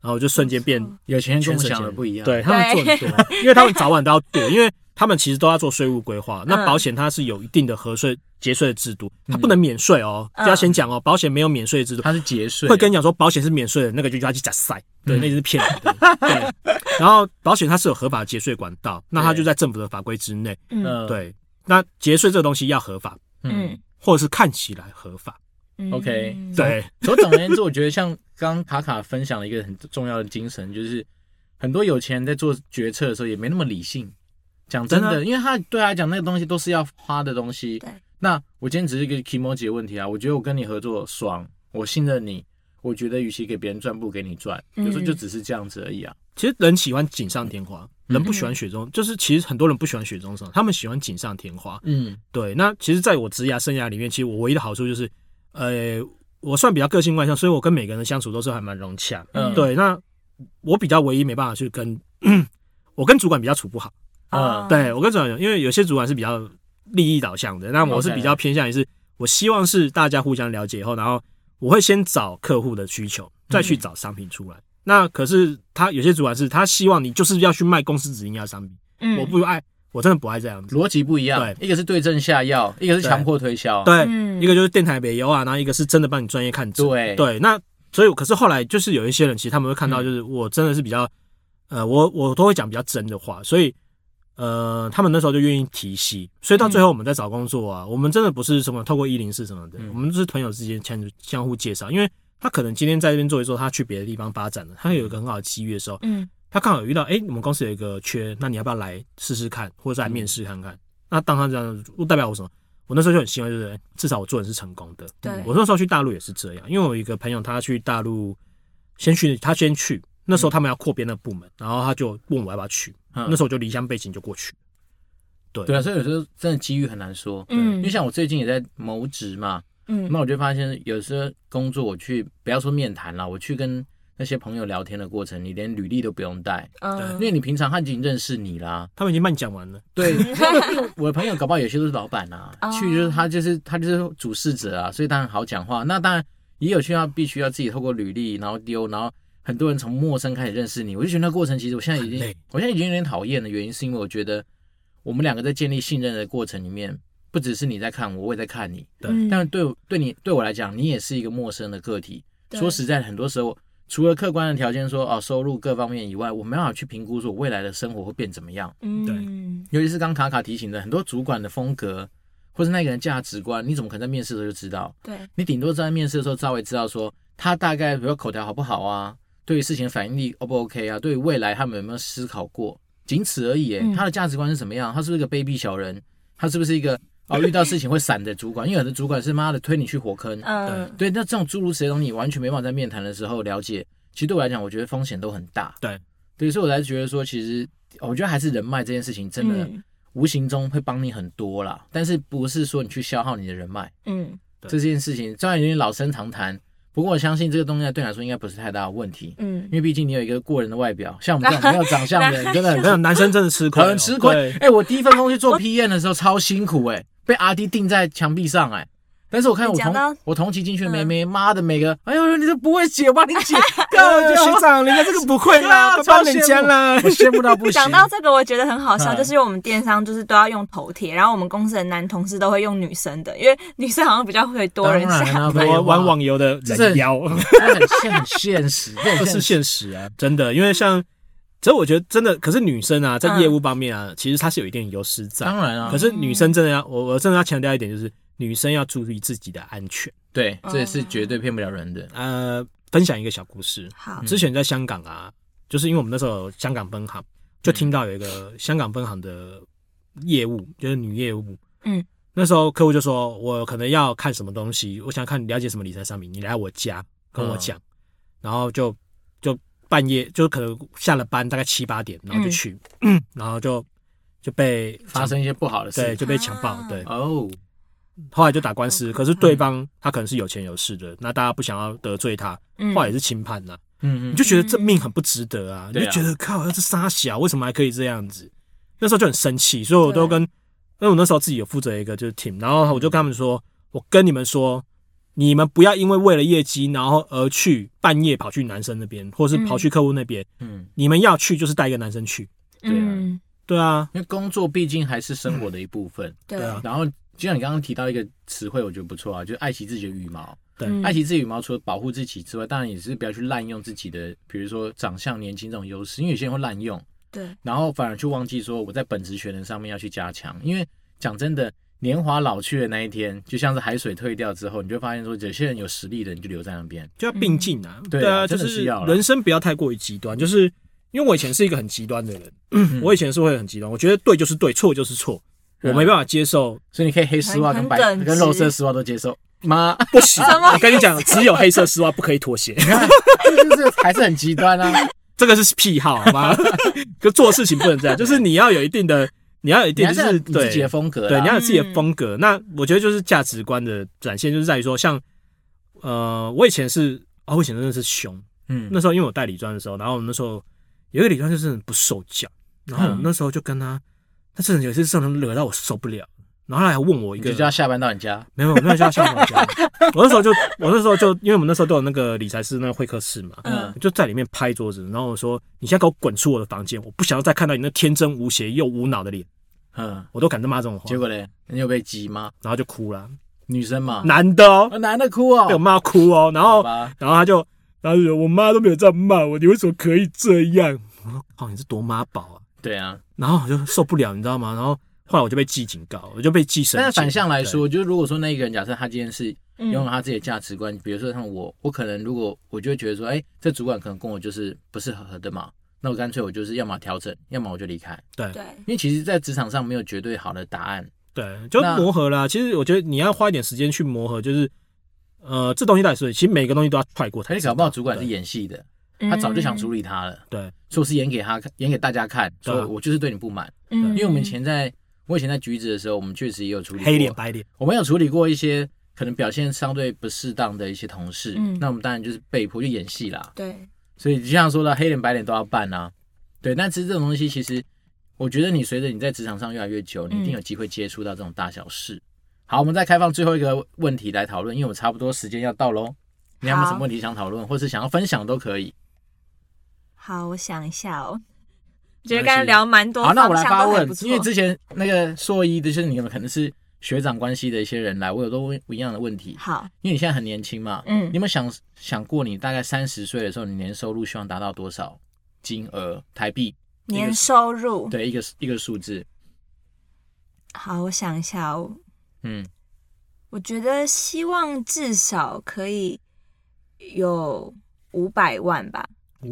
[SPEAKER 3] 然后我就瞬间变
[SPEAKER 2] 有钱人跟
[SPEAKER 3] 全
[SPEAKER 2] 我
[SPEAKER 3] 省
[SPEAKER 2] 想的
[SPEAKER 3] 前
[SPEAKER 2] 不一样。
[SPEAKER 3] 对他们做 很多，因为他们早晚都要做，因为他们其实都要做税务规划。那
[SPEAKER 4] 嗯
[SPEAKER 3] 保险它是有一定的核税节税的制度，它不能免税哦，
[SPEAKER 4] 嗯
[SPEAKER 3] 就要先讲哦，保险没有免税制度。
[SPEAKER 2] 他是节税，
[SPEAKER 3] 会跟你讲说保险是免税的，那个就叫他去假塞，对，
[SPEAKER 2] 嗯
[SPEAKER 3] 那就是骗人的。对，然后保险它是有合法的节税管道，那它就在政府的法规之内。
[SPEAKER 4] 嗯
[SPEAKER 2] 呃，
[SPEAKER 3] 对，那节税这个东西要合法，
[SPEAKER 2] 嗯，
[SPEAKER 4] 嗯
[SPEAKER 3] 或者是看起来合法。
[SPEAKER 4] 嗯
[SPEAKER 2] OK，
[SPEAKER 3] 对，
[SPEAKER 2] 所以总而言之，我觉得像刚刚卡卡分享了一个很重要的精神，就是很多有钱人在做决策的时候也没那么理性。讲真
[SPEAKER 3] 真
[SPEAKER 2] 的，
[SPEAKER 3] 的
[SPEAKER 2] 因为他对他来讲那个东西都是要花的东西
[SPEAKER 4] 对。
[SPEAKER 2] 那我今天只是一个 e m o j i 的问题啊，我觉得我跟你合作爽，我信任你，我觉得与其给别人赚，不如给你赚，有时候
[SPEAKER 4] 嗯
[SPEAKER 2] 就只是这样子而已啊。
[SPEAKER 3] 其实人喜欢锦上添花，人不喜欢
[SPEAKER 4] 嗯
[SPEAKER 3] 雪中，就是其实很多人不喜欢雪中送，他们喜欢锦上添花。
[SPEAKER 2] 嗯
[SPEAKER 3] 对，那其实在我职涯生涯里面，其实我唯一的好处就是，呃，我算比较个性外向，所以我跟每个人的相处都是还蛮融洽。
[SPEAKER 2] 嗯
[SPEAKER 3] 对，那我比较唯一没办法去跟， 我跟主管比较处不好。
[SPEAKER 2] 嗯
[SPEAKER 4] 啊，
[SPEAKER 3] 对我跟主管有，因为有些主管是比较利益导向的，那我是
[SPEAKER 2] OK
[SPEAKER 3] 比较偏向于是，我希望是大家互相了解以后，然后我会先找客户的需求，再
[SPEAKER 2] 嗯
[SPEAKER 3] 去找商品出来。那可是他有些主管是他希望你就是要去卖公司指定要的商品，
[SPEAKER 4] 嗯
[SPEAKER 3] 我不爱，我真的不爱这样子。
[SPEAKER 2] 逻辑不一样，一个是对症下药，一个是强迫推销。
[SPEAKER 3] 对，
[SPEAKER 4] 嗯
[SPEAKER 3] 一个就是电台北优啊，然后一个是真的帮你专业看诊。
[SPEAKER 2] 对嗯
[SPEAKER 3] 对，那所以可是后来就是有一些人，其实他们会看到，就是我真的是比较，呃，我我都会讲比较真的话，所以呃，他们那时候就愿意提息，所以到最后我们在找工作啊，我们真的不是什么透过一零四什么的，
[SPEAKER 2] 嗯
[SPEAKER 3] 我们就是朋友之间相相互介绍，因为他可能今天在这边做一做，他去别的地方发展了，他有一个很好的机遇的时候，
[SPEAKER 4] 嗯
[SPEAKER 3] 他刚好有遇到，哎、我们公司有一个缺，那你要不要来试试看，或者是来面试看看？那当他这样，代表我什么？我那时候就很希望，就是诶至少我做人是成功的。
[SPEAKER 4] 对
[SPEAKER 3] 我那时候去大陆也是这样，因为我有一个朋友，他去大陆，先去，他先去，那时候他们要扩编的部门，然后他就问我要不要去，
[SPEAKER 2] 嗯
[SPEAKER 3] 那时候我就离乡背景就过去。
[SPEAKER 2] 对啊，所以有时候真的机遇很难说。
[SPEAKER 4] 嗯
[SPEAKER 2] 因为像我最近也在谋职嘛，
[SPEAKER 4] 嗯
[SPEAKER 2] 那我就发现，有时候工作我去，不要说面谈啦，我去跟那些朋友聊天的过程，你连履历都不用带，
[SPEAKER 4] 嗯
[SPEAKER 2] 因为你平常他已经认识你啦。
[SPEAKER 3] 他们已经帮你讲 完了，
[SPEAKER 2] 对，因为我的朋友搞不好有些都是老板啊，
[SPEAKER 4] 哦
[SPEAKER 2] 去就是他就是他就是主事者啊，所以当然好讲话。那当然也有需要必须要自己透过履历，然后丢，然后很多人从陌生开始认识你，我就觉得那过程其实我现在已
[SPEAKER 3] 很
[SPEAKER 2] 经
[SPEAKER 3] 累
[SPEAKER 2] 我现在已经有点讨厌的原因是因为我觉得我们两个在建立信任的过程里面，不只是你在看我，我也在看你。
[SPEAKER 4] 嗯
[SPEAKER 2] 但对我对你对我来讲，你也是一个陌生的个体。
[SPEAKER 4] 对
[SPEAKER 2] 说实在，很多时候除了客观的条件说哦收入各方面以外，我没办法去评估说我未来的生活会变怎么样。
[SPEAKER 4] 嗯
[SPEAKER 2] 尤其是刚卡卡提醒的，很多主管的风格或是那个人价值观，你怎么可能在面试的时候就知道？
[SPEAKER 4] 对
[SPEAKER 2] 你顶多在面试的时候稍微知道说他大概比如说口条好不好啊，对于事情反应力 O 不 OK 啊，对于未来他们有没有思考过，仅此而已、欸。
[SPEAKER 4] 嗯
[SPEAKER 2] 他的价值观是什么样？他是不是一个卑鄙小人？他是不是一个哦遇到事情会闪的主管？因为有的主管是妈的推你去火坑，
[SPEAKER 4] 嗯
[SPEAKER 2] 对，那这种诸如此类的东西，你完全没办法在面谈的时候了解。其实对我来讲，我觉得风险都很大。
[SPEAKER 3] 对，
[SPEAKER 2] 对，所以我才觉得说，其实哦我觉得还是人脉这件事情真的
[SPEAKER 4] 嗯
[SPEAKER 2] 无形中会帮你很多啦。但是不是说你去消耗你的人脉
[SPEAKER 4] 嗯
[SPEAKER 2] 这件事情，虽然有点老生常谈，不过我相信这个东西对你来说应该不是太大的问 题，
[SPEAKER 4] 嗯
[SPEAKER 2] 因为毕竟你有一个过人的外表，像我们这种没有长相的人，真的
[SPEAKER 3] 没有
[SPEAKER 2] 很
[SPEAKER 3] 男生真的吃亏哦，
[SPEAKER 2] 很吃 亏
[SPEAKER 3] 对。
[SPEAKER 2] 哎、我第一份工去做 PM 的时候超辛苦哎、被 RD 钉在墙壁上哎、但是我看我
[SPEAKER 4] 你讲
[SPEAKER 2] 同
[SPEAKER 4] 到嗯
[SPEAKER 2] 我同期进去的妹妹，妈的每个，哎呦，你这不会写，我帮你写，干
[SPEAKER 3] 呃学长，人家这个不会
[SPEAKER 2] 对
[SPEAKER 3] 啦，
[SPEAKER 2] 啊
[SPEAKER 3] 不帮人
[SPEAKER 2] 超
[SPEAKER 3] 家
[SPEAKER 2] 羡慕
[SPEAKER 3] 啦。
[SPEAKER 2] 我羡慕到不行
[SPEAKER 4] 讲。到这个，我觉得很好笑，
[SPEAKER 2] 嗯
[SPEAKER 4] 就是我们电商就是都要用头贴，然后我们公司的男同事都会用女生的，因为女生好像比较会多人
[SPEAKER 2] 当然
[SPEAKER 4] 下。
[SPEAKER 2] 啊废话
[SPEAKER 3] 玩玩网游的人妖，
[SPEAKER 2] 这很现很现实，这
[SPEAKER 3] 这
[SPEAKER 2] 很现
[SPEAKER 3] 是
[SPEAKER 2] 实。
[SPEAKER 3] 现实啊，真的，因为像，只是我觉得真的，可是女生啊，在业务方面啊，其实她是有一定的优势在
[SPEAKER 2] 嗯当。然啊
[SPEAKER 3] 可，是女生真的要，我我真的要强调一点，就是女生要注意自己的安全。
[SPEAKER 2] 对，
[SPEAKER 4] 嗯
[SPEAKER 2] 这也是绝对骗不了人的。
[SPEAKER 3] 呃，分享一个小故事，
[SPEAKER 4] 好，
[SPEAKER 3] 之前在香港啊，就是因为我们那时候有香港分行，就听到有一个香港分行的业务，就是女业务，
[SPEAKER 4] 嗯，
[SPEAKER 3] 那时候客户就说，我可能要看什么东西，我想看了解什么理财商品，你来我家跟我讲，然后就就半夜，就可能下了班大概七八点，然后就去，然后就就被
[SPEAKER 2] 发生一些不好的
[SPEAKER 3] 对
[SPEAKER 2] 事
[SPEAKER 3] 就被强暴，
[SPEAKER 4] 啊
[SPEAKER 3] 对，
[SPEAKER 2] 哦，
[SPEAKER 3] 后来就打官司，可是对方他可能是有钱有势的，那大家不想要得罪他，
[SPEAKER 4] 嗯
[SPEAKER 3] 后来也是轻判呐、
[SPEAKER 2] 嗯
[SPEAKER 3] 你就觉得这命很不值得啊，你
[SPEAKER 2] 对啊
[SPEAKER 3] 就觉得靠，这傻小，为什么还可以这样子？那时候就很生气，所以我都跟，因
[SPEAKER 2] 啊
[SPEAKER 3] 为我那时候自己有负责一个就是 team，然后我就跟他们说，我跟你们说，你们不要因为为了业绩，然后而去半夜跑去男生那边，或是跑去客户那边，
[SPEAKER 2] 嗯，
[SPEAKER 3] 你们要去就是带一个男生去，
[SPEAKER 2] 对啊
[SPEAKER 4] 嗯，
[SPEAKER 3] 对啊，
[SPEAKER 2] 因为工作毕竟还是生活的一部分。
[SPEAKER 4] 对
[SPEAKER 3] 对啊
[SPEAKER 2] 然后就像你刚刚提到一个词汇，我觉得不错啊，就是爱惜自己的羽毛。
[SPEAKER 3] 对
[SPEAKER 4] 嗯
[SPEAKER 2] 爱惜自己羽毛，除了保护自己之外，当然也是不要去滥用自己的，比如说长相、年轻这种优势，因为有些人会滥用，
[SPEAKER 4] 对，
[SPEAKER 2] 然后反而去忘记说我在本职学能上面要去加强。因为讲真的，年华老去的那一天，就像是海水退掉之后，你就会发现说，有些人有实力的，你就留在那边。
[SPEAKER 3] 就要并进啊，
[SPEAKER 2] 对啊
[SPEAKER 3] 对啊，就
[SPEAKER 2] 真的
[SPEAKER 3] 是
[SPEAKER 2] 是要啦嗯
[SPEAKER 3] 人生不要太过于极端，就是因为我以前是一个很极端的 人，我以前是会很极端，我觉得对就是对，错就是错，我
[SPEAKER 2] 嗯
[SPEAKER 3] 没办法接受
[SPEAKER 2] 所以你可以黑丝袜
[SPEAKER 4] 很
[SPEAKER 2] 跟白
[SPEAKER 4] 很耿直
[SPEAKER 2] 跟肉色丝袜都接受吗？
[SPEAKER 3] 不行，
[SPEAKER 4] 什么
[SPEAKER 3] 我跟你讲，只有黑色丝袜不可以妥协，
[SPEAKER 2] 这就是还是很极端啊！
[SPEAKER 3] 这个是癖好，好吗？就做事情不能这样，就是你要有一定的，你要有一
[SPEAKER 2] 你
[SPEAKER 3] 定
[SPEAKER 2] 还是
[SPEAKER 3] 的就
[SPEAKER 2] 要有
[SPEAKER 3] 是
[SPEAKER 2] 你自己的
[SPEAKER 3] 对
[SPEAKER 2] 风格啦，啊
[SPEAKER 3] 对，你要有自己的风格。那我觉得就是价值观的展现，就是在于说，像呃，我以前是啊、我以前真的是凶，
[SPEAKER 2] 嗯
[SPEAKER 3] 那时候因为我带理专的时候，然后我们那时候有一个理专就是很不受教，然后我
[SPEAKER 2] 嗯
[SPEAKER 3] 那时候就跟他，他真的有一次真的惹到我受不了，然后他还问我一
[SPEAKER 2] 你
[SPEAKER 3] 个
[SPEAKER 2] 就，叫他下班到你家，
[SPEAKER 3] 没有没有叫他小管 家，我那时候就我那时候就因为我们那时候都有那个理财师那个会客室嘛，
[SPEAKER 4] 嗯
[SPEAKER 3] 就在里面拍桌子，然后我说：“你现在给我滚出我的房间！我不想要再看到你那天真无邪又无脑的脸。
[SPEAKER 2] 嗯”，
[SPEAKER 3] 我都敢他骂这种话，
[SPEAKER 2] 结果嘞，你有被激吗？
[SPEAKER 3] 然后就哭了，
[SPEAKER 2] 女生嘛，
[SPEAKER 3] 男的哦，
[SPEAKER 2] 啊男的哭哦
[SPEAKER 3] 被我，骂哭哦，然
[SPEAKER 2] 好
[SPEAKER 3] 后
[SPEAKER 2] 吧，
[SPEAKER 3] 然后他就然后就说：“我妈都没有这样骂我，你为什么可以这样？”我说：“靠，你是多妈宝啊
[SPEAKER 2] 对啊。！”
[SPEAKER 3] 然后我就受不了，你知道吗？然后后来我就被记警告，我就被记神
[SPEAKER 2] 但
[SPEAKER 3] 经。
[SPEAKER 2] 是反向来
[SPEAKER 3] 对，
[SPEAKER 2] 说，就是如果说那个人假设他今天是
[SPEAKER 4] 嗯
[SPEAKER 2] 拥有他自己的价值观，比如说像我，我可能如果我就会觉得说，哎、这主管可能跟我就是不是合的嘛，那我干脆我就是要么调整，要么我就离开，
[SPEAKER 3] 对
[SPEAKER 4] 对
[SPEAKER 2] 因为其实，在职场上没有绝对好的答案。
[SPEAKER 3] 对，就
[SPEAKER 2] 那
[SPEAKER 3] 磨合啦。其实我觉得你要花一点时间去磨合，就是呃，这东西到底是其实每个东西都要踹过才
[SPEAKER 2] 而
[SPEAKER 3] 知
[SPEAKER 2] 且
[SPEAKER 3] 道。
[SPEAKER 2] 搞不好主管是
[SPEAKER 3] 对
[SPEAKER 2] 演戏的，他早就想处理
[SPEAKER 4] 理，
[SPEAKER 2] 他了，
[SPEAKER 3] 对
[SPEAKER 2] 所以我是演给他看，演给大家看，
[SPEAKER 3] 对啊
[SPEAKER 2] 所以我就是对你不满。
[SPEAKER 4] 因
[SPEAKER 2] 因为我
[SPEAKER 4] 嗯
[SPEAKER 2] 们以前在，我以前在橘子的时候，我们确实也有处理
[SPEAKER 3] 黑脸
[SPEAKER 2] 过
[SPEAKER 3] 白脸。
[SPEAKER 2] 我们有处理过一些可能表现相对不适当的一些同事，
[SPEAKER 4] 嗯
[SPEAKER 2] 那我们当然就是被迫去演戏啦。
[SPEAKER 4] 对
[SPEAKER 2] 所以就像说的，黑脸白脸都要扮啊。对，但其实这种东西，其实我觉得你随着你在职场上越来越久，你一定有机会接触到这种大小事。好，我们再开放最后一个问题来讨论，因为我们差不多时间要到喽。你还有没有
[SPEAKER 4] 好
[SPEAKER 2] 什么问题想讨论，或是想要分享都可以。
[SPEAKER 4] 好，我想一下哦，觉
[SPEAKER 2] 没关
[SPEAKER 4] 得
[SPEAKER 2] 系
[SPEAKER 4] 刚才聊蛮多
[SPEAKER 2] 好，
[SPEAKER 4] 方
[SPEAKER 2] 那
[SPEAKER 4] 向
[SPEAKER 2] 我
[SPEAKER 4] 都
[SPEAKER 2] 来
[SPEAKER 4] 还不
[SPEAKER 2] 发
[SPEAKER 4] 错，
[SPEAKER 2] 问，因为之前那个硕一的，就是你们可能是学长关系的一些人来，我有都问一样的问题。
[SPEAKER 4] 好，
[SPEAKER 2] 因为你现在很年轻嘛，
[SPEAKER 4] 嗯
[SPEAKER 2] 你有没有想想过，你大概三十岁的时候，你年收入希望达到多少金额台币？一个
[SPEAKER 4] 年收入，
[SPEAKER 2] 对，一个一个数字，
[SPEAKER 4] 好，我想一下哦，
[SPEAKER 2] 嗯，
[SPEAKER 4] 我觉得希望至少可以有五百万吧。
[SPEAKER 2] 哦，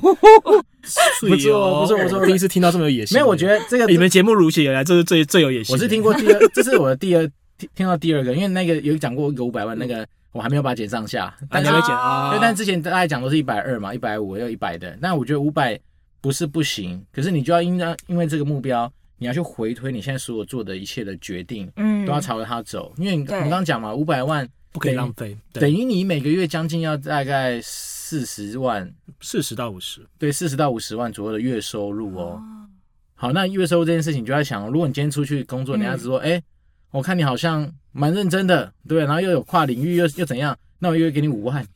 [SPEAKER 3] 不
[SPEAKER 2] 不错不错
[SPEAKER 3] 第一次听到这么有野心。
[SPEAKER 2] 哦没有，我觉得这个
[SPEAKER 3] 嗯你们节目如此以来，这是最最有野心。
[SPEAKER 2] 我是听，过第二，这是我的第二听听到第二个，因为那个有讲过有五百万，那个我还没有把它减上下，
[SPEAKER 3] 啊，
[SPEAKER 2] 但
[SPEAKER 3] 你
[SPEAKER 2] 是
[SPEAKER 3] 还没剪
[SPEAKER 4] 啊
[SPEAKER 3] 啊
[SPEAKER 2] 对，？但之前大家讲都是一百二嘛，一百五要一百的，那我觉得五百不是不行，可是你就要因为因为这个目标，你要去回推你现在所有做的一切的决定，
[SPEAKER 4] 嗯，
[SPEAKER 2] 都要朝着它走，因为你我
[SPEAKER 4] 对
[SPEAKER 2] 们刚刚讲嘛，五百万
[SPEAKER 3] 不可以浪费，
[SPEAKER 2] 等
[SPEAKER 3] 对，
[SPEAKER 2] 于你每个月将近要大概四十万，
[SPEAKER 3] 四十到五十，
[SPEAKER 2] 对，四十到五十万左右的月收入哦。
[SPEAKER 4] 哦
[SPEAKER 2] 好，那月收入这件事情，你就要想哦，如果你今天出去工作，
[SPEAKER 4] 嗯
[SPEAKER 2] 人家只说，哎、我看你好像蛮认真的，对，然后又有跨领域，又又怎样，那我又给你五万，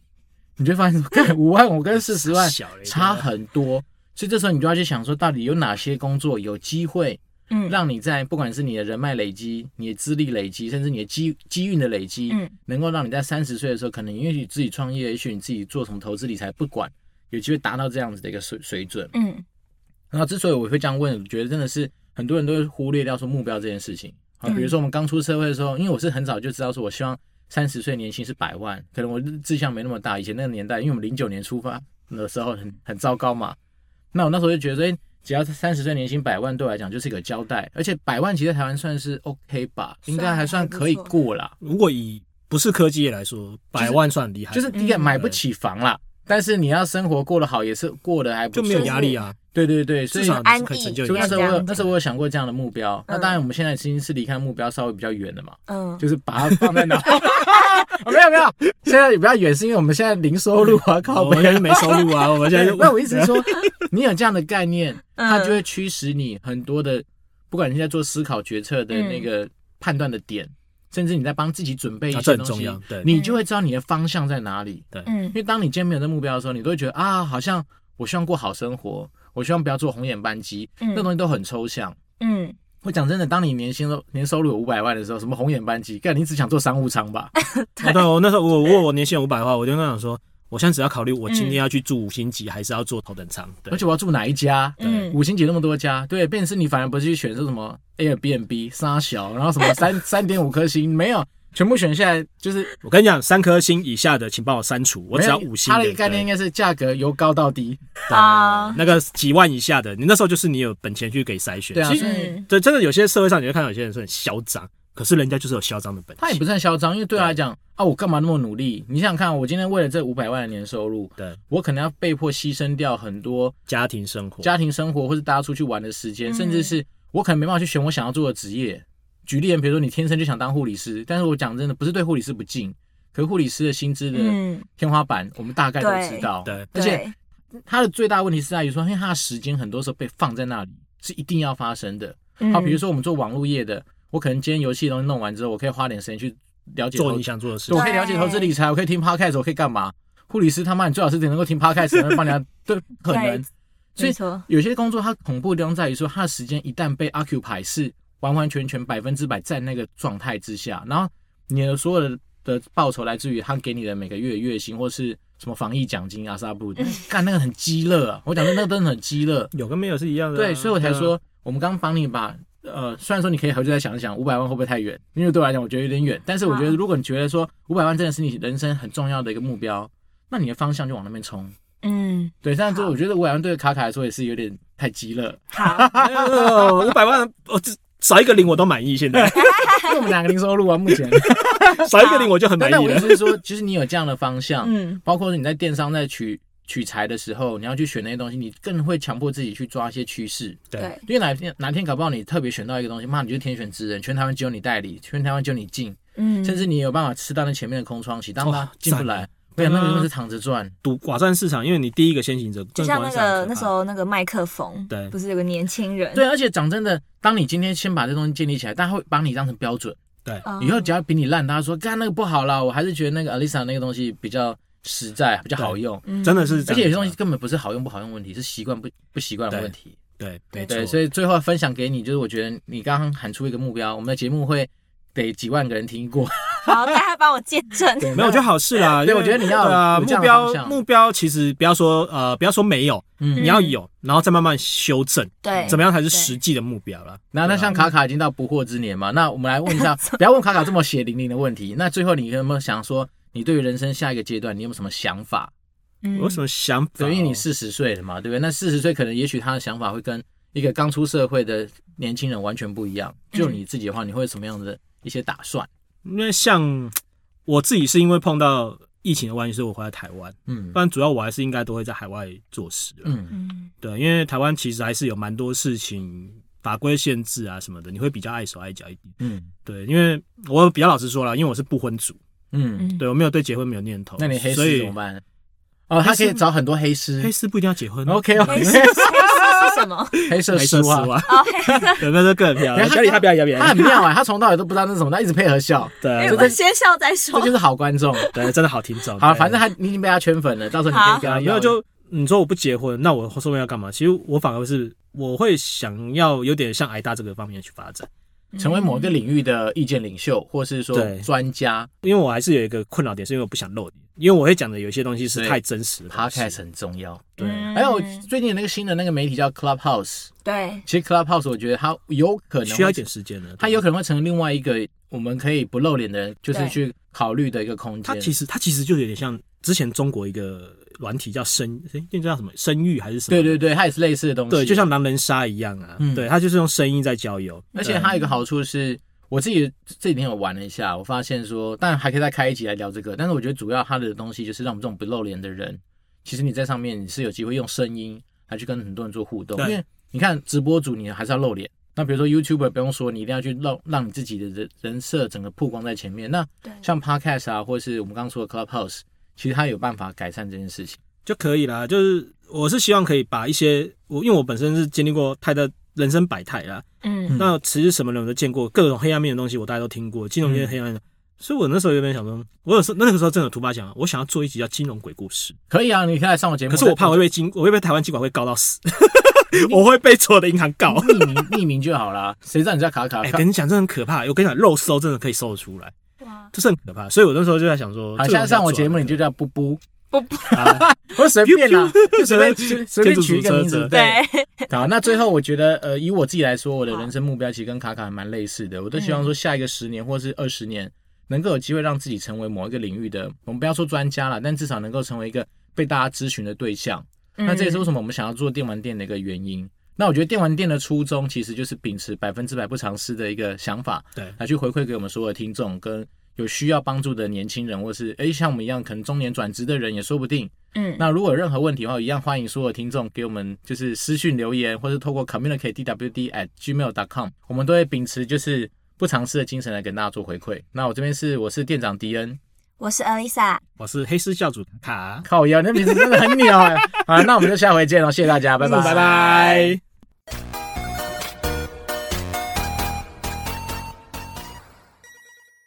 [SPEAKER 2] 你就会发现，干五万我跟四十万
[SPEAKER 3] 小了一点
[SPEAKER 2] 差很多，所以这时候你就要去想说，到底有哪些工作有机会
[SPEAKER 4] 嗯，
[SPEAKER 2] 让你在不管是你的人脉累积、你的资历累积，甚至你的机机运的累积，
[SPEAKER 4] 嗯
[SPEAKER 2] 能够让你在三十岁的时候，可能也许你自己创业，也许你自己做什么投资理财，不管有机会达到这样子的一个水水准。
[SPEAKER 4] 嗯，
[SPEAKER 2] 那之所以我会这样问，我觉得真的是很多人都会忽略掉说目标这件事情啊。
[SPEAKER 4] 嗯
[SPEAKER 2] 比如说我们刚出社会的时候，因为我是很早就知道说我希望三十岁年薪是百万，可能我志向没那么大。以前那个年代，因为我们零九年出发的时候很很糟糕嘛，那我那时候就觉得，哎、只要三十岁年薪百万，对我来讲就是一个交代。而且百万其实在台湾算是 OK 吧，应该还算可以过啦。
[SPEAKER 3] 如果以不是科技业来说，百万算很厉害，
[SPEAKER 2] 就是第一个
[SPEAKER 4] 嗯
[SPEAKER 2] 买不起房啦，但是你要生活过得好，也是过得还不
[SPEAKER 3] 就
[SPEAKER 2] 错，
[SPEAKER 3] 没有压力啊，
[SPEAKER 2] 对对对，所
[SPEAKER 3] 至
[SPEAKER 2] 以
[SPEAKER 3] 少你是可以成就
[SPEAKER 2] 所以
[SPEAKER 3] 一
[SPEAKER 2] 那时
[SPEAKER 3] 下。
[SPEAKER 2] 候我
[SPEAKER 4] 这
[SPEAKER 2] 有
[SPEAKER 4] 样
[SPEAKER 2] 那时候我有想过这样的目标。那
[SPEAKER 4] 嗯
[SPEAKER 2] 当然，我们现在已经是离开目标稍微比较远了 嘛，
[SPEAKER 4] 嗯，
[SPEAKER 2] 就是把 它放在脑。没有没有，现在比较远是因为我们现在零收入啊，靠
[SPEAKER 3] 嗯我们
[SPEAKER 2] 背
[SPEAKER 3] 现在没收入啊，我们现在
[SPEAKER 2] 对那我一直 说，你有这样的概念，
[SPEAKER 4] 嗯
[SPEAKER 2] 它就会驱使你很多的，不管你在做思考决策的
[SPEAKER 4] 嗯
[SPEAKER 2] 那个判断的点，甚至你在帮自己准备一
[SPEAKER 3] 啊
[SPEAKER 2] 些
[SPEAKER 3] 这很
[SPEAKER 2] 东
[SPEAKER 3] 重
[SPEAKER 2] 西
[SPEAKER 3] 要，对
[SPEAKER 2] 你就会知道你的方向在哪里。
[SPEAKER 4] 嗯
[SPEAKER 2] 因为当你今天没有这目标的时候，你都会觉得啊，好像我希望过好生活，我希望不要做红眼班机，
[SPEAKER 4] 嗯
[SPEAKER 2] 那东西都很抽象。
[SPEAKER 4] 嗯，
[SPEAKER 2] 我讲真的，当你年薪都年收入有五百万的时候，什么红眼班机，干你只想做商务舱吧？
[SPEAKER 3] 啊对，我那时候我如果我年薪五百的话，我就那想说，我现在只要考虑我今天要去住五星级，还是要坐头等舱。对
[SPEAKER 2] 嗯而，且我要住哪一家？
[SPEAKER 4] 嗯
[SPEAKER 2] 五星级那么多家，对，变成是你反而不是去选说什么 Airbnb 沙小，然后什么三 三点五颗星，没有，全部选下来就是
[SPEAKER 3] 我跟你讲，三颗星以下的请帮我删除，我只要
[SPEAKER 2] 没有
[SPEAKER 3] 五星
[SPEAKER 2] 它
[SPEAKER 3] 的。
[SPEAKER 2] 的概念应该是价格由高到低，
[SPEAKER 3] 对
[SPEAKER 4] 啊
[SPEAKER 3] 那个几万以下的，你那时候就是你有本钱去给筛选。
[SPEAKER 2] 对啊
[SPEAKER 3] 其实
[SPEAKER 2] 所以
[SPEAKER 4] 嗯
[SPEAKER 3] 对，真的有些社会上你会看到有些人是很嚣张，可是人家就是有嚣张的本
[SPEAKER 2] 它也
[SPEAKER 3] 钱
[SPEAKER 2] 不。算嚣张，因为对他来讲啊，我干嘛那么努力？你想想看，我今天为了这五百万的年收入，
[SPEAKER 3] 对，
[SPEAKER 2] 我可能要被迫牺牲掉很多
[SPEAKER 3] 家庭生活，
[SPEAKER 2] 家庭生活，或是大家出去玩的时间，
[SPEAKER 4] 嗯
[SPEAKER 2] 甚至是我可能没办法去选我想要做的职业。举例，比如说你天生就想当护理师，但是我讲真的，不是对护理师不敬，可是护理师的薪资的
[SPEAKER 4] 嗯，
[SPEAKER 2] 天花板，我们大概都知道。
[SPEAKER 3] 对
[SPEAKER 2] 而且
[SPEAKER 4] 对，
[SPEAKER 2] 它的最大问题是在于说，因为它的时间很多时候被放在那里，是一定要发生的。
[SPEAKER 4] 嗯
[SPEAKER 2] 好，比如说我们做网络业的，我可能今天游戏的东西弄完之后，我可以花点时间去了解
[SPEAKER 3] 做
[SPEAKER 2] 投
[SPEAKER 3] 你，想做的事
[SPEAKER 2] 对，我
[SPEAKER 3] 情。
[SPEAKER 2] 可以了解投资理财，我可以听 podcast，我可以干嘛？护理师他妈，你最好是能够听 podcast，能够帮人家对，可能
[SPEAKER 4] 对。
[SPEAKER 2] 所以
[SPEAKER 4] 没错
[SPEAKER 2] 有些工作它恐怖的地方在于说，它的时间一旦被 occupy 是完完全全百分之百在那个状态之下，然后你的所有的的报酬来自于他给你的每个月的月薪或是什么防疫奖金啊、啥布，干那个很鸡肋啊！我讲的那个真的很鸡肋。
[SPEAKER 3] 有跟没有是一样的啊。
[SPEAKER 2] 对，所以我才
[SPEAKER 3] 啊
[SPEAKER 2] 说，我们刚刚帮你把呃，虽然说你可以回去再想一想，五百万会不会太远？因为对我来讲，我觉得有点远。但是我觉得，
[SPEAKER 4] 好
[SPEAKER 2] 如果你觉得说五百万真的是你人生很重要的一个目标，那你的方向就往那边冲。
[SPEAKER 4] 嗯，
[SPEAKER 2] 对，但是
[SPEAKER 4] 好
[SPEAKER 2] 我觉得五百万对卡卡来说也是有点太鸡肋，
[SPEAKER 4] 好，
[SPEAKER 3] 啊五百万，我只少一个零我都满 意。现在
[SPEAKER 2] 因为我们两个零收入啊，目前。
[SPEAKER 3] 少一个零我就很满
[SPEAKER 2] 但但
[SPEAKER 3] 意
[SPEAKER 2] 我意
[SPEAKER 3] 了。
[SPEAKER 2] 思是说，其实你有这样的方向，
[SPEAKER 4] 嗯
[SPEAKER 2] 包括你在电商在取取材的时候，你要去选那些东西，你更会强迫自己去抓一些趋势。
[SPEAKER 4] 对，
[SPEAKER 2] 因为哪天哪天搞不好你特别选到一个东西，妈你就是天选之人，全台湾只有你代理，全台湾只有你进，
[SPEAKER 4] 嗯，
[SPEAKER 2] 甚至你有办法吃到那前面的空窗期，当他
[SPEAKER 3] 哇
[SPEAKER 2] 进不
[SPEAKER 3] 赞
[SPEAKER 2] 来
[SPEAKER 3] 啊，
[SPEAKER 2] 我想那个
[SPEAKER 3] 对啊
[SPEAKER 2] 就是躺着赚。
[SPEAKER 3] 赌寡占市场，因为你第一个先行者，
[SPEAKER 4] 就像那个那时
[SPEAKER 3] 候
[SPEAKER 4] 候那个麦克风，
[SPEAKER 3] 对
[SPEAKER 4] 不是有个年轻人，
[SPEAKER 2] 对，而且讲真的，当你今天先把这东西建立起来，他会把你当成标准，
[SPEAKER 3] 对，
[SPEAKER 4] 哦，
[SPEAKER 2] 啊以后只要比你烂，他说干那个不好啦，我还是觉得那个 Alisa 那个东西比较实在，比较好
[SPEAKER 3] 对
[SPEAKER 2] 用。
[SPEAKER 4] 嗯
[SPEAKER 3] 真的是这
[SPEAKER 2] 而且
[SPEAKER 3] 样子啊，
[SPEAKER 2] 有些东西根本不是好用不好用的问题，是习惯不不习惯的
[SPEAKER 3] 对
[SPEAKER 2] 问题。
[SPEAKER 3] 对
[SPEAKER 4] 对
[SPEAKER 3] 没
[SPEAKER 2] 对，
[SPEAKER 3] 错，
[SPEAKER 2] 所以最后分享给你，就是我觉得你刚刚喊出一个目标，我们的节目会得几万个人听过。
[SPEAKER 4] 嗯好，大家帮我见证，
[SPEAKER 3] 没有我觉得好事啦。
[SPEAKER 2] 对
[SPEAKER 3] 因为
[SPEAKER 2] 我觉得你要
[SPEAKER 3] 对啊，
[SPEAKER 2] 有这
[SPEAKER 3] 目
[SPEAKER 2] 样的方
[SPEAKER 3] 标
[SPEAKER 2] 向
[SPEAKER 3] 目标其实不要说呃不要说没有，
[SPEAKER 2] 嗯
[SPEAKER 3] 你要有，然后再慢慢修正，
[SPEAKER 4] 对，
[SPEAKER 3] 怎么样
[SPEAKER 4] 样？
[SPEAKER 3] 才是实际的目标啦。
[SPEAKER 2] 那那像卡卡已经到不惑之年嘛，那我们来问一下，不要问卡卡这么血淋淋的问题。那最后你有没有想说，你对于人生下一个阶段，你有没有什么想法？
[SPEAKER 4] 嗯
[SPEAKER 3] 我有什么想法哦？
[SPEAKER 2] 对，因为你四十岁了嘛，对不对？那四十岁可能也许他的想法会跟一个刚出社会的年轻人完全不一样。就你自己的话，你会有什么样的一些打算？
[SPEAKER 3] 因为像我自己是因为碰到疫情的关系，所以我回来台湾，
[SPEAKER 2] 嗯
[SPEAKER 3] 不然主要我还是应该都会在海外做事啦。
[SPEAKER 2] 嗯
[SPEAKER 4] 嗯
[SPEAKER 3] 对，因为台湾其实还是有蛮多事情法规限制啊什么的，你会比较碍手碍脚一点。
[SPEAKER 2] 嗯
[SPEAKER 3] 对，因为我比较老实说了，因为我是不婚族，
[SPEAKER 2] 嗯，
[SPEAKER 4] 嗯，
[SPEAKER 3] 对我没有对结婚没有念头。
[SPEAKER 2] 那你黑
[SPEAKER 3] 所
[SPEAKER 2] 丝
[SPEAKER 3] 以
[SPEAKER 2] 怎么办？哦，他可以找很多黑丝，
[SPEAKER 3] 黑丝不一定要结婚啊
[SPEAKER 2] OK
[SPEAKER 4] 黑
[SPEAKER 2] OK，
[SPEAKER 4] 色是哎什么？
[SPEAKER 2] 哦 黑色
[SPEAKER 3] 黑色
[SPEAKER 2] 丝
[SPEAKER 3] 丝
[SPEAKER 2] 袜。
[SPEAKER 3] 袜，
[SPEAKER 4] 哦，黑色，
[SPEAKER 3] 对，那是更漂亮。家里他表演，家里
[SPEAKER 2] 他很妙哎、他从头到尾都不知道那是什么，他一直配合笑，
[SPEAKER 3] 对
[SPEAKER 4] 哎
[SPEAKER 3] 啊
[SPEAKER 4] 我先笑再说
[SPEAKER 2] 这。就是好观众。
[SPEAKER 3] 对，真的好听 众。
[SPEAKER 2] 好，
[SPEAKER 3] 对
[SPEAKER 2] 反正他你已经被他圈粉了，到时候你可以跟
[SPEAKER 3] 对啊
[SPEAKER 2] 他
[SPEAKER 3] 没有
[SPEAKER 2] 要。
[SPEAKER 3] 就你说我不结婚，那我后面要干嘛？其实我反而是我会想要有点像挨大这个方面去发展，
[SPEAKER 2] 成为某一个领域的意见领袖，或是说
[SPEAKER 3] 对
[SPEAKER 2] 专家。
[SPEAKER 3] 因为我还是有一个困扰点，是因为我不想露脸，因为我会讲的有些东西是
[SPEAKER 2] 对
[SPEAKER 3] 太真实的东西。
[SPEAKER 2] Podcast 很重要。
[SPEAKER 3] 对
[SPEAKER 4] 嗯
[SPEAKER 2] 还有最近有那个新的那个媒体叫 Clubhouse，
[SPEAKER 4] 对，
[SPEAKER 2] 其实 Clubhouse 我觉得它有可能会
[SPEAKER 3] 需要一点，时间的。
[SPEAKER 2] 它有可能会成为另外一个我们可以不露脸的人，就是
[SPEAKER 4] 对
[SPEAKER 2] 去考虑的一个空
[SPEAKER 3] 它
[SPEAKER 2] 间。
[SPEAKER 3] 其实它其实就有点像之前中国一个软体叫生，诶那叫什么生育还是什么？
[SPEAKER 2] 对对对，它也是类似的东西。
[SPEAKER 3] 对，就像狼人杀一样啊。
[SPEAKER 2] 嗯
[SPEAKER 3] 对，它就是用声音在交友。
[SPEAKER 2] 而且它有一个好处是，我自己这几天有玩了一下，我发现说，但还可以再开一集来聊这个。但是我觉得主要它的东西就是让我们这种不露脸的人，其实你在上面你是有机会用声音来去跟很多人做互动，因
[SPEAKER 3] 对
[SPEAKER 2] 为你看直播主你还是要露脸。那比如说 YouTuber 不用说，你一定要去让让你自己的人人设整个曝光在前面。那
[SPEAKER 4] 对
[SPEAKER 2] 像 Podcast 啊，或是我们刚刚说的 Clubhouse，其实它有办法改善这件事情。
[SPEAKER 3] 就可以啦。就是我是希望可以把一些我，因为我本身是经历过太多人生百态啦，
[SPEAKER 4] 嗯
[SPEAKER 3] 那其实什么人我都见过，各种黑暗面的东西我大家都听过，金融
[SPEAKER 2] 嗯
[SPEAKER 3] 界的黑暗面。所以我那时候有点想说，我有时候那个时候真的有突发想法，我想要做一集叫《金融鬼故事》，
[SPEAKER 2] 可以啊，你可以来上我节目。
[SPEAKER 3] 可是我怕我会被金，我会被台湾金管会告到死， 我会被所有的银行告。
[SPEAKER 2] 匿名匿名就好啦，谁知道你在卡卡？
[SPEAKER 3] 哎、
[SPEAKER 2] 卡
[SPEAKER 3] 跟你讲，真的很可怕。我跟你讲，肉搜真的可以搜得出来，
[SPEAKER 4] 哇，
[SPEAKER 3] 这是很可怕。所以我那时候就在想说，
[SPEAKER 2] 好，
[SPEAKER 3] 这个
[SPEAKER 2] 现在上我
[SPEAKER 3] 要做
[SPEAKER 2] 节目
[SPEAKER 3] 啊
[SPEAKER 2] 你就叫布布，
[SPEAKER 4] 不不，
[SPEAKER 2] 我随便啦，就随便随随便取一个名字。
[SPEAKER 3] 建筑组车
[SPEAKER 2] 对，
[SPEAKER 4] 对，
[SPEAKER 2] 好，那最后我觉得，呃，以我自己来说，我的
[SPEAKER 4] 好嗯
[SPEAKER 2] 人生目标其实跟卡卡还蛮类似的。我都希望说，下一个十年或是二十年，能够有机会让自己成为某一个领域的，我们不要说专家了，但至少能够成为一个被大家咨询的对象。那
[SPEAKER 4] 嗯
[SPEAKER 2] 这也是为什么我们想要做电玩店的一个原因。那我觉得电玩店的初衷其实就是秉持百分之百不藏私的一个想法，
[SPEAKER 3] 对
[SPEAKER 2] 来去回馈给我们所有的听众跟有需要帮助的年轻人，或是诶像我们一样可能中年转职的人也说不定。
[SPEAKER 4] 嗯，
[SPEAKER 2] 那如果有任何问题的话，一样欢迎所有听众给我们就是私讯留言，或是透过 communicate dwd at gmail dot com，我们都会秉持就是不尝试的精神来跟大家做回馈。那我这边是我是店长迪恩，
[SPEAKER 4] 我是 Elisa，
[SPEAKER 3] 我是黑丝教主卡卡，
[SPEAKER 2] 啊哦靠腰，那名字真的很鸟哎、好，那我们就下回见喽，谢谢大家，拜拜，
[SPEAKER 3] 嗯拜拜。